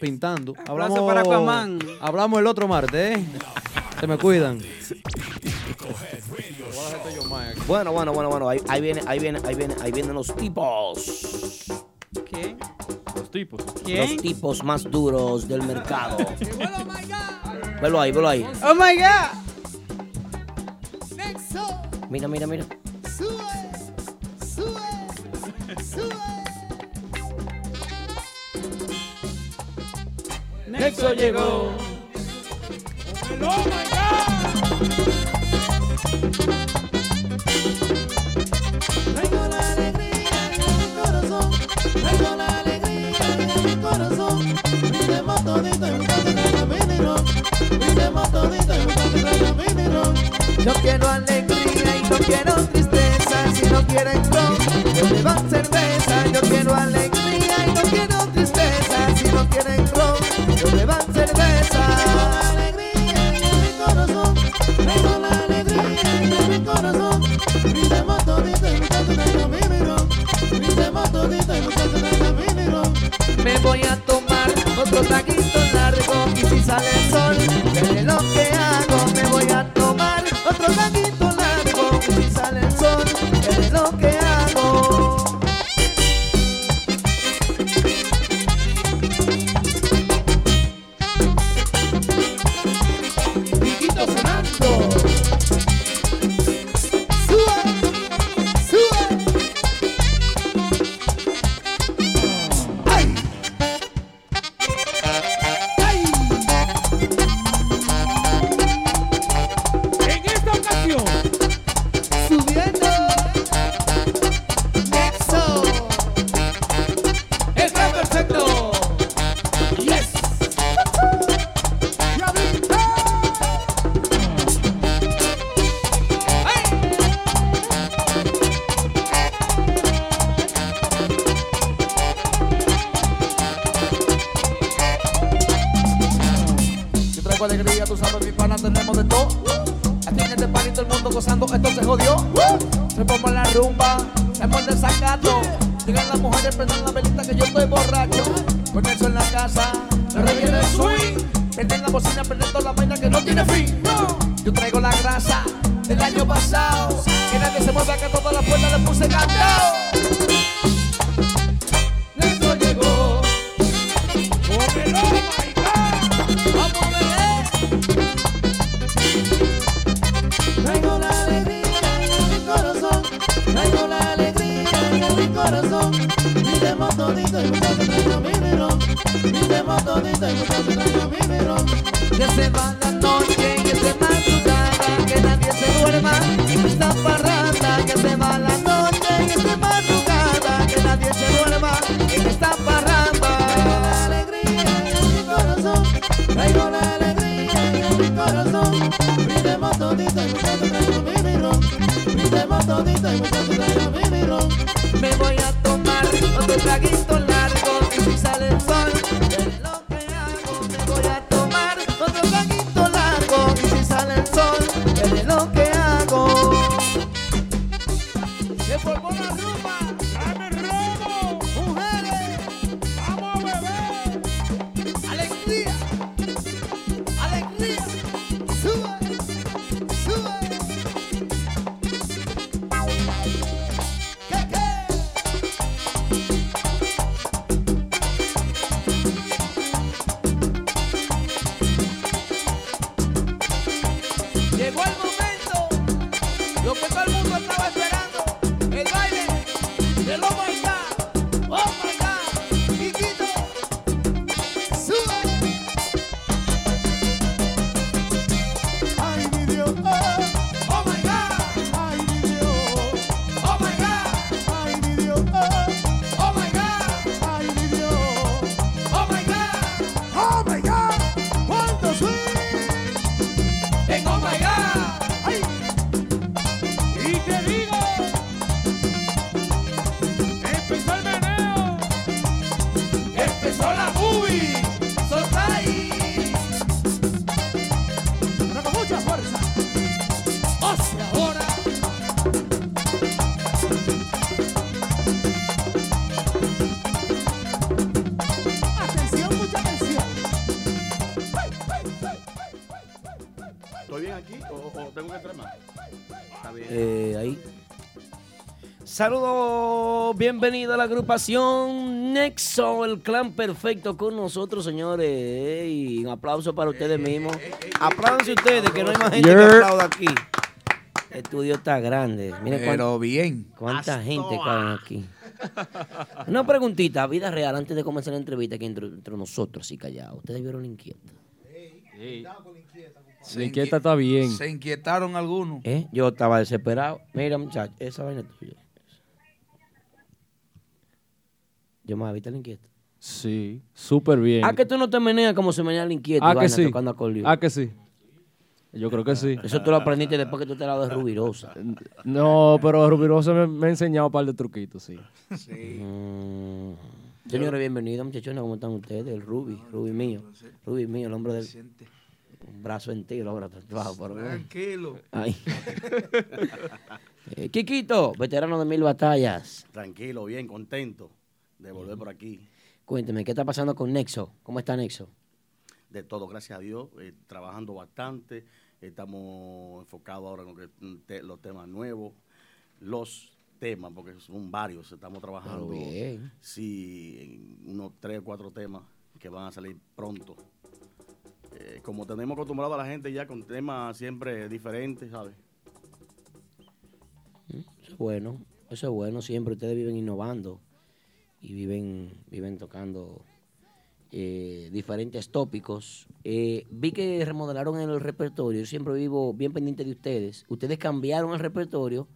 Pintando. Aplauso para Aquaman. Hablamos el otro martes, ¿eh? Se me cuidan. Bueno, bueno, bueno, bueno. Ahí, ahí viene, ahí viene, ahí viene, ahí vienen los tipos. ¿Qué? Los tipos. Los tipos más duros del [laughs] mercado. velo ahí, velo ahí. Oh my God. Mira, mira, mira. Nexo llegó. Brindemos todito y juntos de tragamento. Brindemos todito y juntos de tragamento. Yo quiero alegría y no quiero tristeza, si no quieren ron, no me dan cerveza. Yo quiero alegría y no quiero tristeza, si no quieren ron, no me dan cerveza. Tengo la alegría en mi corazón, tengo la alegría en mi corazón. Brindemos todito y juntos de tragamento. Brindemos todito y juntos de tragamento. Me voy a tomar otro taquito largo y si sale el sol, veré lo que hago. Me voy a tomar otro taquito largo y si sale el sol, veré lo que hago. alegría, tú sabes, mi pana, tenemos de todo. Aquí en este party todo el mundo gozando, esto se jodió. Se pongo en la rumba, se pone el sacato. Llegan las mujeres, prendan la velita que yo estoy borracho. Con eso en la casa, me reviene el swing. Prenden la bocina, prenden toda la vaina que no tiene fin. No. Yo traigo la grasa del año pasado. Que nadie se mueva, que a todas las puertas le puse cantao. Lento llegó. Cómelo, my God. Vamos, Traigo la alegría en mi corazón, traigo la alegría en mi corazón. Miremos todito y muchachos traigo mi verón. Miremos todito y muchachos traigo mi verón. Ya se va la noche, que se madrugada, que nadie se duerma. Esta parranda, que se va la noche, que se madrugada, que nadie se duerma. En esta parranda. Traigo la alegría en mi corazón. Brindemos todito y muchachos traigo mi verón. Brindemos todito y muchachos traigo mi verón. Me voy a tomar otro traguito largo y si sale el sol es lo que hago. Me voy a tomar otro traguito largo y si sale el sol es lo que hago. Se formó la rumba, dame robo, mujeres, vamos a beber. Alegría, alegría, sube, sube. Llegó el momento, lo que todo el mundo estaba esperando, el baile del Oh My God, Oh My God, Quiquito, sube. Ay mi Dios, oh, oh My God, ay mi Dios, oh My God, ay mi Dios, oh, oh My God, ay mi Dios, oh My God, oh My God, cuánto swing. En Oh My God. Ay. Y te digo, empezó el meneo, empezó la movie, surprise. Pero con mucha fuerza. Hostia, ahora. Atención, mucha atención. ¿Estoy bien aquí o, o tengo que entrar más? Está bien. Eh, ahí. Saludos, bienvenido a la agrupación Nexo, el clan perfecto con nosotros, señores. Ey, un aplauso para ustedes mismos. Aplausos ustedes, que no hay más gente que Yeah. aplauda aquí. El estudio está grande. Miren cuán- Pero bien. ¿Cuánta Hasta gente ah. cabe aquí? Una preguntita, vida real, antes de comenzar la entrevista aquí entre, entre nosotros y callados. Ustedes vieron la inquieta. Se inquieta inquieta está bien. Se inquietaron algunos. ¿eh? Yo estaba desesperado. Mira, muchacho, esa vaina es tuya. Yo más ¿viste la inquieta? Sí, súper bien. Ah, que tú no te meneas como se menea la inquieta. y Ah, que vaina sí. tocando acordeón. Ah, que sí. Yo creo que sí. Eso tú lo aprendiste después que tú te la de Rubirosa. ah. No, pero Rubirosa me, me ha enseñado un par de truquitos, sí. Mm. Señores, bienvenidos, muchachones. ¿Cómo están ustedes? El Rubi, Rubi mío. Rubi mío, el hombre del. Un brazo entero ahora tatuado. Por Tranquilo. Ay. [laughs] Eh, Kikito, veterano de mil batallas. Tranquilo, bien, contento de volver por aquí. Cuénteme, ¿qué está pasando con Nexo? ¿Cómo está Nexo? De todo, gracias a Dios, eh, trabajando bastante. Estamos enfocados ahora en lo que- en te- los temas nuevos, los temas, porque son varios. Estamos trabajando, bien. sí, en unos tres o cuatro temas que van a salir pronto. Eh, como tenemos acostumbrado a la gente ya con temas siempre diferentes, ¿sabes? Eso es bueno, eso es bueno. Siempre ustedes viven innovando y viven, viven tocando eh, diferentes tópicos. Eh, vi que remodelaron el repertorio. Yo siempre vivo bien pendiente de ustedes. Ustedes cambiaron el repertorio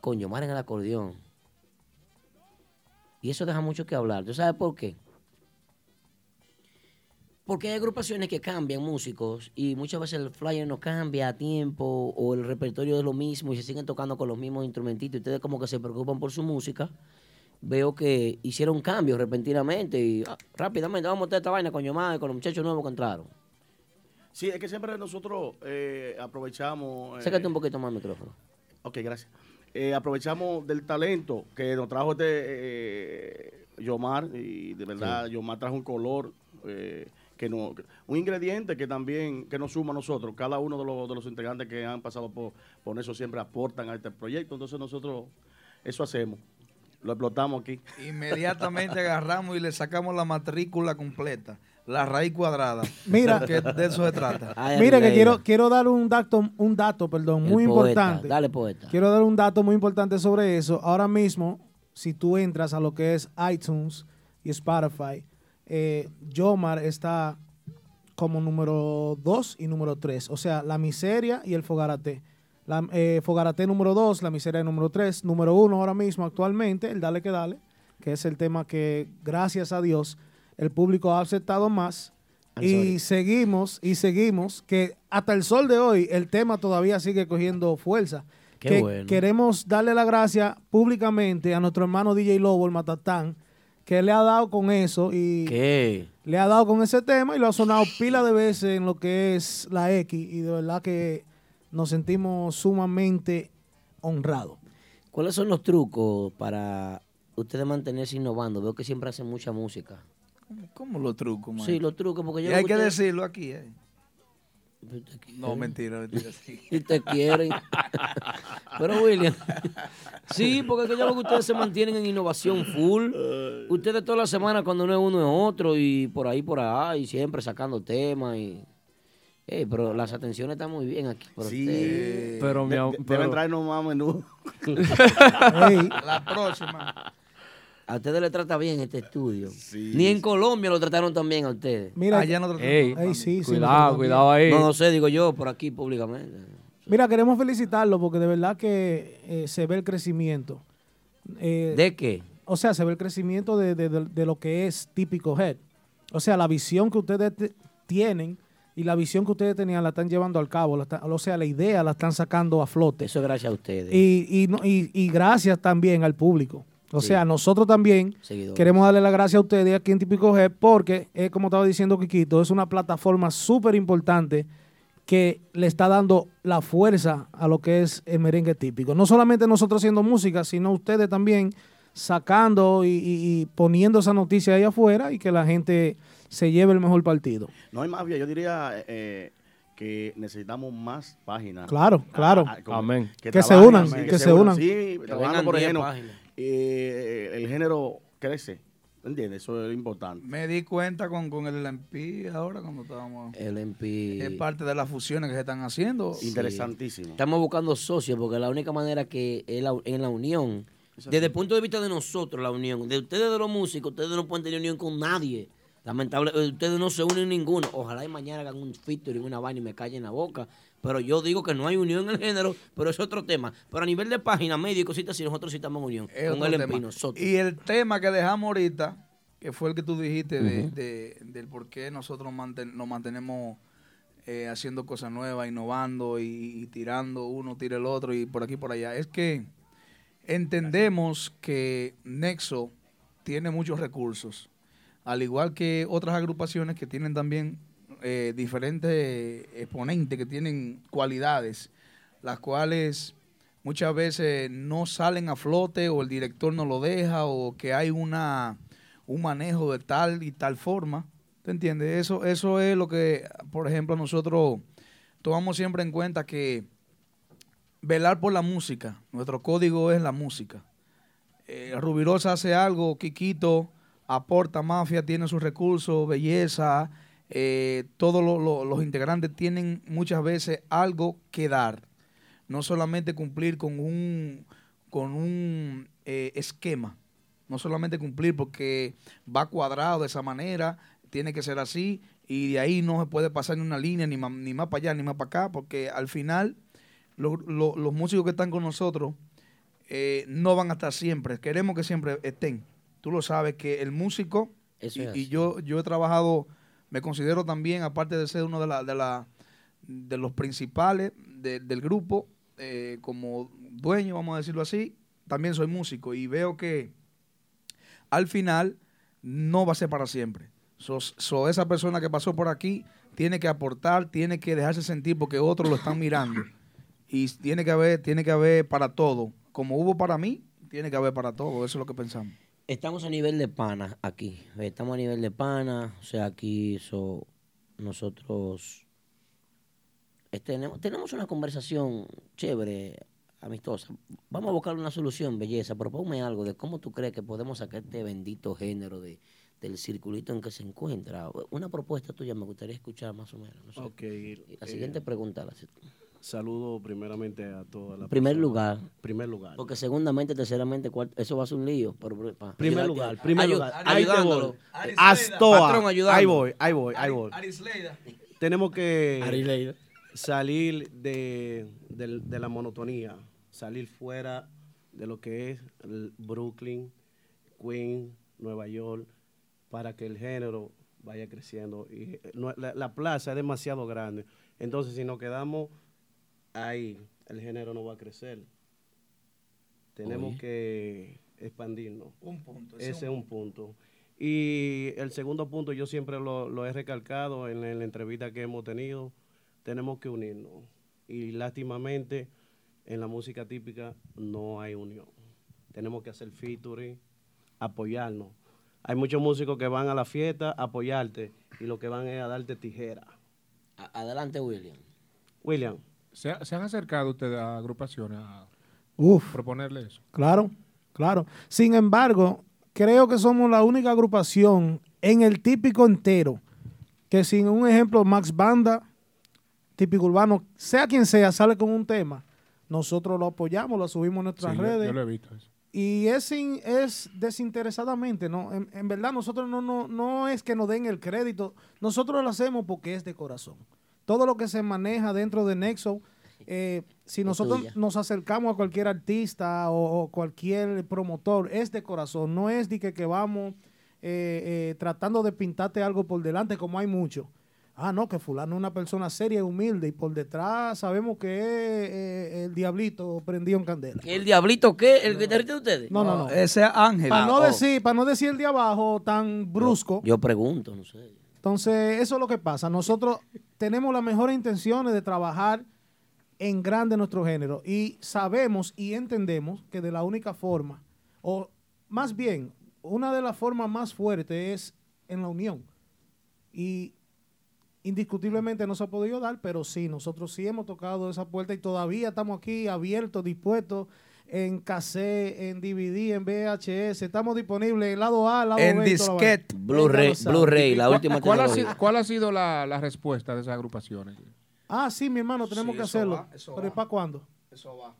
con Yomar en el acordeón. Y eso deja mucho que hablar. ¿Tú sabes por qué? Porque hay agrupaciones que cambian músicos y muchas veces el flyer no cambia a tiempo o el repertorio es lo mismo y se siguen tocando con los mismos instrumentistas. Ustedes como que se preocupan por su música. Veo que hicieron cambios repentinamente y ah, rápidamente vamos a hacer esta vaina con Yomar, y con los muchachos nuevos que entraron. Sí, es que siempre nosotros eh, aprovechamos. eh, Sácate un poquito más el micrófono. Ok, gracias. Eh, aprovechamos del talento que nos trajo este eh, Yomar, y de verdad Yomar trajo un color, eh, que no, un ingrediente que también que nos suma a nosotros. Cada uno de los, de los integrantes que han pasado por, por eso siempre aportan a este proyecto, entonces nosotros eso hacemos, lo explotamos aquí. Inmediatamente agarramos y le sacamos la matrícula completa, la raíz cuadrada. Mira. Porque de eso se trata. Mira que quiero, quiero dar un dato, un dato perdón, muy importante. Dale, poeta. Quiero dar un dato muy importante sobre eso. Ahora mismo, si tú entras a lo que es iTunes y Spotify, eh, Yomar está como número 2 y número 3. O sea, La Miseria y El Fogarate. La, eh, Fogarate número 2, La Miseria número 3. Número 1 ahora mismo, actualmente, el Dale que Dale, que es el tema que, gracias a Dios, el público ha aceptado más. I'm Y seguimos, y seguimos, que hasta el sol de hoy el tema todavía sigue cogiendo fuerza. Qué que bueno. Queremos darle la gracia públicamente a nuestro hermano DJ Lobo, el Matatán, que le ha dado con eso y ¿Qué? le ha dado con ese tema y lo ha sonado pila de veces en lo que es la X y de verdad que nos sentimos sumamente honrados. ¿Cuáles son los trucos para ustedes mantenerse innovando? Veo que siempre hacen mucha música. ¿Cómo los trucos, Sí, los trucos, porque yo Y veo hay que que ustedes- decirlo aquí, eh. No, quieren. mentira, mentira. sí. [laughs] Y te [laughs] quieren. Pero William, sí, porque es que yo veo que ustedes se mantienen en innovación full. Ustedes toda la semana cuando no es uno es otro y por ahí, por ahí, y siempre sacando temas y... Ey, pero las atenciones están muy bien aquí. por Sí, ustedes. pero mi am- De- de- pero- deben traernos más a [laughs] menudo. Ey. La próxima. A ustedes les trata bien este estudio. Ni en Colombia lo trataron tan bien a ustedes. Mira, Allá no trataron Ey, tan- Ey, sí, sí, no cuidado, trataron cuidado bien. ahí. ahí. No, no sé, digo yo, por aquí públicamente. Mira, queremos felicitarlo porque de verdad que eh, se ve el crecimiento. Eh, ¿De qué? O sea, se ve el crecimiento de, de- de- de lo que es típico Head. O sea, la visión que ustedes te- tienen y la visión que ustedes tenían la están llevando al cabo. la están- o sea, la idea la están sacando a flote. Eso gracias a ustedes. Y, y no- y- y gracias también al público. O Sí. sea, nosotros también Seguidores. queremos darle la gracia a ustedes aquí en Típico Head porque, eh, como estaba diciendo Kikito, es una plataforma súper importante que le está dando la fuerza a lo que es el merengue típico. No solamente nosotros haciendo música, sino ustedes también sacando y, y- y poniendo esa noticia ahí afuera y que la gente se lleve el mejor partido. No hay más bien, yo diría eh, que necesitamos más páginas. Ah, Claro, claro. como- Amén. Que, Que se trabajen, unan, sí, que se unan. Sí, Que trabajando vengan por 10 ejemplo. páginas. eh, el género crece, ¿entiendes? Eso es lo importante. Me di cuenta con, con el LMP ahora cuando estábamos. El MP. Es parte de las fusiones que se están haciendo. Sí. Estamos buscando socios porque la única manera que es la- en la unión, desde el punto de vista de nosotros, la unión, de ustedes de los músicos, ustedes no pueden tener unión con nadie. Lamentable, eh, ustedes no se unen ninguno. Ojalá y mañana hagan un featuring, una vaina y me callen la boca. Pero yo digo que no hay unión en el género, pero es otro tema. Pero a nivel de página, medio y cositas, si nosotros sí estamos en unión. Es con otro el tema. nosotros. Y el tema que dejamos ahorita, que fue el que tú dijiste de, Ujú. de- del por qué nosotros manten- nos mantenemos eh, haciendo cosas nuevas, innovando y, y tirando uno, tira el otro y por aquí por allá, es que entendemos que Nexo tiene muchos recursos, al igual que otras agrupaciones que tienen también eh, diferentes exponentes, que tienen cualidades, las cuales muchas veces no salen a flote o el director no lo deja o que hay una un manejo de tal y tal forma. ¿Te entiendes? Eso, eso es lo que, por ejemplo, nosotros tomamos siempre en cuenta que velar por la música, nuestro código es la música. Eh, Rubirosa hace algo, Quiquito aporta, Mafia tiene sus recursos, belleza, eh, todos lo- lo- los integrantes tienen muchas veces algo que dar. No solamente cumplir con un, con un eh, esquema, no solamente cumplir porque va cuadrado de esa manera, tiene que ser así, y de ahí no se puede pasar ni una línea, ni, ma- ni más para allá, ni más para acá, porque al final lo- lo- los músicos que están con nosotros eh, no van a estar siempre, queremos que siempre estén. Tú lo sabes que el músico, Eso y, es y así. yo, yo he trabajado, me considero también, aparte de ser uno de, la, de, la, de los principales de- del grupo, eh, como dueño, vamos a decirlo así, también soy músico y veo que al final no va a ser para siempre. So, so esa persona que pasó por aquí tiene que aportar, tiene que dejarse sentir porque otros lo están mirando. Y tiene que haber, tiene que haber para todo. Como hubo para mí, tiene que haber para todo. Eso es lo que pensamos. Estamos a nivel de pana aquí. Estamos a nivel de pana. O sea, aquí so- nosotros eh, tenemos, tenemos una conversación chévere, amistosa. Vamos a buscar una solución, belleza. Proponme algo de cómo tú crees que podemos sacar este bendito género de, del circulito en que se encuentra. Una propuesta tuya me gustaría escuchar más o menos. no sé. Ok. Y la siguiente eh, pregunta. la si- Saludo primeramente a toda la Primer persona. lugar. Primer lugar. Porque segundamente, terceramente, cuarto, eso va a ser un lío. pero- pa- Primer ayudarte- lugar, primer ayu- lugar. Ahí te Ayudándolo. voy. Astoa. Patrón, ayudándolo. Ahí voy, ahí voy, ahí voy. Leida. Tenemos que salir de, del- de la monotonía, salir fuera de lo que es el Brooklyn, Queens, Nueva York, para que el género vaya creciendo. Y eh, no- la, la plaza es demasiado grande. Entonces, si nos quedamos ahí, el género no va a crecer. Tenemos Oye. que expandirnos. Un punto, ese Ese es es un un punto. Y el segundo punto, yo siempre lo, lo he recalcado en, la- en la entrevista que hemos tenido, tenemos que unirnos. Y lástimamente, en la música típica no hay unión. Tenemos que hacer featuring, apoyarnos. Hay muchos músicos que van a la fiesta a apoyarte y lo que van es a darte tijera. Adelante, William. William. ¿Se, se han acercado ustedes a agrupaciones a Uf. proponerle eso? Claro, claro. Sin embargo, creo que somos la única agrupación en el típico entero que sin un ejemplo Max Banda, típico urbano, sea quien sea, sale con un tema. Nosotros lo apoyamos, lo subimos en nuestras Sí, yo- redes. yo lo he visto. eso. Y es, sin- es desinteresadamente, ¿no? En, en verdad, nosotros no, no, no es que nos den el crédito, nosotros lo hacemos porque es de corazón. Todo lo que se maneja dentro de Nexo, eh, si nosotros tuya. nos acercamos a cualquier artista o, o cualquier promotor, es de corazón, no es de que, que vamos eh, eh, tratando de pintarte algo por delante, como hay mucho. Ah, no, que fulano es una persona seria y humilde y por detrás sabemos que es eh, el diablito prendido en candela. ¿El diablito qué? ¿El guitarrista de ustedes? Eh, No, no, no. Ese es Ángel. Para no, Ah, oh. decir, para no decir el de abajo tan brusco. Yo pregunto, no sé. Entonces, eso es lo que pasa. Nosotros tenemos las mejores intenciones de trabajar en grande nuestro género y sabemos y entendemos que de la única forma, o más bien, una de las formas más fuertes es en la unión. Y indiscutiblemente no se ha podido dar, pero sí, nosotros sí hemos tocado esa puerta y todavía estamos aquí abiertos, dispuestos en cassette, en DVD, en VHS, estamos disponibles en lado A, lado En B. y toda la vaina. disquete. Blu-ray, Ya lo saben. Blu-ray, la ¿Cuál- última ¿Cuál ha tecnología. sido, cuál ha sido la, la respuesta de esas agrupaciones? Ah, sí, mi hermano, tenemos Sí, que eso hacerlo. va, eso pero ¿para cuándo? Eso va.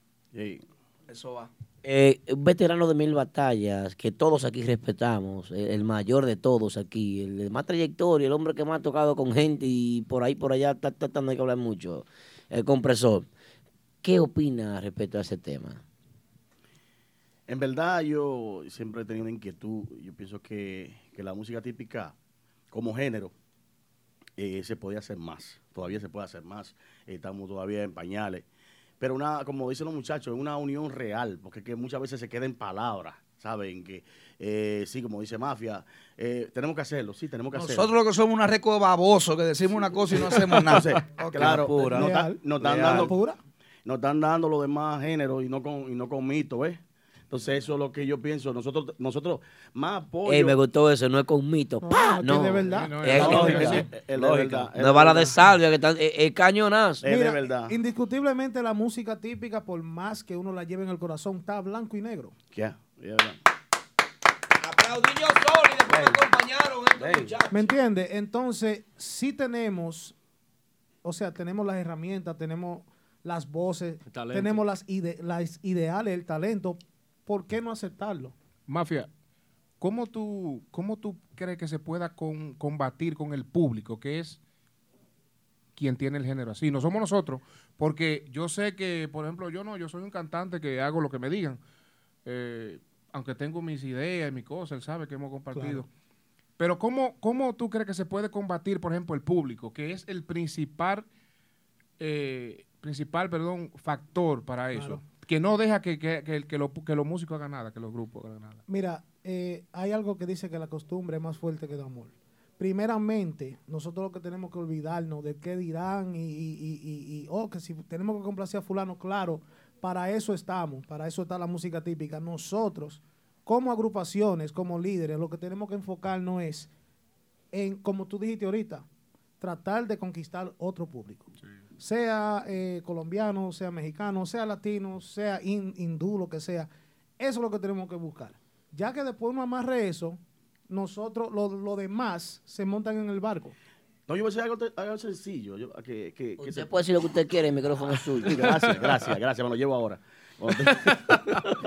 Eso va. Eh, un veterano de mil batallas, que todos aquí respetamos, eh, el mayor de todos aquí, el de más trayectoria, el hombre que más ha tocado con gente y por ahí, por allá, ta, ta, ta, no hay que hablar mucho, el compresor. ¿Qué opina respecto a ese tema? En verdad, yo siempre he tenido una inquietud. Yo pienso que, que la música típica, como género, eh, se podía hacer más. Todavía se puede hacer más. Estamos todavía en pañales. Pero una, como dicen los muchachos, es una unión real, porque es que muchas veces se queda en palabras, ¿saben? Que eh, sí, como dice Mafia, eh, tenemos que hacerlo, sí, tenemos que hacerlo. Nosotros lo que somos una récord baboso, que decimos una cosa y no [laughs] hacemos nada. Entonces, [laughs] Ok. claro, nos, ta- Real. nos están Real. dando nos están dando los demás géneros y no con y no con mito, ¿ves? Entonces eso es lo que yo pienso. Nosotros nosotros más apoyo. Ey, me gustó eso, no es con mito. ¡Pah! es que No, de verdad. No, Es es de lógica, verdad. sí, es de verdad, es No de es bala de verdad. salvia, que están- es- es cañonazo. Mira, Indiscutiblemente la música típica, por más que uno la lleve en el corazón, está blanco y negro. Ya, ya, Aplaudí yo solo y después me acompañaron estos muchachos. ¿Me entiendes? Entonces, sí tenemos, o sea, tenemos las herramientas, tenemos las voces, talento. tenemos las, ide- las ideales, el talento. ¿Por qué no aceptarlo? Mafia, ¿cómo tú, cómo tú crees que se pueda con- combatir con el público, que es quien tiene el género así? No somos nosotros, porque yo sé que, por ejemplo, yo no, yo soy un cantante que hago lo que me digan, eh, aunque tengo mis ideas y mis cosas, él sabe que hemos compartido. Claro. Pero ¿cómo, ¿cómo tú crees que se puede combatir, por ejemplo, el público, que es el principal, eh, principal perdón, factor para eso? Que no deja que, que, que, que lo- que los músicos hagan nada, que los grupos hagan nada. Mira, eh, hay algo que dice que la costumbre es más fuerte que el amor. primeramente, nosotros lo que tenemos que olvidarnos de qué dirán y, y- y- y- y, oh, que si tenemos que complacer a fulano, claro, para eso estamos, para eso está la música típica. Nosotros, como agrupaciones, como líderes, lo que tenemos que enfocarnos es en, como tú dijiste ahorita, tratar de conquistar otro público. Sea eh, colombiano, sea mexicano, sea latino, sea hin- hindú, lo que sea. Eso es lo que tenemos que buscar. Ya que después uno amarre eso, nosotros, lo, lo demás, se montan en el barco. No, yo voy a decir algo, te- algo sencillo. yo- que, que, que Usted te- puede decir lo que usted quiere, el micrófono es suyo. Gracias, gracias, gracias. Me lo [laughs] llevo ahora.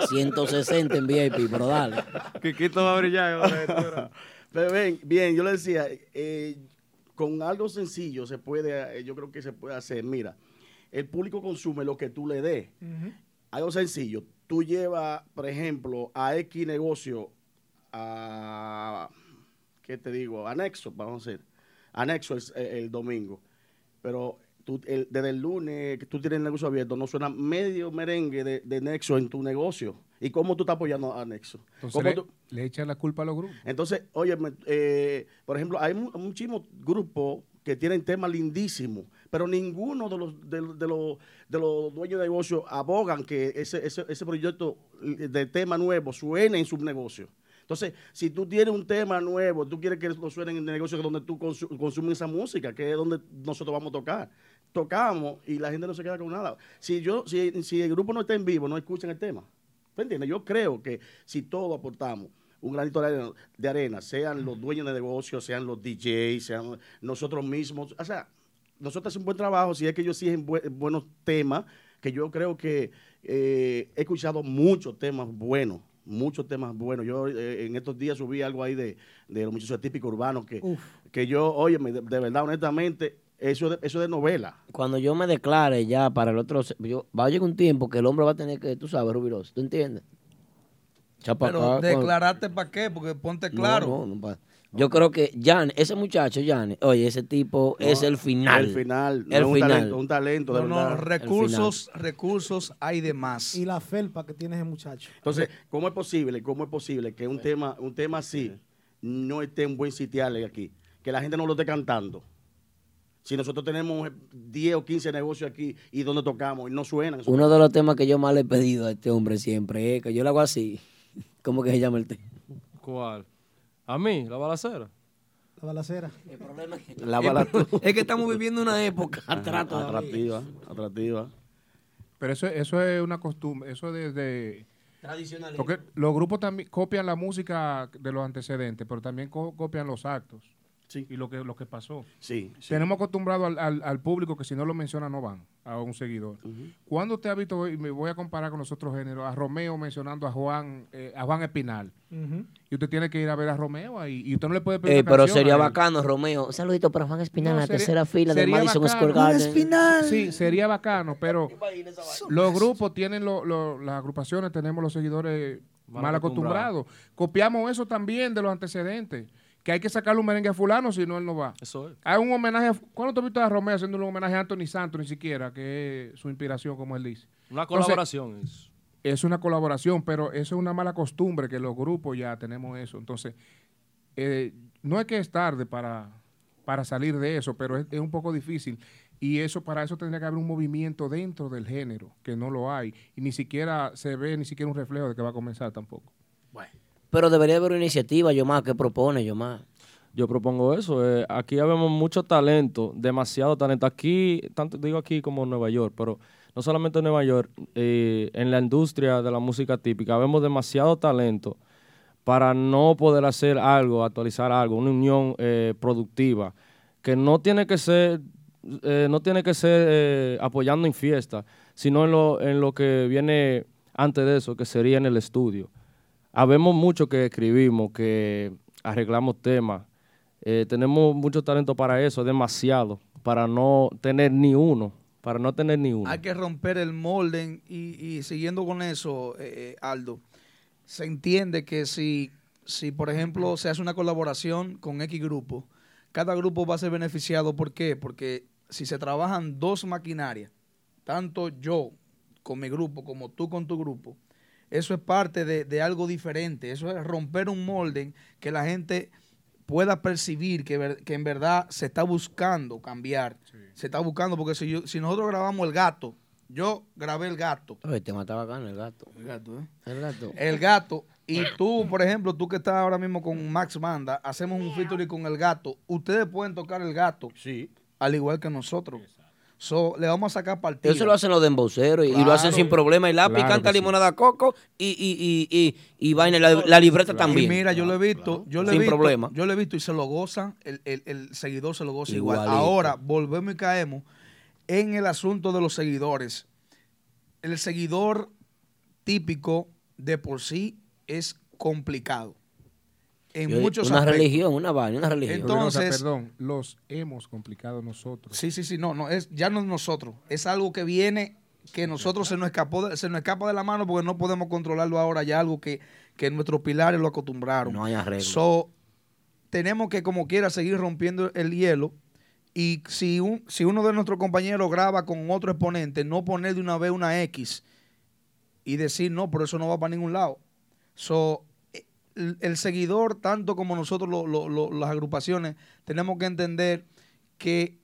160 en VIP, pero dale. Quiquito va a brillar. [laughs] Pero ven, bien, yo le decía, eh, con algo sencillo se puede, eh, yo creo que se puede hacer. Mira, el público consume lo que tú le des. Algo sencillo. Tú llevas, por ejemplo, a X negocio a, ¿qué te digo? Anexo, vamos a decir. Anexo es eh, el domingo. Pero tú, el- desde el lunes que tú tienes el negocio abierto, no suena medio merengue de, de Nexo en tu negocio. ¿Y cómo tú estás apoyando a Nexo? Entonces ¿Cómo le, tú- le echan la culpa a los grupos. entonces, oye, por ejemplo, hay mu- muchísimos grupos que tienen temas lindísimos, pero ninguno de los, de, los- de los, de los dueños de negocios abogan que ese, ese, ese proyecto de tema nuevo suene en su negocio. Entonces, si tú tienes un tema nuevo, tú quieres que lo suene en el negocio donde tú consu- consumes esa música, que es donde nosotros vamos a tocar. Tocamos y la gente no se queda con nada. Si yo, si, si el grupo no está en vivo, no escuchan el tema. ¿Tú entiendes? Yo creo que si todos aportamos un granito de arena, de arena, sean los dueños de negocios, sean los DJs, sean nosotros mismos, o sea, nosotros hacemos un buen trabajo, si es que ellos exigen bue- buenos temas, que yo creo que eh, he escuchado muchos temas buenos, muchos temas buenos. Yo eh, en estos días subí algo ahí de, de los muchachos típicos urbanos que, que yo, oye, de, de verdad, honestamente, eso, de- eso de novela. Cuando yo me declare ya para el otro, se- yo, va a llegar un tiempo que el hombre va a tener que, tú sabes, Rubiroso, ¿tú entiendes? Echa pa' Pero acá, cuando- declararte para qué, porque ponte No, claro. no, no pa- Yo creo que Jan, ese muchacho, Jan, oye, ese tipo es el final. el final, El no, un final. talento, un talento, de No, no, verdad. recursos, recursos hay de más. Y la felpa que tiene ese muchacho. Entonces, ¿cómo es posible, cómo es posible que un tema, un tema así no esté en buen sitial aquí? Que la gente no lo esté cantando. Si nosotros tenemos eh, 10 o 15 negocios aquí y donde tocamos y no suenan. Uno de los temas que yo más le he pedido a este hombre siempre es que yo le hago así. [laughs] ¿Cómo que se llama el tema? ¿Cuál? ¿A mí? ¿La balacera? La balacera. El problema es que, La [laughs] bala- es que estamos viviendo una época Ah, atrás todavía. atractiva, atractiva. Pero eso, eso es una costumbre, eso es desde... Tradicionalismo. Porque los grupos también copian la música de los antecedentes, pero también co- copian los actos y lo que, lo que pasó. Sí, sí. Tenemos acostumbrado al, al- al público que si no lo menciona no van a un seguidor. ¿Cuándo usted ha visto, y me voy a comparar con los otros géneros, a Romeo mencionando a Juan, eh, a Juan Espinal? Y usted tiene que ir a ver a Romeo ahí, y usted no le puede pedir Eh, una pero canción sería a él. bacano, Romeo. Un saludito para Juan Espinal, No, la sería- tercera fila del sería Madison bacano. Square Garden. Sí, sería bacano, pero los grupos tienen, lo- lo- las agrupaciones, tenemos los seguidores Mal mal acostumbrados. Copiamos eso también de los antecedentes. Que hay que sacarle un merengue a fulano, si no, él no va. Eso es. Hay un homenaje, a, ¿cuándo te viste a Romeo haciendo un homenaje a Anthony Santos, ni siquiera, que es su inspiración, como él dice? Una Entonces, colaboración. es. es una colaboración, pero eso es una mala costumbre que los grupos ya tenemos eso. Entonces, eh, no es que es tarde para, para salir de eso, pero es, es un poco difícil. Y eso para eso tendría que haber un movimiento dentro del género, que no lo hay. Y ni siquiera se ve, ni siquiera un reflejo de que va a comenzar tampoco. Pero debería haber una iniciativa, Yomar, que propone, Yomar. Yo propongo eso. eh, aquí habemos mucho talento, demasiado talento. Aquí, tanto digo aquí como en Nueva York, pero no solamente en Nueva York, eh, en la industria de la música típica, vemos demasiado talento para no poder hacer algo, actualizar algo, una unión eh, productiva, que no tiene que ser, eh, no tiene que ser eh, apoyando en fiesta, sino en lo, en lo que viene antes de eso, que sería en el estudio. Habemos mucho que escribimos, que arreglamos temas, eh, tenemos mucho talento para eso, demasiado, para no tener ni uno, para no tener ni uno. Hay que romper el molde y, y siguiendo con eso, eh, eh, Aldo, se entiende que si, si, por ejemplo, se hace una colaboración con X grupo, cada grupo va a ser beneficiado. ¿Por qué? Porque si se trabajan dos maquinarias, tanto yo con mi grupo como tú con tu grupo, eso es parte de, de algo diferente. Eso es romper un molde que la gente pueda percibir que, ver- que en verdad se está buscando cambiar. Se está buscando, porque si, yo- si nosotros grabamos el gato, yo grabé el gato. Oye, te mataba acá el gato. El gato, ¿eh? El gato. El gato. Y tú, por ejemplo, tú que estás ahora mismo con Max Banda, hacemos un featuring con el gato. Ustedes pueden tocar el gato. Sí. Al igual que nosotros. So, le vamos a sacar partido. Eso lo hacen los demboceros y, y lo hacen Claro. sin problema. Y lápiz Claro canta que sí. limonada coco y, y, y, y, y vaina, la, la libreta también. Y mira, yo lo he visto, yo lo he Sin visto, problema. yo lo he visto y se lo gozan, el, el- el seguidor se lo goza igual. Igualito. Ahora volvemos y caemos en el asunto de los seguidores. El seguidor típico de por sí es complicado. En Yo- muchos una aspectos. religión, una vaina, una religión. Entonces, perdón, los hemos complicado nosotros. Sí, sí, sí, no, no, es, ya no es nosotros. Es algo que viene, que nosotros se nos, escapó de- se nos escapa de la mano porque no podemos controlarlo ahora. Ya algo que, que nuestros pilares lo acostumbraron. No hay arreglo. So, tenemos que, como quiera, seguir rompiendo el hielo. Y si, un, si uno de nuestros compañeros graba con otro exponente, no poner de una vez una X y decir no, pero eso no va para ningún lado. So, el, el seguidor, tanto como nosotros lo- lo- lo- las agrupaciones, tenemos que entender que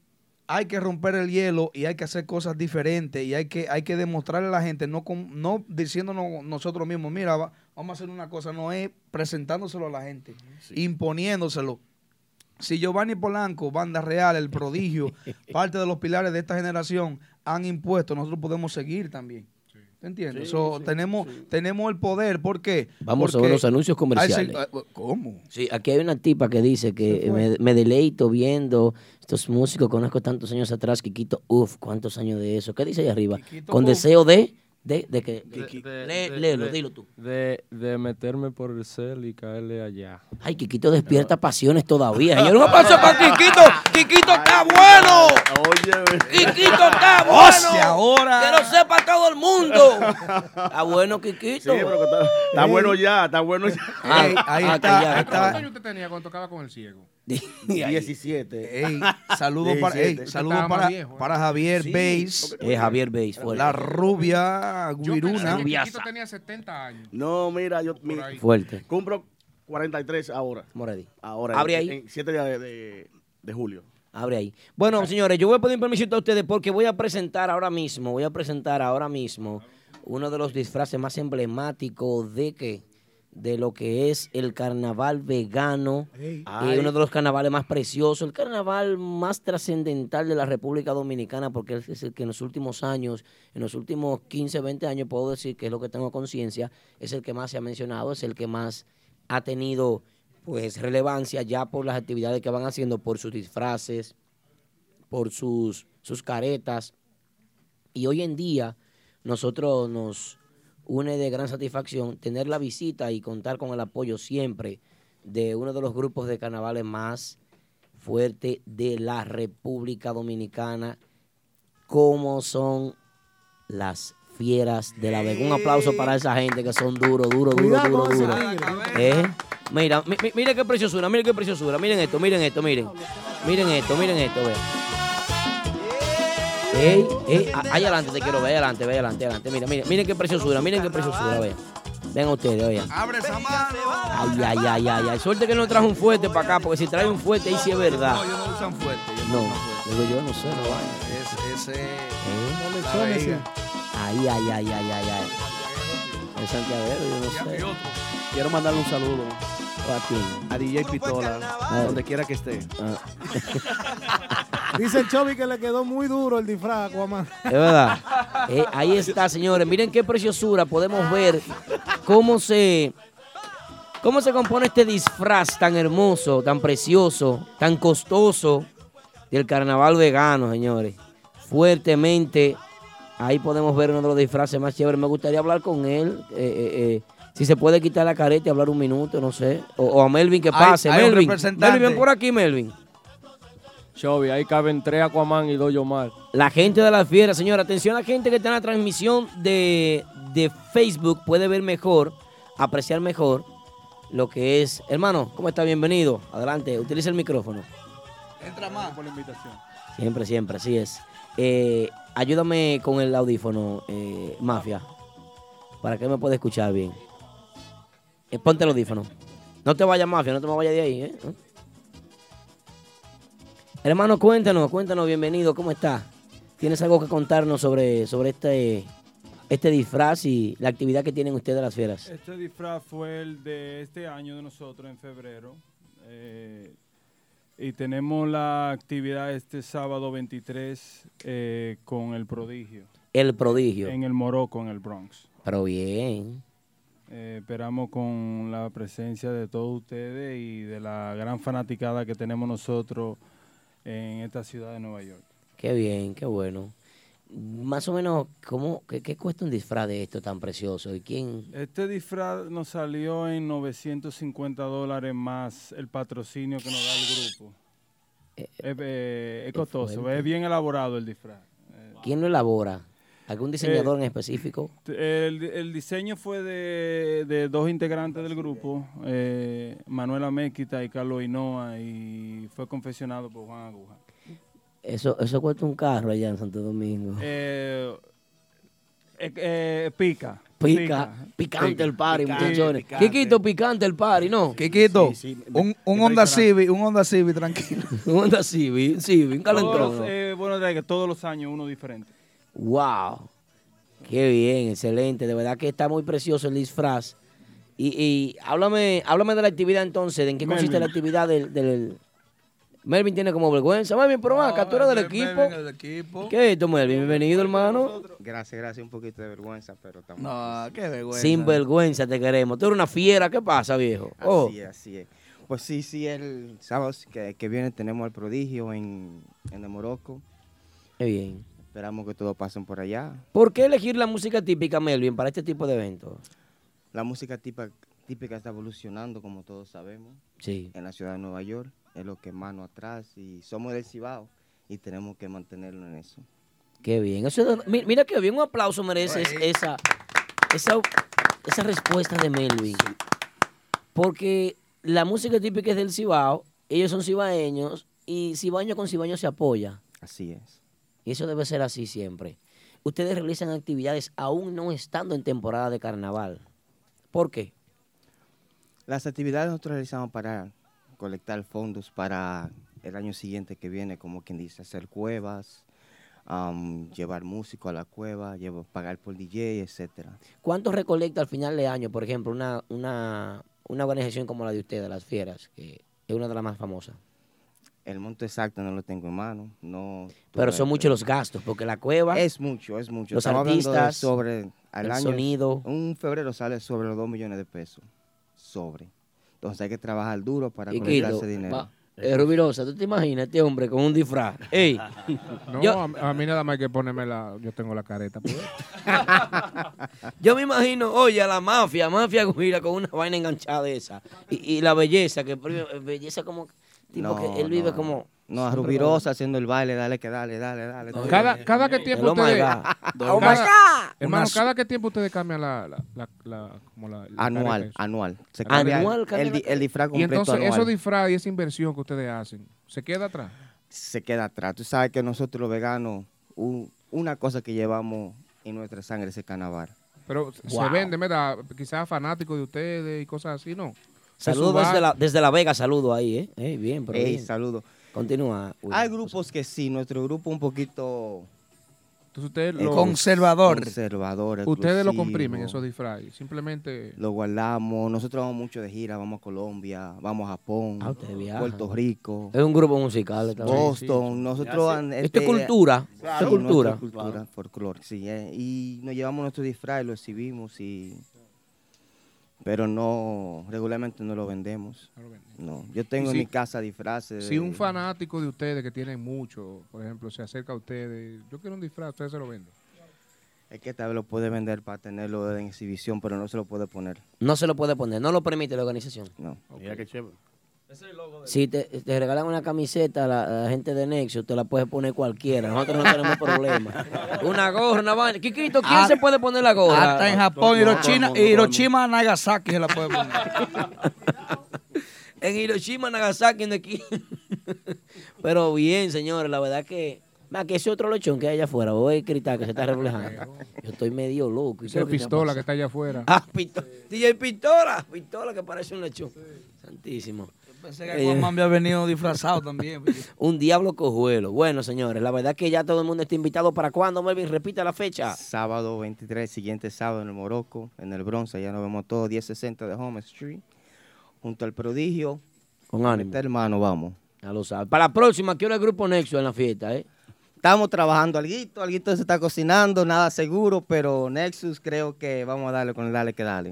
hay que romper el hielo y hay que hacer cosas diferentes y hay que, hay que demostrarle a la gente, no, con- no diciéndonos nosotros mismos, mira, va- vamos a hacer una cosa, no es presentándoselo a la gente, imponiéndoselo. Si Giovanni Polanco, Banda Real, El Prodigio, parte de los pilares de esta generación han impuesto, nosotros podemos seguir también. ¿Te entiendes? Sí, So, sí, tenemos, tenemos el poder, ¿por qué? Vamos a Porque ver los anuncios hay comerciales. seg- ah, ¿Cómo? Sí, aquí hay una tipa que dice que me, me deleito viendo estos músicos, conozco tantos años atrás, Kikito, uff, cuántos años de eso. ¿Qué dice ahí arriba? Con uf. deseo de, de, de que... de- Lé- de- léelo, de- dilo tú. De, de meterme por el cel y caerle allá. Ay, Kikito despierta pasiones todavía. Señor, un [laughs] aplauso para Kikito. Kikito está bueno. Oye, Kikito está bueno. Hostia, ahora. Que lo sepa todo el mundo. [laughs] Está bueno, Kikito. Está bueno ya, está bueno ya. Ey, ahí Ah, está, que ya, ahí ¿Cuántos años usted tenía cuando tocaba con el [laughs] ciego? 17. [laughs] Ey, saludos para, ey, 17. saludos Estaba más para, viejo, ¿eh? para Javier Sí, Beis. Es Javier Beis, fuerte. La rubia Yo guiruna. pensé que Kikito tenía 70 años. No, mira, yo mi- ahí. Fuerte. Cumplo 43 ahora. Moradi. Ahora. Abre en- ahí. En 7 de, de- de julio. Abre ahí. Bueno, señores, yo voy a pedir permiso a ustedes porque voy a presentar ahora mismo, voy a presentar ahora mismo uno de los disfraces más emblemáticos de que de lo que es el carnaval vegano, eh, Ay. uno de los carnavales más preciosos, el carnaval más trascendental de la República Dominicana, porque es- es el que en los últimos años, en los últimos 15, 20 años, puedo decir que es lo que tengo conciencia, es el que más se ha mencionado, es el que más ha tenido pues relevancia ya por las actividades que van haciendo, por sus disfraces, por sus, sus caretas. Y hoy en día nosotros nos une de gran satisfacción tener la visita y contar con el apoyo siempre de uno de los grupos de carnavales más fuerte de la República Dominicana, como son las fieras de la Vega. Un aplauso para esa gente que son duro, duro, duro, Cuidado duro, con ese duro. ¿Eh? Mira, mi- mi- mira qué preciosura, miren qué preciosura, miren esto, miren esto, miren. Miren esto, miren esto, vean. Ey, ey, a- ahí adelante te quiero ver, ahí adelante, ve adelante, adelante. Mira, mira, miren qué preciosura, miren qué preciosura, vean. Ven ustedes, vean. Abre esa mano. Ay, ay, ay, ay, ay. Suerte que no trajo un fuerte para acá, porque si trae un fuerte ahí sí es verdad. No, ellos no usan fuerte. ellos No, usan fuerte. digo yo, no sé, no vaya. Es- ese- ¿Eh? la veiga. Ay, ay, ay, ay, ay, ay. El Santiago, yo no sé. Quiero mandarle un saludo ¿A quién? A DJ Pitola, Ah. donde quiera que esté. [laughs] Dice el Chobi que le quedó muy duro el disfraz, Guamán. Es verdad. Eh, ahí está, señores. Miren qué preciosura. Podemos ver cómo se, cómo se compone este disfraz tan hermoso, tan precioso, tan costoso del carnaval vegano, señores. Fuertemente. Ahí podemos ver uno de los disfraces más chéveres. Me gustaría hablar con él. eh, eh, eh, Si se puede quitar la careta y hablar un minuto, no sé. O, o a Melvin que Hay- pase. hay un Melvin, representante. Melvin, ven por aquí, Melvin. Chovy, ahí caben tres Aquaman y dos Yomar. La gente de la fiera, señora, atención a la gente que está en la transmisión de, de Facebook, puede ver mejor, apreciar mejor lo que es. Hermano, ¿cómo está? Bienvenido. Adelante, utiliza el micrófono. Entra más. Por la invitación. Siempre, siempre, así es. Eh, ayúdame con el audífono, eh, Mafia, para que me pueda escuchar bien. Eh, ponte el audífono. No te vayas, Mafia, no te me vayas de ahí, ¿eh? Hermano, cuéntanos, cuéntanos, bienvenido, ¿cómo estás? ¿Tienes algo que contarnos sobre, sobre este, este disfraz y la actividad que tienen ustedes las fieras? Este disfraz fue el de este año de nosotros en febrero. eh, y tenemos la actividad este sábado 23 eh, con el prodigio. El prodigio. En el Morocco, en el Bronx. Pero bien. Eh, esperamos con la presencia de todos ustedes y de la gran fanaticada que tenemos nosotros en esta ciudad de Nueva York. Qué bien, qué bueno. Más o menos, ¿cómo, qué, qué cuesta un disfraz de esto tan precioso? ¿Y quién? Este disfraz nos salió en 950 dólares más el patrocinio que nos da el grupo. es, eh, es costoso, fuerte. es bien elaborado el disfraz. ¿Quién lo elabora? ¿Algún diseñador en específico? El, el diseño fue de, de dos integrantes del grupo, eh, Manuela Méquita y Carlos Hinoa, y fue confeccionado por Juan Aguja. Eso, eso cuesta un carro allá en Santo Domingo. Eh, eh, eh, pica. [laughs] Pica, picante el party, Picante, muchachones. picante. Kikito, picante el party, ¿no? Kikito, un, un Honda Civic, un Honda Civic, tranquilo. un Honda Civic, un Civic, un Todos, calentrón. eh, bueno, de que todos los años uno diferente. Wow. Qué bien, excelente. De verdad que está muy precioso el disfraz. Y, y háblame, háblame de la actividad entonces, de en qué consiste Melvin. la actividad del, del- Melvin tiene como vergüenza. Melvin, pero acá, tú eres del equipo. ¿Qué es esto, Melvin? Bienvenido, hermano. Gracias, gracias. Un poquito de vergüenza, pero estamos. No, qué vergüenza. Sin vergüenza te queremos. Tú eres una fiera, ¿qué pasa, viejo? Oh, Así es, así es. Pues sí, sí, el sábado que, que viene tenemos el prodigio en, en el Morocco. Qué bien. Esperamos que todos pasen por allá. ¿Por qué elegir la música típica, Melvin, para este tipo de eventos? La música tipa- típica está evolucionando, como todos sabemos. Sí. En la ciudad de Nueva York es lo que más nos atrás y somos del Cibao y tenemos que mantenerlo en eso. Qué bien. Eso es- mi- mira qué bien, un aplauso merece es- esa, esa, esa respuesta de Melvin. Porque la música típica es del Cibao, ellos son cibaeños y cibaño con cibaño se apoya. Así es. Y eso debe ser así siempre. Ustedes realizan actividades aún no estando en temporada de carnaval. ¿Por qué? Las actividades nosotros realizamos para colectar fondos para el año siguiente que viene, como quien dice, hacer cuevas, am, llevar músicos a la cueva, llevar- pagar por DJ, etcétera. ¿Cuánto recolecta al final de año, por ejemplo, una, una, una organización como la de ustedes, Las Fieras, que es una de las más famosas? El monto exacto no lo tengo en mano, no. Pero tuve- son muchos los gastos, porque la cueva... Es mucho, es mucho. Los Estamos hablando de artistas, sobre al el año, sonido. Un febrero sale sobre los 2 millones de pesos. Sobre. Entonces hay que trabajar duro para colectar Chiquito, ese dinero. va- eh, Rubirosa, ¿tú te imaginas este hombre con un disfraz? Ey, [laughs] No, yo, a, a mí nada más hay que ponerme la. Yo tengo la careta. pues. yo me imagino, oye, a la mafia, mafia guira con una vaina enganchada esa. Y, y la belleza, que eh, belleza como... Tipo No, que él vive no. como... No, a Rubirosa haciendo el baile, dale que dale, dale, dale. dale. Cada, eh, cada que tiempo ustedes. [laughs] [laughs] Oh my cada- God. Hermano, Unas- cada que tiempo ustedes cambian la. la, la, la- como la- la careta Anual, esa. anual. Se cambia Anual, cambia el, la di- careta. el disfraz pues. Y completo entonces, anual. esos disfraz y esa inversión que ustedes hacen, ¿se queda atrás? se queda atrás. Tú sabes que nosotros los veganos, un- una cosa que llevamos en nuestra sangre es el carnaval. Pero se Wow. vende, mira, quizás fanáticos de ustedes y cosas así, ¿no. Se Saludos suba- desde la, desde la Vega, saludo ahí, ¿eh? Ey, bien, pero Ey, bien. saludo. Continúa. Will. Pues, Hay grupos que sí, nuestro grupo un poquito... ustedes eh, lo- Conservador. Ustedes lo exclusivo. comprimen, esos disfraz. Simplemente. Lo guardamos. Nosotros vamos mucho de gira. Vamos a Colombia, vamos a Japón, Puerto Rico. Ah, Es un grupo musical. también. Boston, Sí, sí. nosotros... an- Esto es este, cultura. sí, Esto es cultura. nuestra cultura, folclore, sí. eh, Y nos llevamos nuestro disfraz, lo exhibimos y... Pero no, regularmente no lo vendemos. No, yo tengo Y en si- mi casa disfraces. Si un de- fanático de ustedes que tienen mucho, por ejemplo, se acerca a ustedes, yo quiero un disfraz, ustedes se lo venden. Es que tal vez lo puede vender para tenerlo en exhibición, pero no se lo puede poner. No se lo puede poner, no lo permite la organización. No. Mira qué chévere. Si te, te regalan una camiseta a la, a la gente de Nexo, te la puedes poner cualquiera. Nosotros no tenemos [laughs] problema. Una gorra, una vaina. Kikito, ¿quién Ah, se puede poner la gorra? Hasta en Japón, Hiroshima, Todo el mundo, todo el mundo. Hiroshima, Nagasaki se la [laughs] puede poner. En Hiroshima, Nagasaki, en [laughs] aquí. Pero bien, señores, la verdad que. Ma, que ese otro lechón que hay allá afuera, voy a gritar que se está reflejando. Yo estoy medio loco. ¿y Esa qué es lo me pistola pasa? que está allá afuera. Ah, pistola. DJ Pistola, pistola que parece un lechón. Santísimo. Pensé que Aquaman había venido disfrazado también. Un diablo cojuelo. Bueno, señores, la verdad es que ya todo el mundo está invitado. ¿Para cuándo, Melvin? Repita la fecha. Sábado 23, siguiente sábado en el Morocco, en el Bronce. Ya nos vemos todos, 1060 de Home Street, junto al prodigio. Con ánimo. Este hermano, vamos. Ya lo sabes. Para la próxima, quiero el grupo Nexo en la fiesta, ¿eh? Estamos trabajando alguito, alguito se está cocinando, nada seguro, pero Nexus creo que vamos a darle con dale que dale.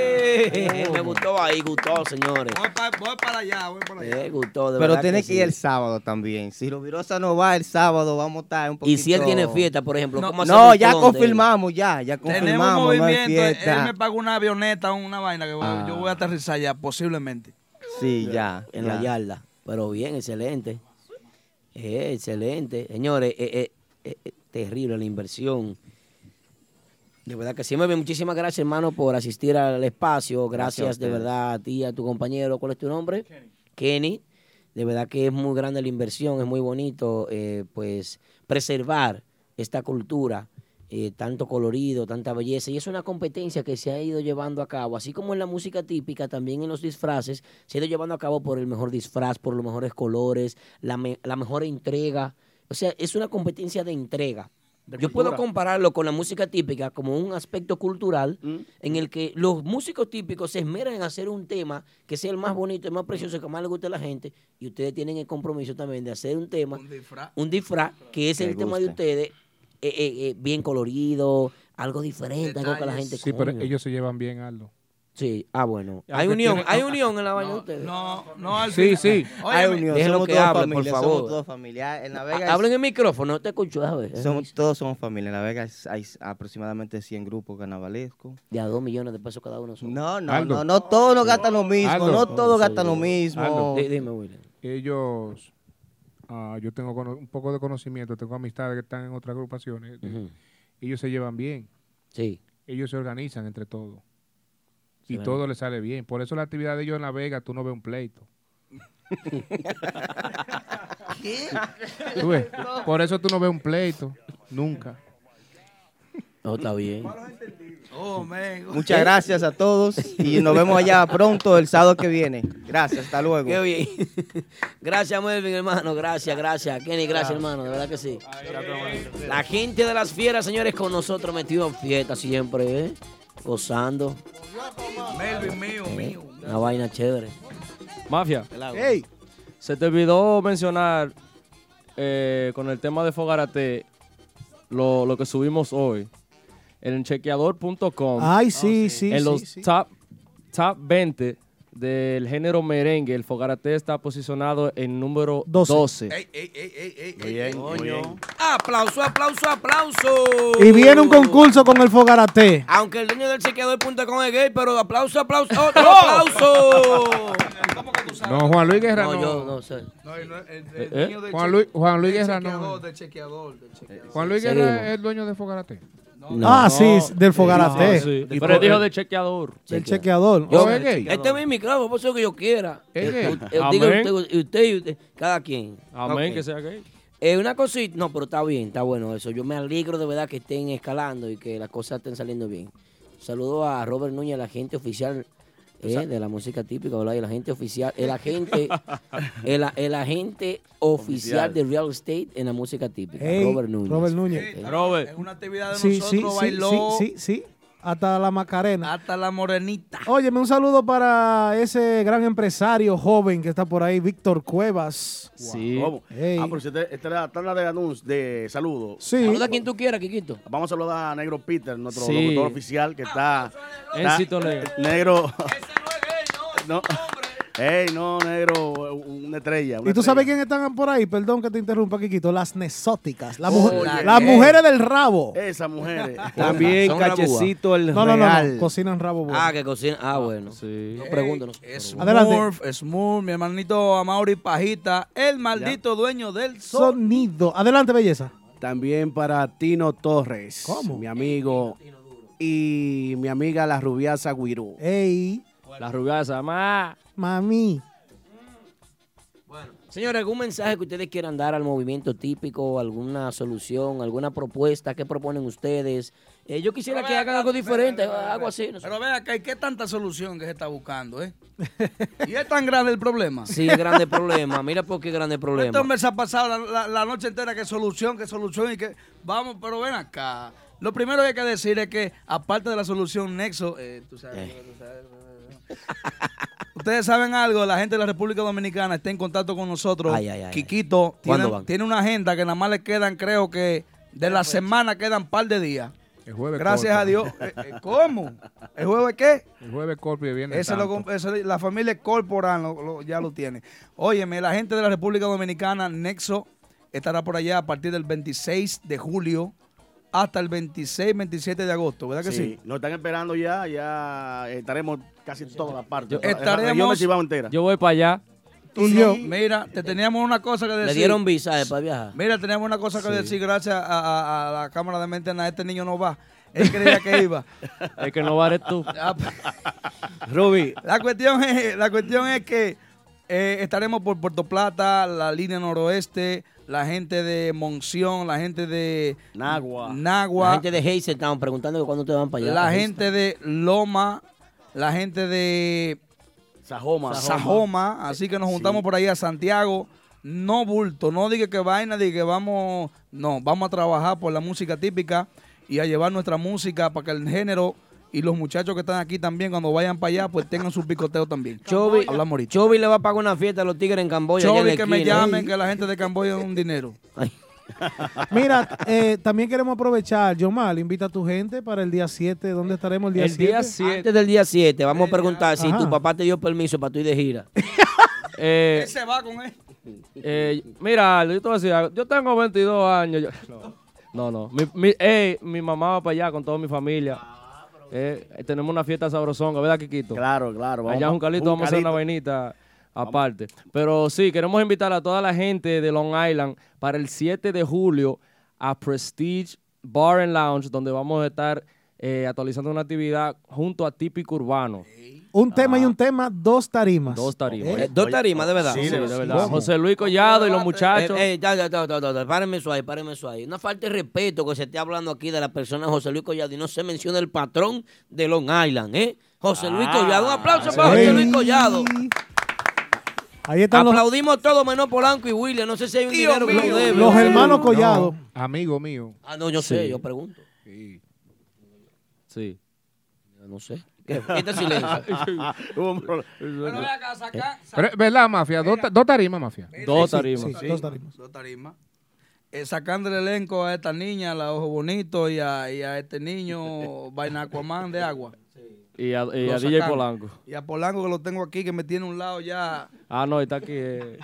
¡Eh! Me gustó ahí, gustó, señores. Voy para allá, voy para allá. Me gustó, de Pero verdad tiene que, ir sí. el sábado también. Si Rubirosa no va el sábado, vamos a estar un poquito... Y si él tiene fiesta, por ejemplo, No, ¿cómo no, hacemos ya con de- confirmamos, ya, ya Tenemos un confirmamos. no hay movimiento. eh, fiesta. Él me pagó una avioneta, una vaina que voy- Ah. yo voy a aterrizar ya, posiblemente. Sí, ya. En la ya. yarda. Pero bien, excelente. Eh, excelente. Señores, eh, eh, eh, eh, terrible la inversión. De verdad que sí, me Muchísimas gracias, hermano, por asistir al espacio. Gracias Gracias, a de ustedes. verdad a ti, a tu compañero. ¿Cuál es tu nombre? Kenny. De verdad que es muy grande la inversión, es muy bonito, eh, pues, preservar esta cultura eh, tanto colorido, tanta belleza. Y es una competencia que se ha ido llevando a cabo, así como en la música típica, también en los disfraces, se ha ido llevando a cabo por el mejor disfraz, por los mejores colores, la, me- la mejor entrega. O sea, es una competencia de entrega. Yo puedo cultura. compararlo con la música típica como un aspecto cultural en el que los músicos típicos se esmeran en hacer un tema que sea el más bonito, el más precioso, que más le guste a la gente. Y ustedes tienen el compromiso también de hacer un tema, un disfraz, que es Que el tema de guste. ustedes, eh, eh, eh, bien colorido, algo diferente, algo que la gente Sí, pero coño. ellos se llevan bien, Aldo. Sí, ah, bueno. Y Hay aunque unión, tienen- hay unión en la vaina de ustedes. No, no, al Sí, final- sí. Óyeme, Hay unión. Déjelo somos que todos hable, por familia, favor. Somos todos familia. En La Ha- Vega hablen en micrófono, no te escucho, a ver. Somos, todos somos familia. En La Vega es- ah. hay aproximadamente 100 grupos carnavalescos. De a 2 millones de pesos cada uno. No, no, Aldo. no, no todos nos gastan lo mismo. Aldo. No todos gastan lo Aldo. mismo. Ellos, ah, yo tengo cono- un poco de conocimiento, tengo amistades que están en otras agrupaciones. Ujú. Ellos se llevan bien. Sí. Ellos se organizan entre todos. Se Y ven. todo les sale bien. Por eso la actividad de ellos en La Vega, tú no ves un pleito. Tú ves, Por eso tú no ves un pleito. Nunca. No, está bien. Oh, Muchas gracias a todos y nos vemos allá pronto el sábado que viene. Gracias, hasta luego. Qué bien. [laughs] Gracias, Melvin, hermano. Gracias, gracias. Kenny, gracias, hermano. De verdad que sí. La gente de las fieras, señores, con nosotros metido en fiesta siempre, ¿eh? Gozando. Melvin mío, mío. Una vaina chévere. Mafia. Ey. Se te olvidó mencionar eh, con el tema de Fogarate lo, lo que subimos hoy. En chequeador.com. Ay, sí, sí, En sí, los sí. Top, top 20 del género merengue, el Fogarate está posicionado en número 12. Ey, ey, ey, ey, ey, Muy ey, bien, coño. muy bien. Aplauso, aplauso, aplauso. Y viene un concurso con el Fogarate. Aunque el dueño del chequeador.com es gay, pero aplauso, aplauso, [laughs] otro aplauso. No, Juan Luis Guerra no. No, yo no sé. ¿Eh? Juan, Luis, Juan Luis Guerra no. Juan Luis Guerra Seguimos. es el dueño de Fogarate. No. Ah, sí, es del Fogarate. No, sí. Y Pero él por- dijo de chequeador. Del chequeador. Yo- Oh, es gay. Este es mi micrófono, por eso que yo quiera. Es Eh, gay. u- eh, diga Amén. usted- Y usted y usted, cada quien. Amén, Ok. que sea gay. Eh, una cosita, no, pero está bien, está bueno eso. Yo me alegro de verdad que estén escalando y que las cosas estén saliendo bien. Saludo a Robert Núñez, la gente oficial eh, de la música típica, ¿verdad? Y la gente oficial, el [laughs] agente, el, a- el agente oficial Oficial. de real estate en la música típica, Ey, Robert Núñez. Eh. Ah, Robert Núñez. Robert. Es una actividad de Sí, sí, nosotros, sí, bailó. sí, sí, sí. Hasta la Macarena. Hasta la morenita. Óyeme, un saludo para ese gran empresario joven que está por ahí, Víctor Cuevas. Sí. Ey. Ah, por cierto, esta es la tanda de anuncios, de saludos. Sí. Saluda a quien tú quieras, Kikito. Vamos a saludar a Negro Peter, nuestro Sí. locutor oficial que está. Éxito, está- Negro. Negro. no Ey, no, Negro, una estrella. una ¿Y tú estrella. sabes quién están por ahí? Perdón que te interrumpa, Kikito. Las nesóticas. Las, Oye, eh. mujer- ey. las mujeres del rabo. Esas [laughs] mujeres. También Son la búa. Cachecito el No, no, no, Real. no. Cocinan rabo bueno. Ah, que cocina. Ah, bueno. No pregunto. no sé. Adelante. Smurf, Smurf, mi hermanito Amaury Pajita, el maldito dueño del sol. Sonido. Adelante, belleza. También para Tino Torres. Mi amigo. Y mi amiga la rubiasa Guirú. Ey. La rubiasa, más. Mami. Señores, ¿algún mensaje que ustedes quieran dar al movimiento típico? ¿Alguna solución? ¿Alguna propuesta? ¿Qué proponen ustedes? Eh, yo quisiera Pero que ve hagan acá, algo ve, diferente, ve, ve, ve. algo así. no sé. Pero vea que hay que tanta solución que se está buscando, ¿eh? y es tan grande el problema. Sí, es [laughs] grande problema. Mira por qué grande Este problema. hombre se ha pasado la, la- la noche entera que solución, que solución y que vamos, pero ven acá. Lo primero que hay que decir es que aparte de la solución Nexo, eh, tú sabes, tú sabes, tú sabes. ustedes saben algo, la gente de la República Dominicana está en contacto con nosotros. Ay, ay, ay, ay. Quiquito ¿Cuándo tiene, van? tiene una agenda que nada más le quedan, creo que de la semana quedan par de días. Gracias corta. a Dios. Eh, [laughs] eh, ¿Cómo? ¿El jueves qué? El jueves Corpio viene. Eso lo comp- eso la familia Corporal lo- lo- ya lo tiene. Óyeme, la gente de la República Dominicana, Nexo, estará por allá a partir del 26 de julio hasta el 26, 27 de agosto, ¿verdad que sí? Nos están esperando ya, ya estaremos casi toda la parte. Yo, Estaremos- entera. Yo voy para allá. Tú no- mira, te teníamos una cosa que decir. Le dieron visa eh, para viajar. Mira, teníamos una cosa que Sí. decir gracias a, a- a la cámara de mente. Este niño no va. Él creía que iba. El [laughs] que no va eres tú. Ah, pues. Ruby. La cuestión es, la cuestión es que eh, estaremos por Puerto Plata, la línea noroeste, la gente de Monción, la gente de Nagua, La gente de Hazel estaban preguntando que cuándo te van para allá. la Hazel. gente de Loma, la gente de Sajoma. Sajoma, así que nos juntamos por ahí a Santiago. No bulto, no diga que vaina, diga que vamos, no, vamos a trabajar por la música típica y a llevar nuestra música para que el género y los muchachos que están aquí también cuando vayan para allá pues tengan su picoteo también. Chovy, Hablamos ahorita. Chovy le va a pagar una fiesta a los tigres en Camboya. allá en Chovy, la que me esquina. llamen, que la gente de Camboya es un dinero. Mira, eh, también queremos aprovechar, Yomar, invita a tu gente para el día 7. ¿Dónde estaremos el día 7? Antes del día 7, Eh, vamos a preguntar si Ajá. tu papá te dio permiso para tú ir de [laughs] gira. Eh, se va con él? Eh, mira, Aldo, yo te voy a decir algo. Yo tengo 22 años. yo- no, no. Mi, mi- ey, mi mamá va para allá con toda mi familia. Eh, eh, tenemos una fiesta sabrosonga, ¿verdad, Kikito? Claro, claro. vamos allá a- en Juncalito vamos a hacer una vainita aparte. Pero sí, queremos invitar a toda la gente de Long Island para el 7 de julio a Prestige Bar and Lounge, donde vamos a estar eh, actualizando una actividad junto a Típico Urbano. Un tema y un tema, dos tarimas. Dos tarimas. ¿Eh? Eh, dos tarimas, de verdad. Sí, de Sí, verdad. de verdad. José Luis Collado y los muchachos. Eh, eh, ya, ya, ya, ya, ya, ya, párenme eso ahí, párenme eso ahí. Una falta de respeto que se esté hablando aquí de la persona José Luis Collado y no se menciona el patrón de Long Island, ¿eh? José Luis Ah, Collado, un aplauso sí. para José Luis Collado. Ahí Ah, están los, Aplaudimos todo menos Polanco y William. No sé si hay un dinero que lo debe. los hermanos Collado. amigo mío. Ah, no, yo sé, yo pregunto. Sí. Sí. Ah. No sé. ¿Qué fue? Este [laughs] silencio. Ah, Hubo un problema. Pero, ¿Verdad, mafia? Dos, ta- dos tarimas, mafia. Dos tarimas. Eh, sacando el elenco a esta niña, la ojo bonito, y a, y a este [laughs] niño, vaina Aquaman de agua. Y a, y Lo a DJ sacaron. Polanco. Y a Polanco que lo tengo aquí, que me tiene a un lado ya. Ah, no, está aquí. eh.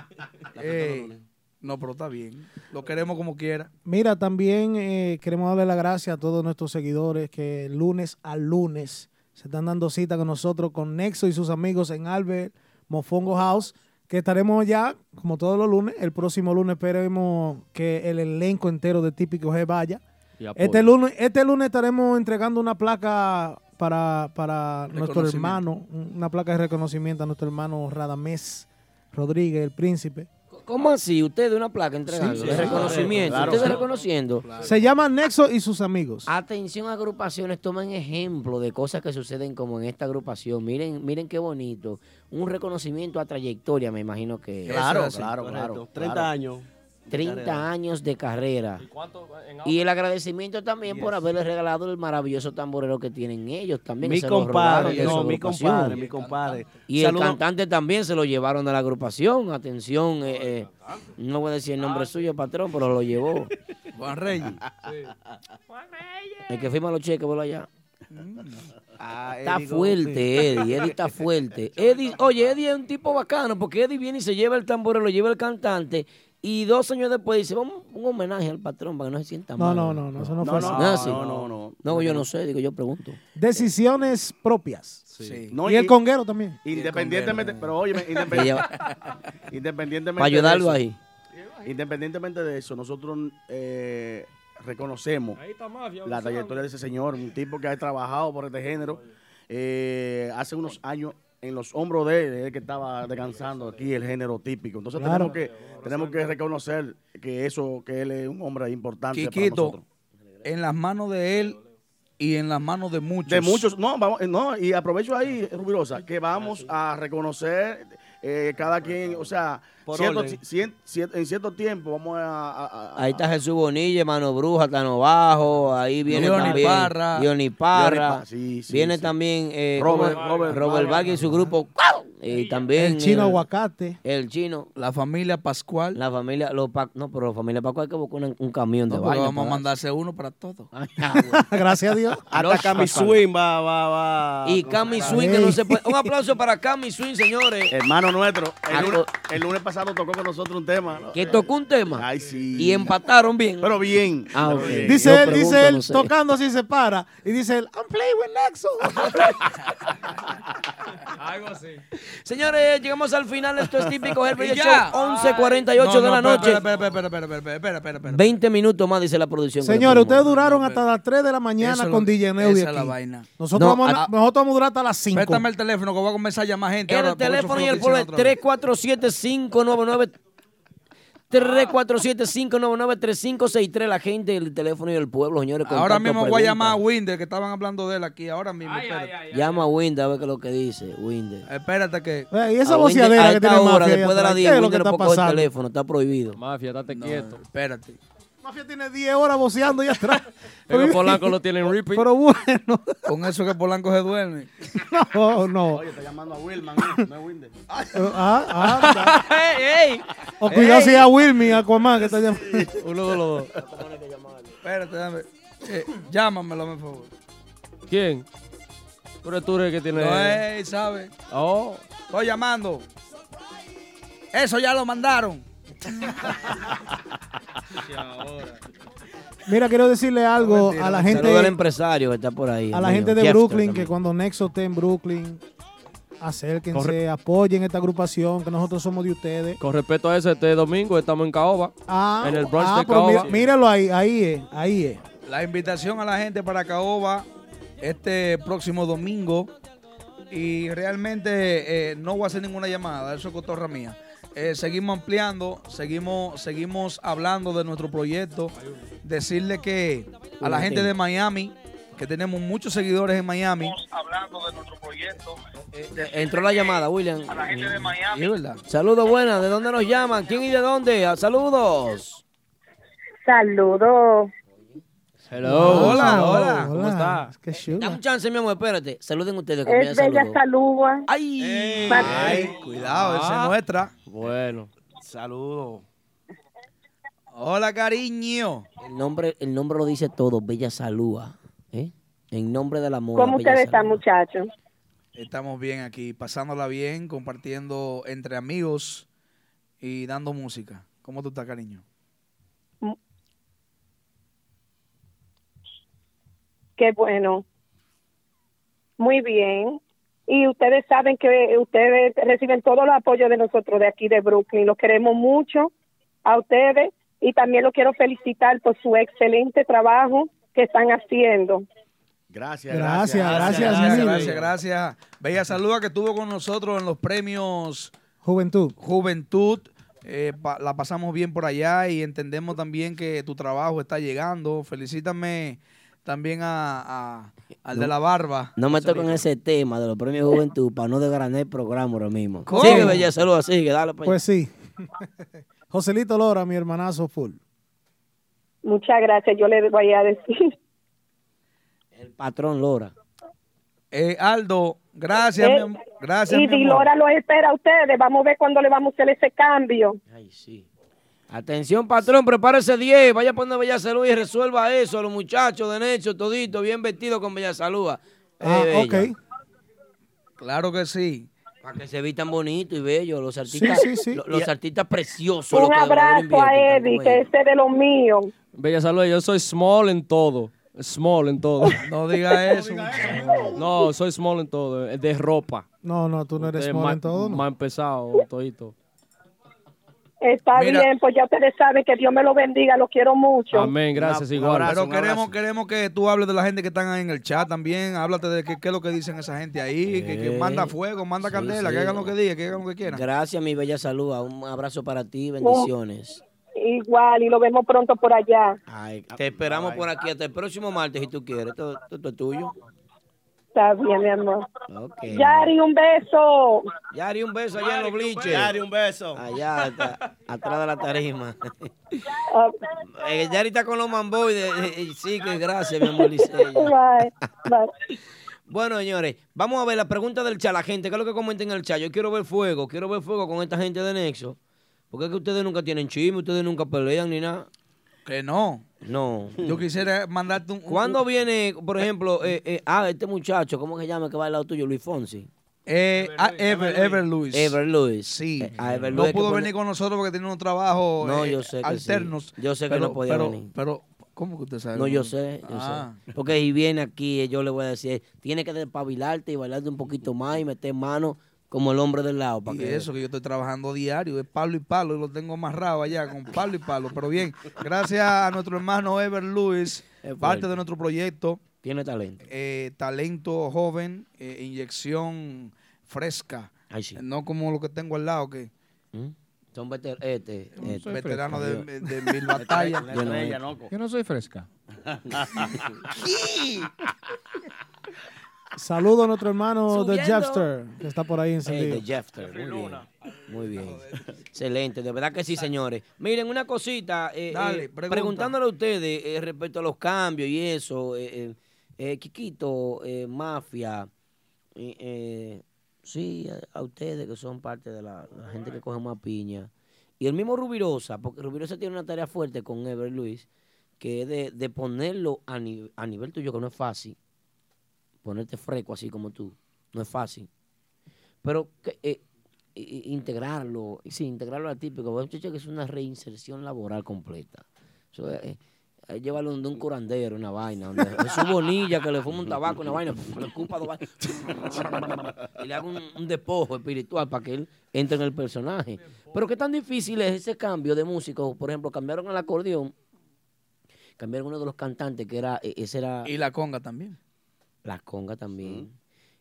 eh, no, pero está bien. Lo queremos como quiera. Mira, también eh, queremos darle las gracias a todos nuestros seguidores que lunes a lunes se están dando cita con nosotros, con Nexo y sus amigos en Albert Mofongo House, que estaremos ya, como todos los lunes, el próximo lunes esperemos que el elenco entero de Típico G vaya. Y apoyo. Este lunes, este lunes estaremos entregando una placa para, para nuestro Reconocimiento. hermano, una placa de reconocimiento a nuestro hermano Radamés Rodríguez, el príncipe. ¿Cómo así? Ustedes una placa entregando. Sí, de sí, sí. reconocimiento. Claro, ustedes claro. reconociendo. Se llama Nexo y sus amigos. Atención agrupaciones, tomen ejemplo de cosas que suceden como en esta agrupación. Miren, miren qué bonito. Un reconocimiento a trayectoria, me imagino que. Claro, claro, claro. 30 claro. años. de 30 carrera. años de carrera. Y el agradecimiento también por haberles regalado el maravilloso tamborero que tienen ellos también. que Mi se lo compadre, robaron de no, su mi agrupación. compadre, mi compadre. Y Saludo- el cantante también se lo llevaron a la agrupación. Atención, eh, eh, no voy a decir el nombre suyo, patrón, pero lo [laughs] llevó. Juan Reyes. El que firma los cheques, por allá. Ah, Está [laughs] Eddie Gómez. fuerte, Eddie. Eddie [laughs] está fuerte. Eddie, oye, Eddie es un tipo bacano porque Eddie viene y se lleva el tambor, lo lleva el cantante. Y dos años después dice, vamos un homenaje al patrón para que no se sienta No, mal. no, no, no, eso no no, fue no, así. no, así. No, no, yo no sé, digo, yo pregunto. Decisiones propias. Sí. Y, No, el conguero también. Independientemente, pero oye, Que independientemente, [laughs] independientemente Para ayudarlo de ahí. eso- Independientemente de eso, nosotros eh, reconocemos la trayectoria de ese señor, un tipo que ha trabajado por este género. eh, hace unos años en los hombros de él, él que estaba descansando aquí el género típico. Entonces tenemos Claro. que tenemos que reconocer que eso que él es un hombre importante para Quiquito, nosotros. en las manos de él y en las manos de muchos. De muchos. No, vamos, eh, no, y aprovecho ahí, Rubirosa, que vamos Ah, a reconocer eh, cada quien, o sea, Por cierto- orden. cien- cien- en cierto tiempo vamos a- a- a- Ahí está Jesús Bonilla, Mano Bruja, Tano Bajo, ahí viene Johnny también Parra. Johnny Parra, Johnny Pa- sí, sí, viene sí. también eh, Robert- ¿cómo es? Robert- Robert Vargas y su grupo, y también El chino eh, aguacate. el chino, la familia Pascual, la familia, los pa- no, pero la familia Pascual hay que buscar una- un camión de No, vaina pues. pero vamos a para mandarse uno para todos. [laughs] Gracias a Dios. Los Pascual. va, va, va. Y Cami Swing, que no se puede. [laughs] Un aplauso para Cami Swing, señores. Hermano nuestro, el lunes, el lunes pasado tocó con nosotros un tema. ¿no? Que tocó un tema. Ay, sí. Y empataron bien. Pero bien. Ah, pero ok. bien. Dice Yo él, pregunto, dice él, no sé. Ah, tocando así se para. Y dice él, I'm playing with Nexo. Algo así. Señores, llegamos al final. Esto es típico Herbert Y Show. ya. 11.48 de No, no, la espera, noche. Espera, espera, espera, espera, espera, espera, espera, espera. 20 minutos más, dice la producción. Señores, ustedes duraron hasta las 3 de la Eso mañana es con lo- DJ Neu de esa es la aquí. vaina. Nosotros, No, vamos, a, a- nosotros vamos a durar hasta las 5. Préstame el teléfono que voy a comenzar a llamar gente. ahora, El porque eso teléfono fue y el lo que hicieron pueblo es otra vez. 347-599. 347-599-3563, la gente, el teléfono y el pueblo, señores. Ahora contacto, mismo voy a pregunta. llamar a Winder, que estaban hablando de él aquí. Ahora mismo, espérate. Llama a Winda a ver qué es lo que dice. Winda. Espérate que. Eh, y A Winda, voceadera a que esta tiene hora, Mafia ahí Después de las atrás, 10, ¿qué es lo Winda que no está puede coger el pasando? teléfono, está prohibido. Mafia, estate quieto. Espérate. Mafia tiene 10 horas voceando y atrás. Pero Polanco [laughs] lo tiene en repeat. Pero bueno. Con eso que Polanco se duerme. No, no. [laughs] Oye, está llamando a Wilman, ¿eh? no es Wilder. [laughs] Ah, [laughs] ah, ¡Ey, ey! O cuidado si es a Wilmy, a Aquaman, que está llamando. Uno de los dos. Espérate, dame. Eh, llámamelo, por favor. ¿Quién? Pero tú eres el que tiene. No, ey, ¿sabe? Oh. Estoy llamando. Eso ya lo [laughs] mandaron. Mira, quiero decirle algo a la gente. Saludos al empresario que está por ahí. a la amigo. gente de Chester Brooklyn, también. que cuando Nexo esté en Brooklyn, acérquense, Corre- apoyen esta agrupación, que nosotros somos de ustedes. Con respecto a ese, este domingo estamos en Caoba. Ah, en el brunch ah, de pero Caoba. mira- míralo ahí, ahí es, ahí es. La invitación a la gente para Caoba este próximo domingo. Y realmente eh, no voy a hacer ninguna llamada, eso es cotorra mía. Eh, seguimos ampliando, seguimos, seguimos hablando de nuestro proyecto. Decirle que a la gente de Miami, que tenemos muchos seguidores en Miami. Eh, Entró la llamada, William. Sí, ¿verdad? Saludos, buenas. ¿De dónde nos llaman? ¿Quién y de dónde? Ah, Saludos. Saludos. Hello. Hola, hola. ¿Cómo estás? Qué chulo. Dame un chance, mi amor, espérate. Saluden ustedes. que Es ya Bella saludó. Salúa. Ay. [laughs] Ay, cuidado, Ah. esa es nuestra. Bueno. Saludos. Hola, cariño. El nombre, el nombre lo dice todo, Bella Salúa. ¿eh? En nombre del amor. ¿Cómo Bella ustedes Salúa. están, muchachos? Estamos bien aquí, pasándola bien, compartiendo entre amigos y dando música. ¿Cómo tú estás, cariño? Qué bueno. Muy bien. Y ustedes saben que ustedes reciben todo el apoyo de nosotros de aquí de Brooklyn. Los queremos mucho a ustedes y también los quiero felicitar por su excelente trabajo que están haciendo. Gracias, Gracias, gracias, gracias, mil. gracias, gracias. Bella Saluda que estuvo con nosotros en los premios Juventud. Juventud. Eh, pa- la pasamos bien por allá y entendemos también que tu trabajo está llegando. Felicítame también a, a- al de No. la barba. No me toquen ese tema de los premios Juventud para no desgranar el programa ahora mismo. ¿Cómo? Sigue, Bella Salúa, sigue, dale para Pues sí. [laughs] Joselito Lora, mi hermanazo full. Muchas gracias. Yo les voy a decir. Patrón Lora. Eh, Aldo, gracias, Eh, mi am- gracias. y mi amor. Dilora los espera a ustedes. Vamos a ver cuándo le vamos a hacer ese cambio. Atención, patrón, prepárese 10. Vaya a poner Bella Salud y resuelva eso. Los muchachos de Necho, todito, bien vestido con Bella Salud. Eh, Ah, Ah, Claro que sí. Para que se vistan bonitos y bellos los artistas. sí, sí. lo- Los, artistas preciosos. los Un que de verdad abrazo a invierten, Eddie, tan que buenos. ese es de los míos. Bella Salud, yo soy small en todo. Small en [laughs] todo. No [laughs] diga eso. No, soy small en todo. eh, De ropa. No, no, tú no eres Ustedes small más- en todo, ¿no? Más empezado, todito. Está Mira. bien, pues ya ustedes saben que Dios me lo bendiga. Los quiero mucho. Amén, gracias, igual. Pero queremos, queremos que tú hables de la gente que están ahí en el chat también. Háblate de qué qué es lo que dicen esa gente ahí. Que, que Eh. manda fuego, manda Sí, candela, sí. que hagan lo que digan, que hagan lo que quieran. Gracias, mi Bella Salud. Un abrazo para ti, bendiciones. Y Igual, y lo vemos pronto por allá. Te esperamos por aquí hasta el próximo martes si tú quieres. Esto esto- esto es tuyo. Está bien, mi amor. Ok. Yari, un beso. Yari, un beso allá en los bliches. Yari, un beso. Allá, at- atrás de la tarima. [laughs] Ah, Eh, Yari está con los mamboy. De, de- sí, que gracias, mi amor. Licey. Bueno, señores, vamos a ver la pregunta del chat. La gente, ¿qué es lo que comenta en el chat? Yo quiero ver fuego, quiero ver fuego con esta gente de Nexo. Porque es que ustedes nunca tienen chisme, ustedes nunca pelean ni nada. Que no. No. Yo quisiera mandarte un. un- ¿Cuándo viene, por ejemplo, eh, eh, ah, este muchacho, ¿cómo que se llama que va al lado tuyo? Luis Fonsi. Eh, ah, Ever, Ever Luis. Ever Luis. Sí. A Ever No Luis. pudo venir con nosotros porque tiene un trabajo No, eh, yo sé que sí. alternos. Yo sé que no podía pero, venir. Pero, ¿cómo que usted sabe? No, yo sé, yo Ah. sé. Porque si viene aquí, eh, yo le voy a decir, tiene que despabilarte y bailarte un poquito más y meter mano como el hombre del lado. Para Y que... eso que yo estoy trabajando diario, es palo y palo, y lo tengo amarrado allá con palo y palo. Pero bien, gracias a nuestro hermano Ever Luis, parte fuerte. de nuestro proyecto. Tiene talento. eh, talento joven, eh, inyección fresca. Ay, sí. ¿Mm? No como lo que tengo al lado, que Son veter- este, no este. soy veterano [laughs] Yo- de, de mil batallas. Yo no- Yo no soy fresca. [laughs] Saludo a nuestro hermano de Subiendo. Jeffster, que está por ahí Ey, encendido. de Jeffter, muy bien. Muy bien. Excelente, de verdad que sí, señores. Miren, una cosita, eh, Dale, eh, pregunta. preguntándole a ustedes eh, respecto a los cambios y eso, eh, eh, eh, Kikito, eh, Mafia, eh, eh, sí, a, a ustedes que son parte de la, la gente que coge más piña. Y el mismo Rubirosa, porque Rubirosa tiene una tarea fuerte con Ever Luis, que es de, de ponerlo a, ni- a nivel tuyo, que no es fácil, ponerte fresco así como tú, no es fácil. Pero que, eh, i- i- integrarlo, y sí, integrarlo al típico, porque muchacho que es una reinserción laboral completa. Eso es, eh, eh, llévalo donde un curandero, una vaina, donde Jesús Bonilla que le fuma un tabaco, una vaina, [laughs] le escupa dos vainas, y le haga un, un despojo espiritual para que él entre en el personaje. Pero qué tan difícil es ese cambio de músico, por ejemplo, cambiaron al acordeón, cambiaron uno de los cantantes que era, eh, ese era... Y la conga también. La conga también.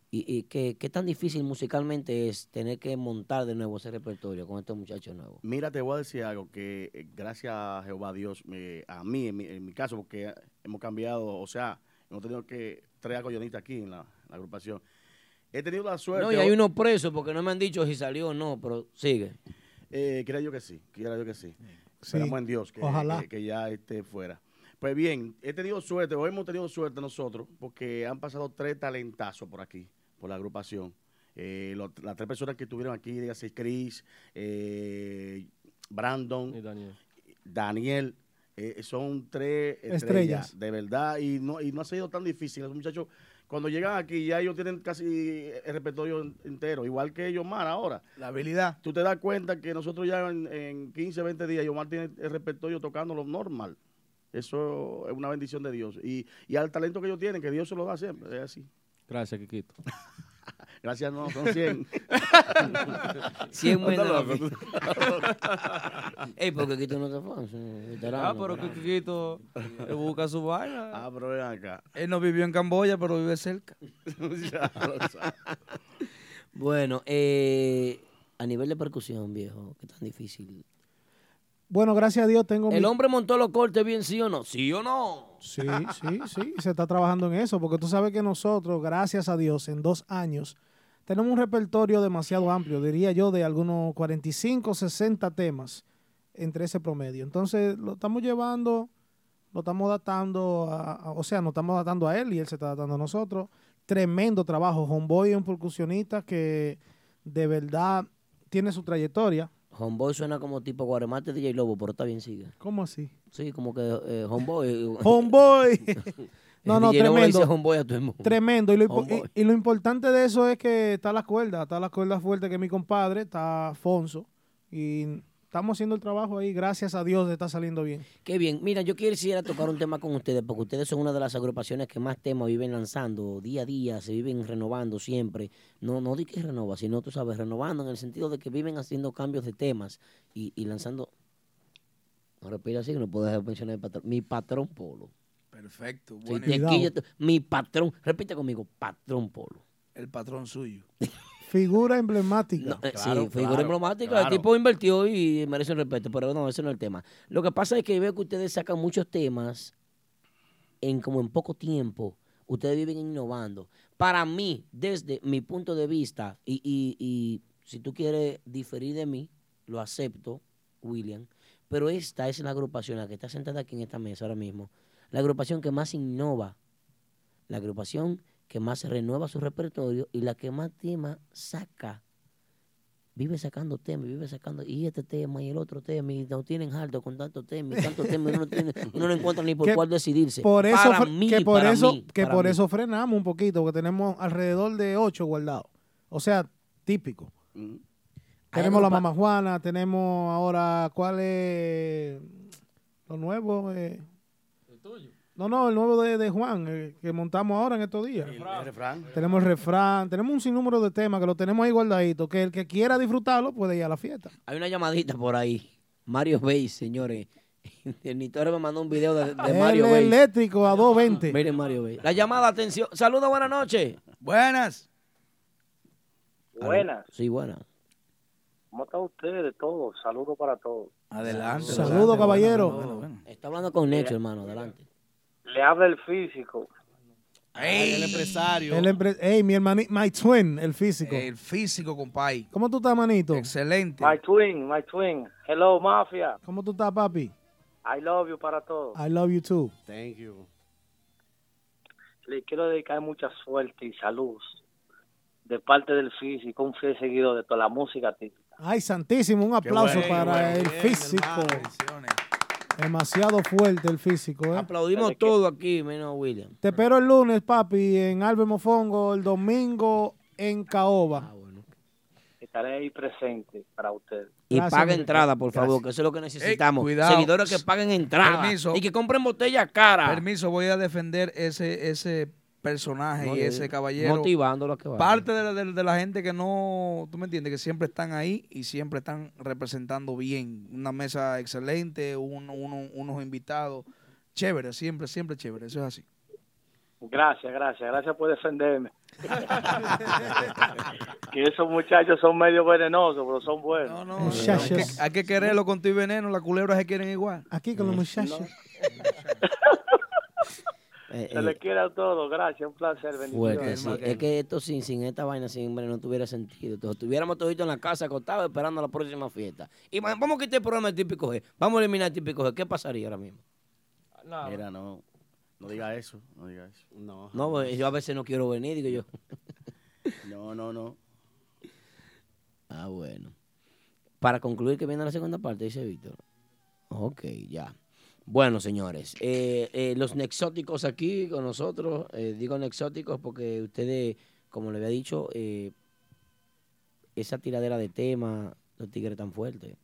¿Y, y qué, qué tan difícil musicalmente es tener que montar de nuevo ese repertorio con estos muchachos nuevos? Mira, te voy a decir algo que eh, gracias a Jehová Dios, me- a mí, en mi, en mi caso, porque hemos cambiado, o sea, hemos tenido que tres acollonistas aquí en la, la agrupación. He tenido la suerte. No, y hay unos presos porque no me han dicho si salió o no, [laughs] pero sigue. Eh, quiera yo que sí, quiera yo que sí. Sí, Esperamos en Dios que, ojalá. que- que ya esté fuera. Pues bien, he tenido suerte, hoy hemos tenido suerte nosotros, porque han pasado tres talentazos por aquí, por la agrupación. Eh, lo- las tres personas que estuvieron aquí, dígase Chris, eh, Brandon, Daniel, eh, son tres estrellas, Estrellas. de verdad, y no, y no ha sido tan difícil. Los muchachos, cuando llegan aquí, ya ellos tienen casi el repertorio en- entero, igual que Yomar ahora. La habilidad. Tú te das cuenta que nosotros ya en, en 15, 20 días, Yomar tiene el repertorio tocando lo normal. Eso es una bendición de Dios. Y, y al talento que ellos tienen, que Dios se lo da siempre, es así. Gracias, Kikito. Gracias, no, son [laughs] 100. 100 buenas. Anda, loco. [laughs] Ey, porque Kikito no te eh. fue. es un veterano. Ah, pero que Kikito eh, busca su vaina. Ah, pero ven acá. Él no vivió en Camboya, pero vive cerca. Bueno, eh, a nivel de percusión, viejo, qué tan difícil. Bueno, gracias a Dios tengo ¿El mi- hombre montó los cortes bien, sí o no? ¿Sí o no? Sí, [laughs] sí, sí, se está trabajando en eso, porque tú sabes que nosotros, gracias a Dios, en dos años, tenemos un repertorio demasiado amplio, diría yo, de algunos 45, 60 temas entre ese promedio. Entonces, lo estamos llevando, lo estamos adaptando, a- a- o sea, nos estamos adaptando a él y él se está adaptando a nosotros. Tremendo trabajo. Homeboy es un percusionista que de verdad tiene su trayectoria. Homeboy suena como tipo Guaremate DJ Lobo, pero está bien, sigue. ¿Cómo así? Sí, como que eh, Homeboy. Homeboy. [laughs] [laughs] No, El no, DJ Lobo le dice tremendo. homeboy a todo el mundo. Tremendo. Y lo, impo- Homeboy. y- y lo importante de eso es que está la cuerda, está la cuerda fuerte que es mi compadre, está Afonso. Y estamos haciendo el trabajo ahí, gracias a Dios está saliendo bien. Qué bien. Mira, yo quisiera tocar un tema con ustedes, porque ustedes son una de las agrupaciones que más temas viven lanzando día a día, se viven renovando siempre. No, no di que renova, sino tú sabes, renovando en el sentido de que viven haciendo cambios de temas y, y lanzando. No respira así, que no puedo dejar de mencionar el patrón. Mi patrón Polo. Perfecto. Sí, Bueno, de aquí yo te- mi patrón, repite conmigo, patrón Polo. El patrón suyo. Figura emblemática. No, eh, Claro, sí, figura claro, emblemática. claro. El tipo invirtió y merece el respeto, pero no, ese no es el tema. Lo que pasa es que yo veo que ustedes sacan muchos temas en como en poco tiempo. Ustedes viven innovando. Para mí, desde mi punto de vista, y, y- y si tú quieres diferir de mí, lo acepto, William, pero esta es la agrupación, la que está sentada aquí en esta mesa ahora mismo, la agrupación que más innova, la agrupación que más renueva su repertorio y la que más temas saca vive sacando temas, vive sacando, y este tema y el otro tema, y no tienen harto con tanto tema, y tanto tema, y uno, no [laughs] tiene- uno no encuentra ni por Que cuál decidirse. Por eso, para fre- mí, que por para eso, mí, que para por mí. eso frenamos un poquito, porque tenemos alrededor de ocho guardados. O sea, típico. Mm. Tenemos la agrupa- Mama Juana, tenemos ahora cuál es lo nuevo. eh? No, no, el nuevo de, de Juan, el que montamos ahora en estos días. Tenemos el refrán, tenemos un sinnúmero de temas que lo tenemos ahí guardadito, que el que quiera disfrutarlo puede ir a la fiesta. Hay una llamadita por ahí. Mario Bay, señores. [laughs] El Nitore me mandó un video de, de El Mario Bay. eléctrico a 220. Miren [laughs] Mario Bay. La llamada, atención. Saludos, buenas noches. Buenas. Buenas, Sí, buenas. ¿cómo están ustedes todos? Saludos para todos. Adelante. Saludos, adelante, caballero. bueno, Está hablando con Nexo, hermano. Adelante. Le habla el físico. el empresario. El em- empre- ey, mi hermanito, my twin, el físico. El físico, compay. ¿Cómo tú estás, manito? Excelente. My twin, my twin. Hello, mafia. ¿Cómo tú estás, papi? I love you para todos. I love you too. Thank you. Le quiero dedicar mucha suerte y salud de parte del físico, un fiel seguido de toda la música. tío. Ay, santísimo, un aplauso bueno, para bueno, el bien, físico. Demasiado fuerte el físico, ¿eh? Aplaudimos todo aquí, menos William. Te espero el lunes, papi, en Albert Mofongo, el domingo en Caoba. Estaré ahí presente para ustedes. Y Gracias, paga Enrique. entrada, por favor, que eso es lo que necesitamos. Seguidores que paguen entrada. Permiso. Y que compren botella cara. Permiso, voy a defender ese, ese personaje No, y yo- ese caballero. motivándolo a que vaya. Parte de la, de- de la gente que no, tú me entiendes, que siempre están ahí y siempre están representando bien. Una mesa excelente, un- uno- unos invitados. Chévere, siempre, siempre chévere. Eso es así. Gracias, gracias, gracias por defenderme. [laughs] [laughs] que esos muchachos son medio venenosos, pero son buenos. No, no, Hay que, hay que quererlo con tu y veneno, las culebras se quieren igual. Mm. Aquí con los muchachos. Se les quiere a todos, gracias, un placer. Eh, Fuerte, bendiciones. sí. Es que esto sin, sin esta vaina siempre no tuviera sentido. Entonces, estuviéramos toditos en la casa acostados esperando la próxima fiesta. Y va- vamos a quitar el programa de típico G. Vamos a eliminar el típico G. ¿Qué pasaría ahora mismo? Mira, no, no diga eso, no diga eso. No, No, pues, yo a veces no quiero venir, digo yo. no, no, no. [laughs] Ah, bueno. Para concluir que viene la segunda parte, dice Víctor. Ok, ya. Bueno, señores, eh, eh, los nexóticos aquí con nosotros, eh, digo nexóticos porque ustedes, como le había dicho, eh, esa tiradera de tema, los tigres tan [laughs] fuertes,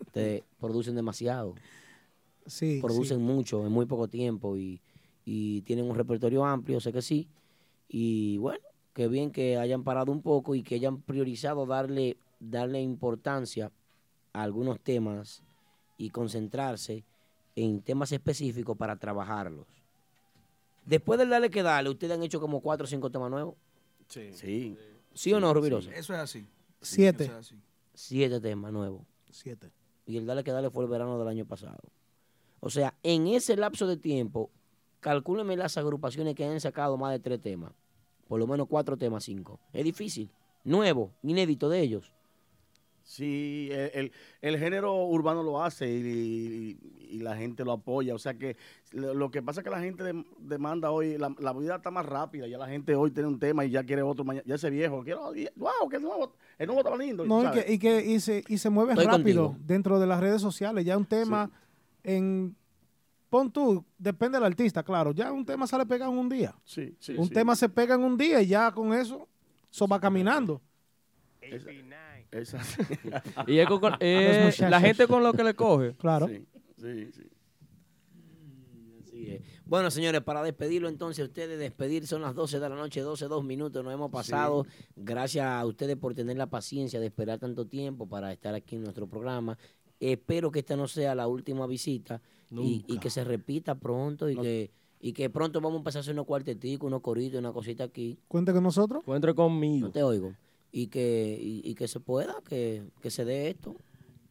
ustedes producen demasiado, Sí, producen mucho en muy poco tiempo y, y tienen un repertorio amplio, sé que sí. Y bueno, qué bien que hayan parado un poco y que hayan priorizado darle, darle importancia a algunos temas y concentrarse en temas específicos para trabajarlos. Después del darle que darle, ustedes han hecho como cuatro o cinco temas nuevos. Sí. Sí. ¿Sí o no, Rubirosa? Eso es así. Siete. Eso es así. Siete temas nuevos. Siete. Y el darle que darle fue el verano del año pasado. O sea, en ese lapso de tiempo, calcúleme las agrupaciones que han sacado más de tres temas. Por lo menos cuatro temas, cinco. Es difícil. Nuevo, inédito de ellos. Sí, el, el- el género urbano lo hace y, y- y la gente lo apoya. O sea que lo, lo que pasa es que la gente dem- demanda hoy, la, la vida está más rápida. Ya la gente hoy tiene un tema y ya quiere otro mañana. Ya ese viejo, quiero, y- wow, que nuevo, el nuevo está lindo. No, y ¿sabes? que, y que- y se, y se mueve Estoy rápido contigo. dentro de las redes sociales. Ya un tema en... Pon tú, depende del artista, claro. Ya un tema sale pegado en un día. Sí, sí, un sí. tema se pega en un día y ya con eso, eso va caminando. Esa- Y es con- con- eh, Los muchachos. la gente con lo que le coge. Claro. Sí, sí, sí. Mm, Así es. Bueno, señores, para despedirlo entonces, ustedes despedir son las 12 de la noche, 12, 2 minutos, nos hemos pasado. Gracias a ustedes por tener la paciencia de esperar tanto tiempo para estar aquí en nuestro programa. Espero que esta no sea la última visita y, y que se repita pronto y, que, y que pronto vamos a empezar a hacer unos cuarteticos, unos coritos, una cosita aquí. Cuenta con nosotros. Cuenta Pues conmigo. No te oigo. y que, y, y que se pueda, que, que se dé esto.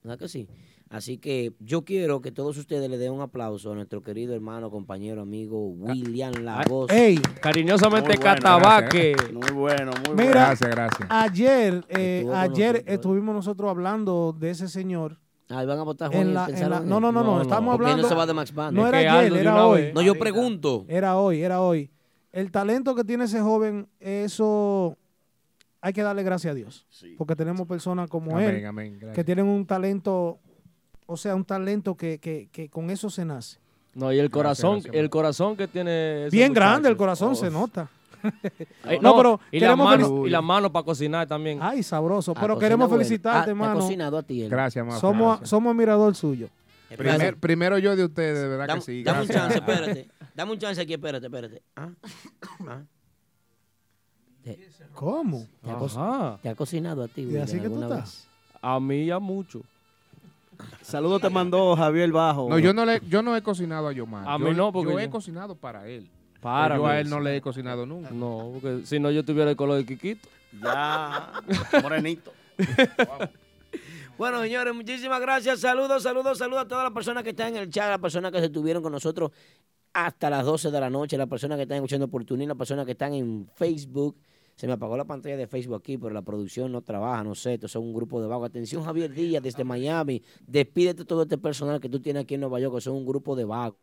¿Verdad que sí? Así que yo quiero que todos ustedes le den un aplauso a nuestro querido hermano, compañero, amigo William Lagos. ey. Cariñosamente, Muy bueno, Catabaque. gracias, Muy bueno, muy Mira, Gracias, Ayer, eh, Estuvo con ayer nosotros. estuvimos nosotros hablando de ese señor. Ah, van a votar En Juan y la- en pensaron la- en no, él. no, no, no, estamos Porque él hablando- no se va de Max Band. No Es era que ayer, Aldo de era una hoy. vez. No, yo pregunto. Era hoy, era hoy. El talento que tiene ese joven, eso hay que darle gracias a Dios. Porque tenemos personas como Amén, él amén, gracias. que tienen un talento, o sea, un talento que, que, que con eso se nace. No, y el corazón, Gracias, el corazón que tiene. ese Bien grande muchacho. el corazón, Oh. se nota. Ay, [laughs] no, no, pero y la, queremos mano, felici- y la mano para cocinar también. Ay, sabroso. Ah, Pero cocina queremos buena. felicitarte, Ah, te ha hermano. cocinado a ti él. Gracias, Mafa, Somos, gracias. somos admirador suyo. Primer- primero yo de ustedes, de verdad Dame- que sí. dame un gracias. [laughs] chance, Espérate. Dame un chance aquí, espérate, espérate. Ah, ah. Te, ¿Cómo? te ha co- Ajá. te ha cocinado a ti, William, alguna vez? A mí ya Ah, mucho. Saludos te mandó Javier Bajo. No, yo no, le, yo no he cocinado a Yomar. A yo, mí no, porque yo he yo- cocinado para él. Para Pero yo mí, a él no sí. le he cocinado nunca. No, porque si no yo tuviera el color de Kikito. Ya, morenito. [laughs] Bueno, señores, muchísimas gracias. Saludos, saludos, saludos a todas las personas que están en el chat, a las personas que se estuvieron con nosotros hasta las 12 de la noche, las personas que están escuchando por TuneIn, las personas que están en Facebook. Se me apagó la pantalla de Facebook aquí, pero la producción no trabaja, no sé, esto es un grupo de vagos. Atención, Javier Díaz, desde Miami. Despídete todo este personal que tú tienes aquí en Nueva York, que son un grupo de vagos.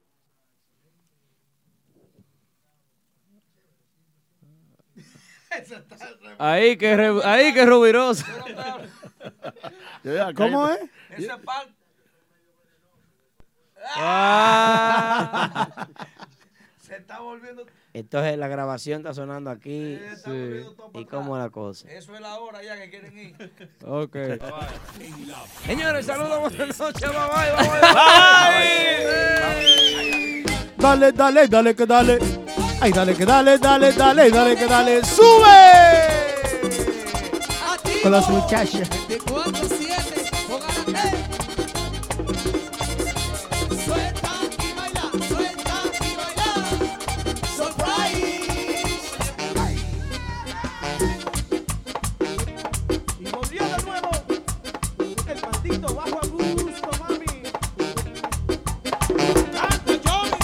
Ahí que, re- ahí que rubiroso. ¿Cómo es? Esa parte. Se está volviendo. [laughs] Entonces la grabación está sonando aquí. ¿Y cómo es la cosa? Eso es la hora ya que quieren ir. Ok. Señores, saludos, buenas noches, bye bye. [laughs] Dale, dale, dale que dale. Ay, dale que dale, dale, dale, dale que dale. ¡Sube! Con las muchachas. De 4 a 7, Suelta y baila, suelta y baila. Surprise. Y volvió de nuevo. El patito bajo a gusto, mami. Canta, Johnny.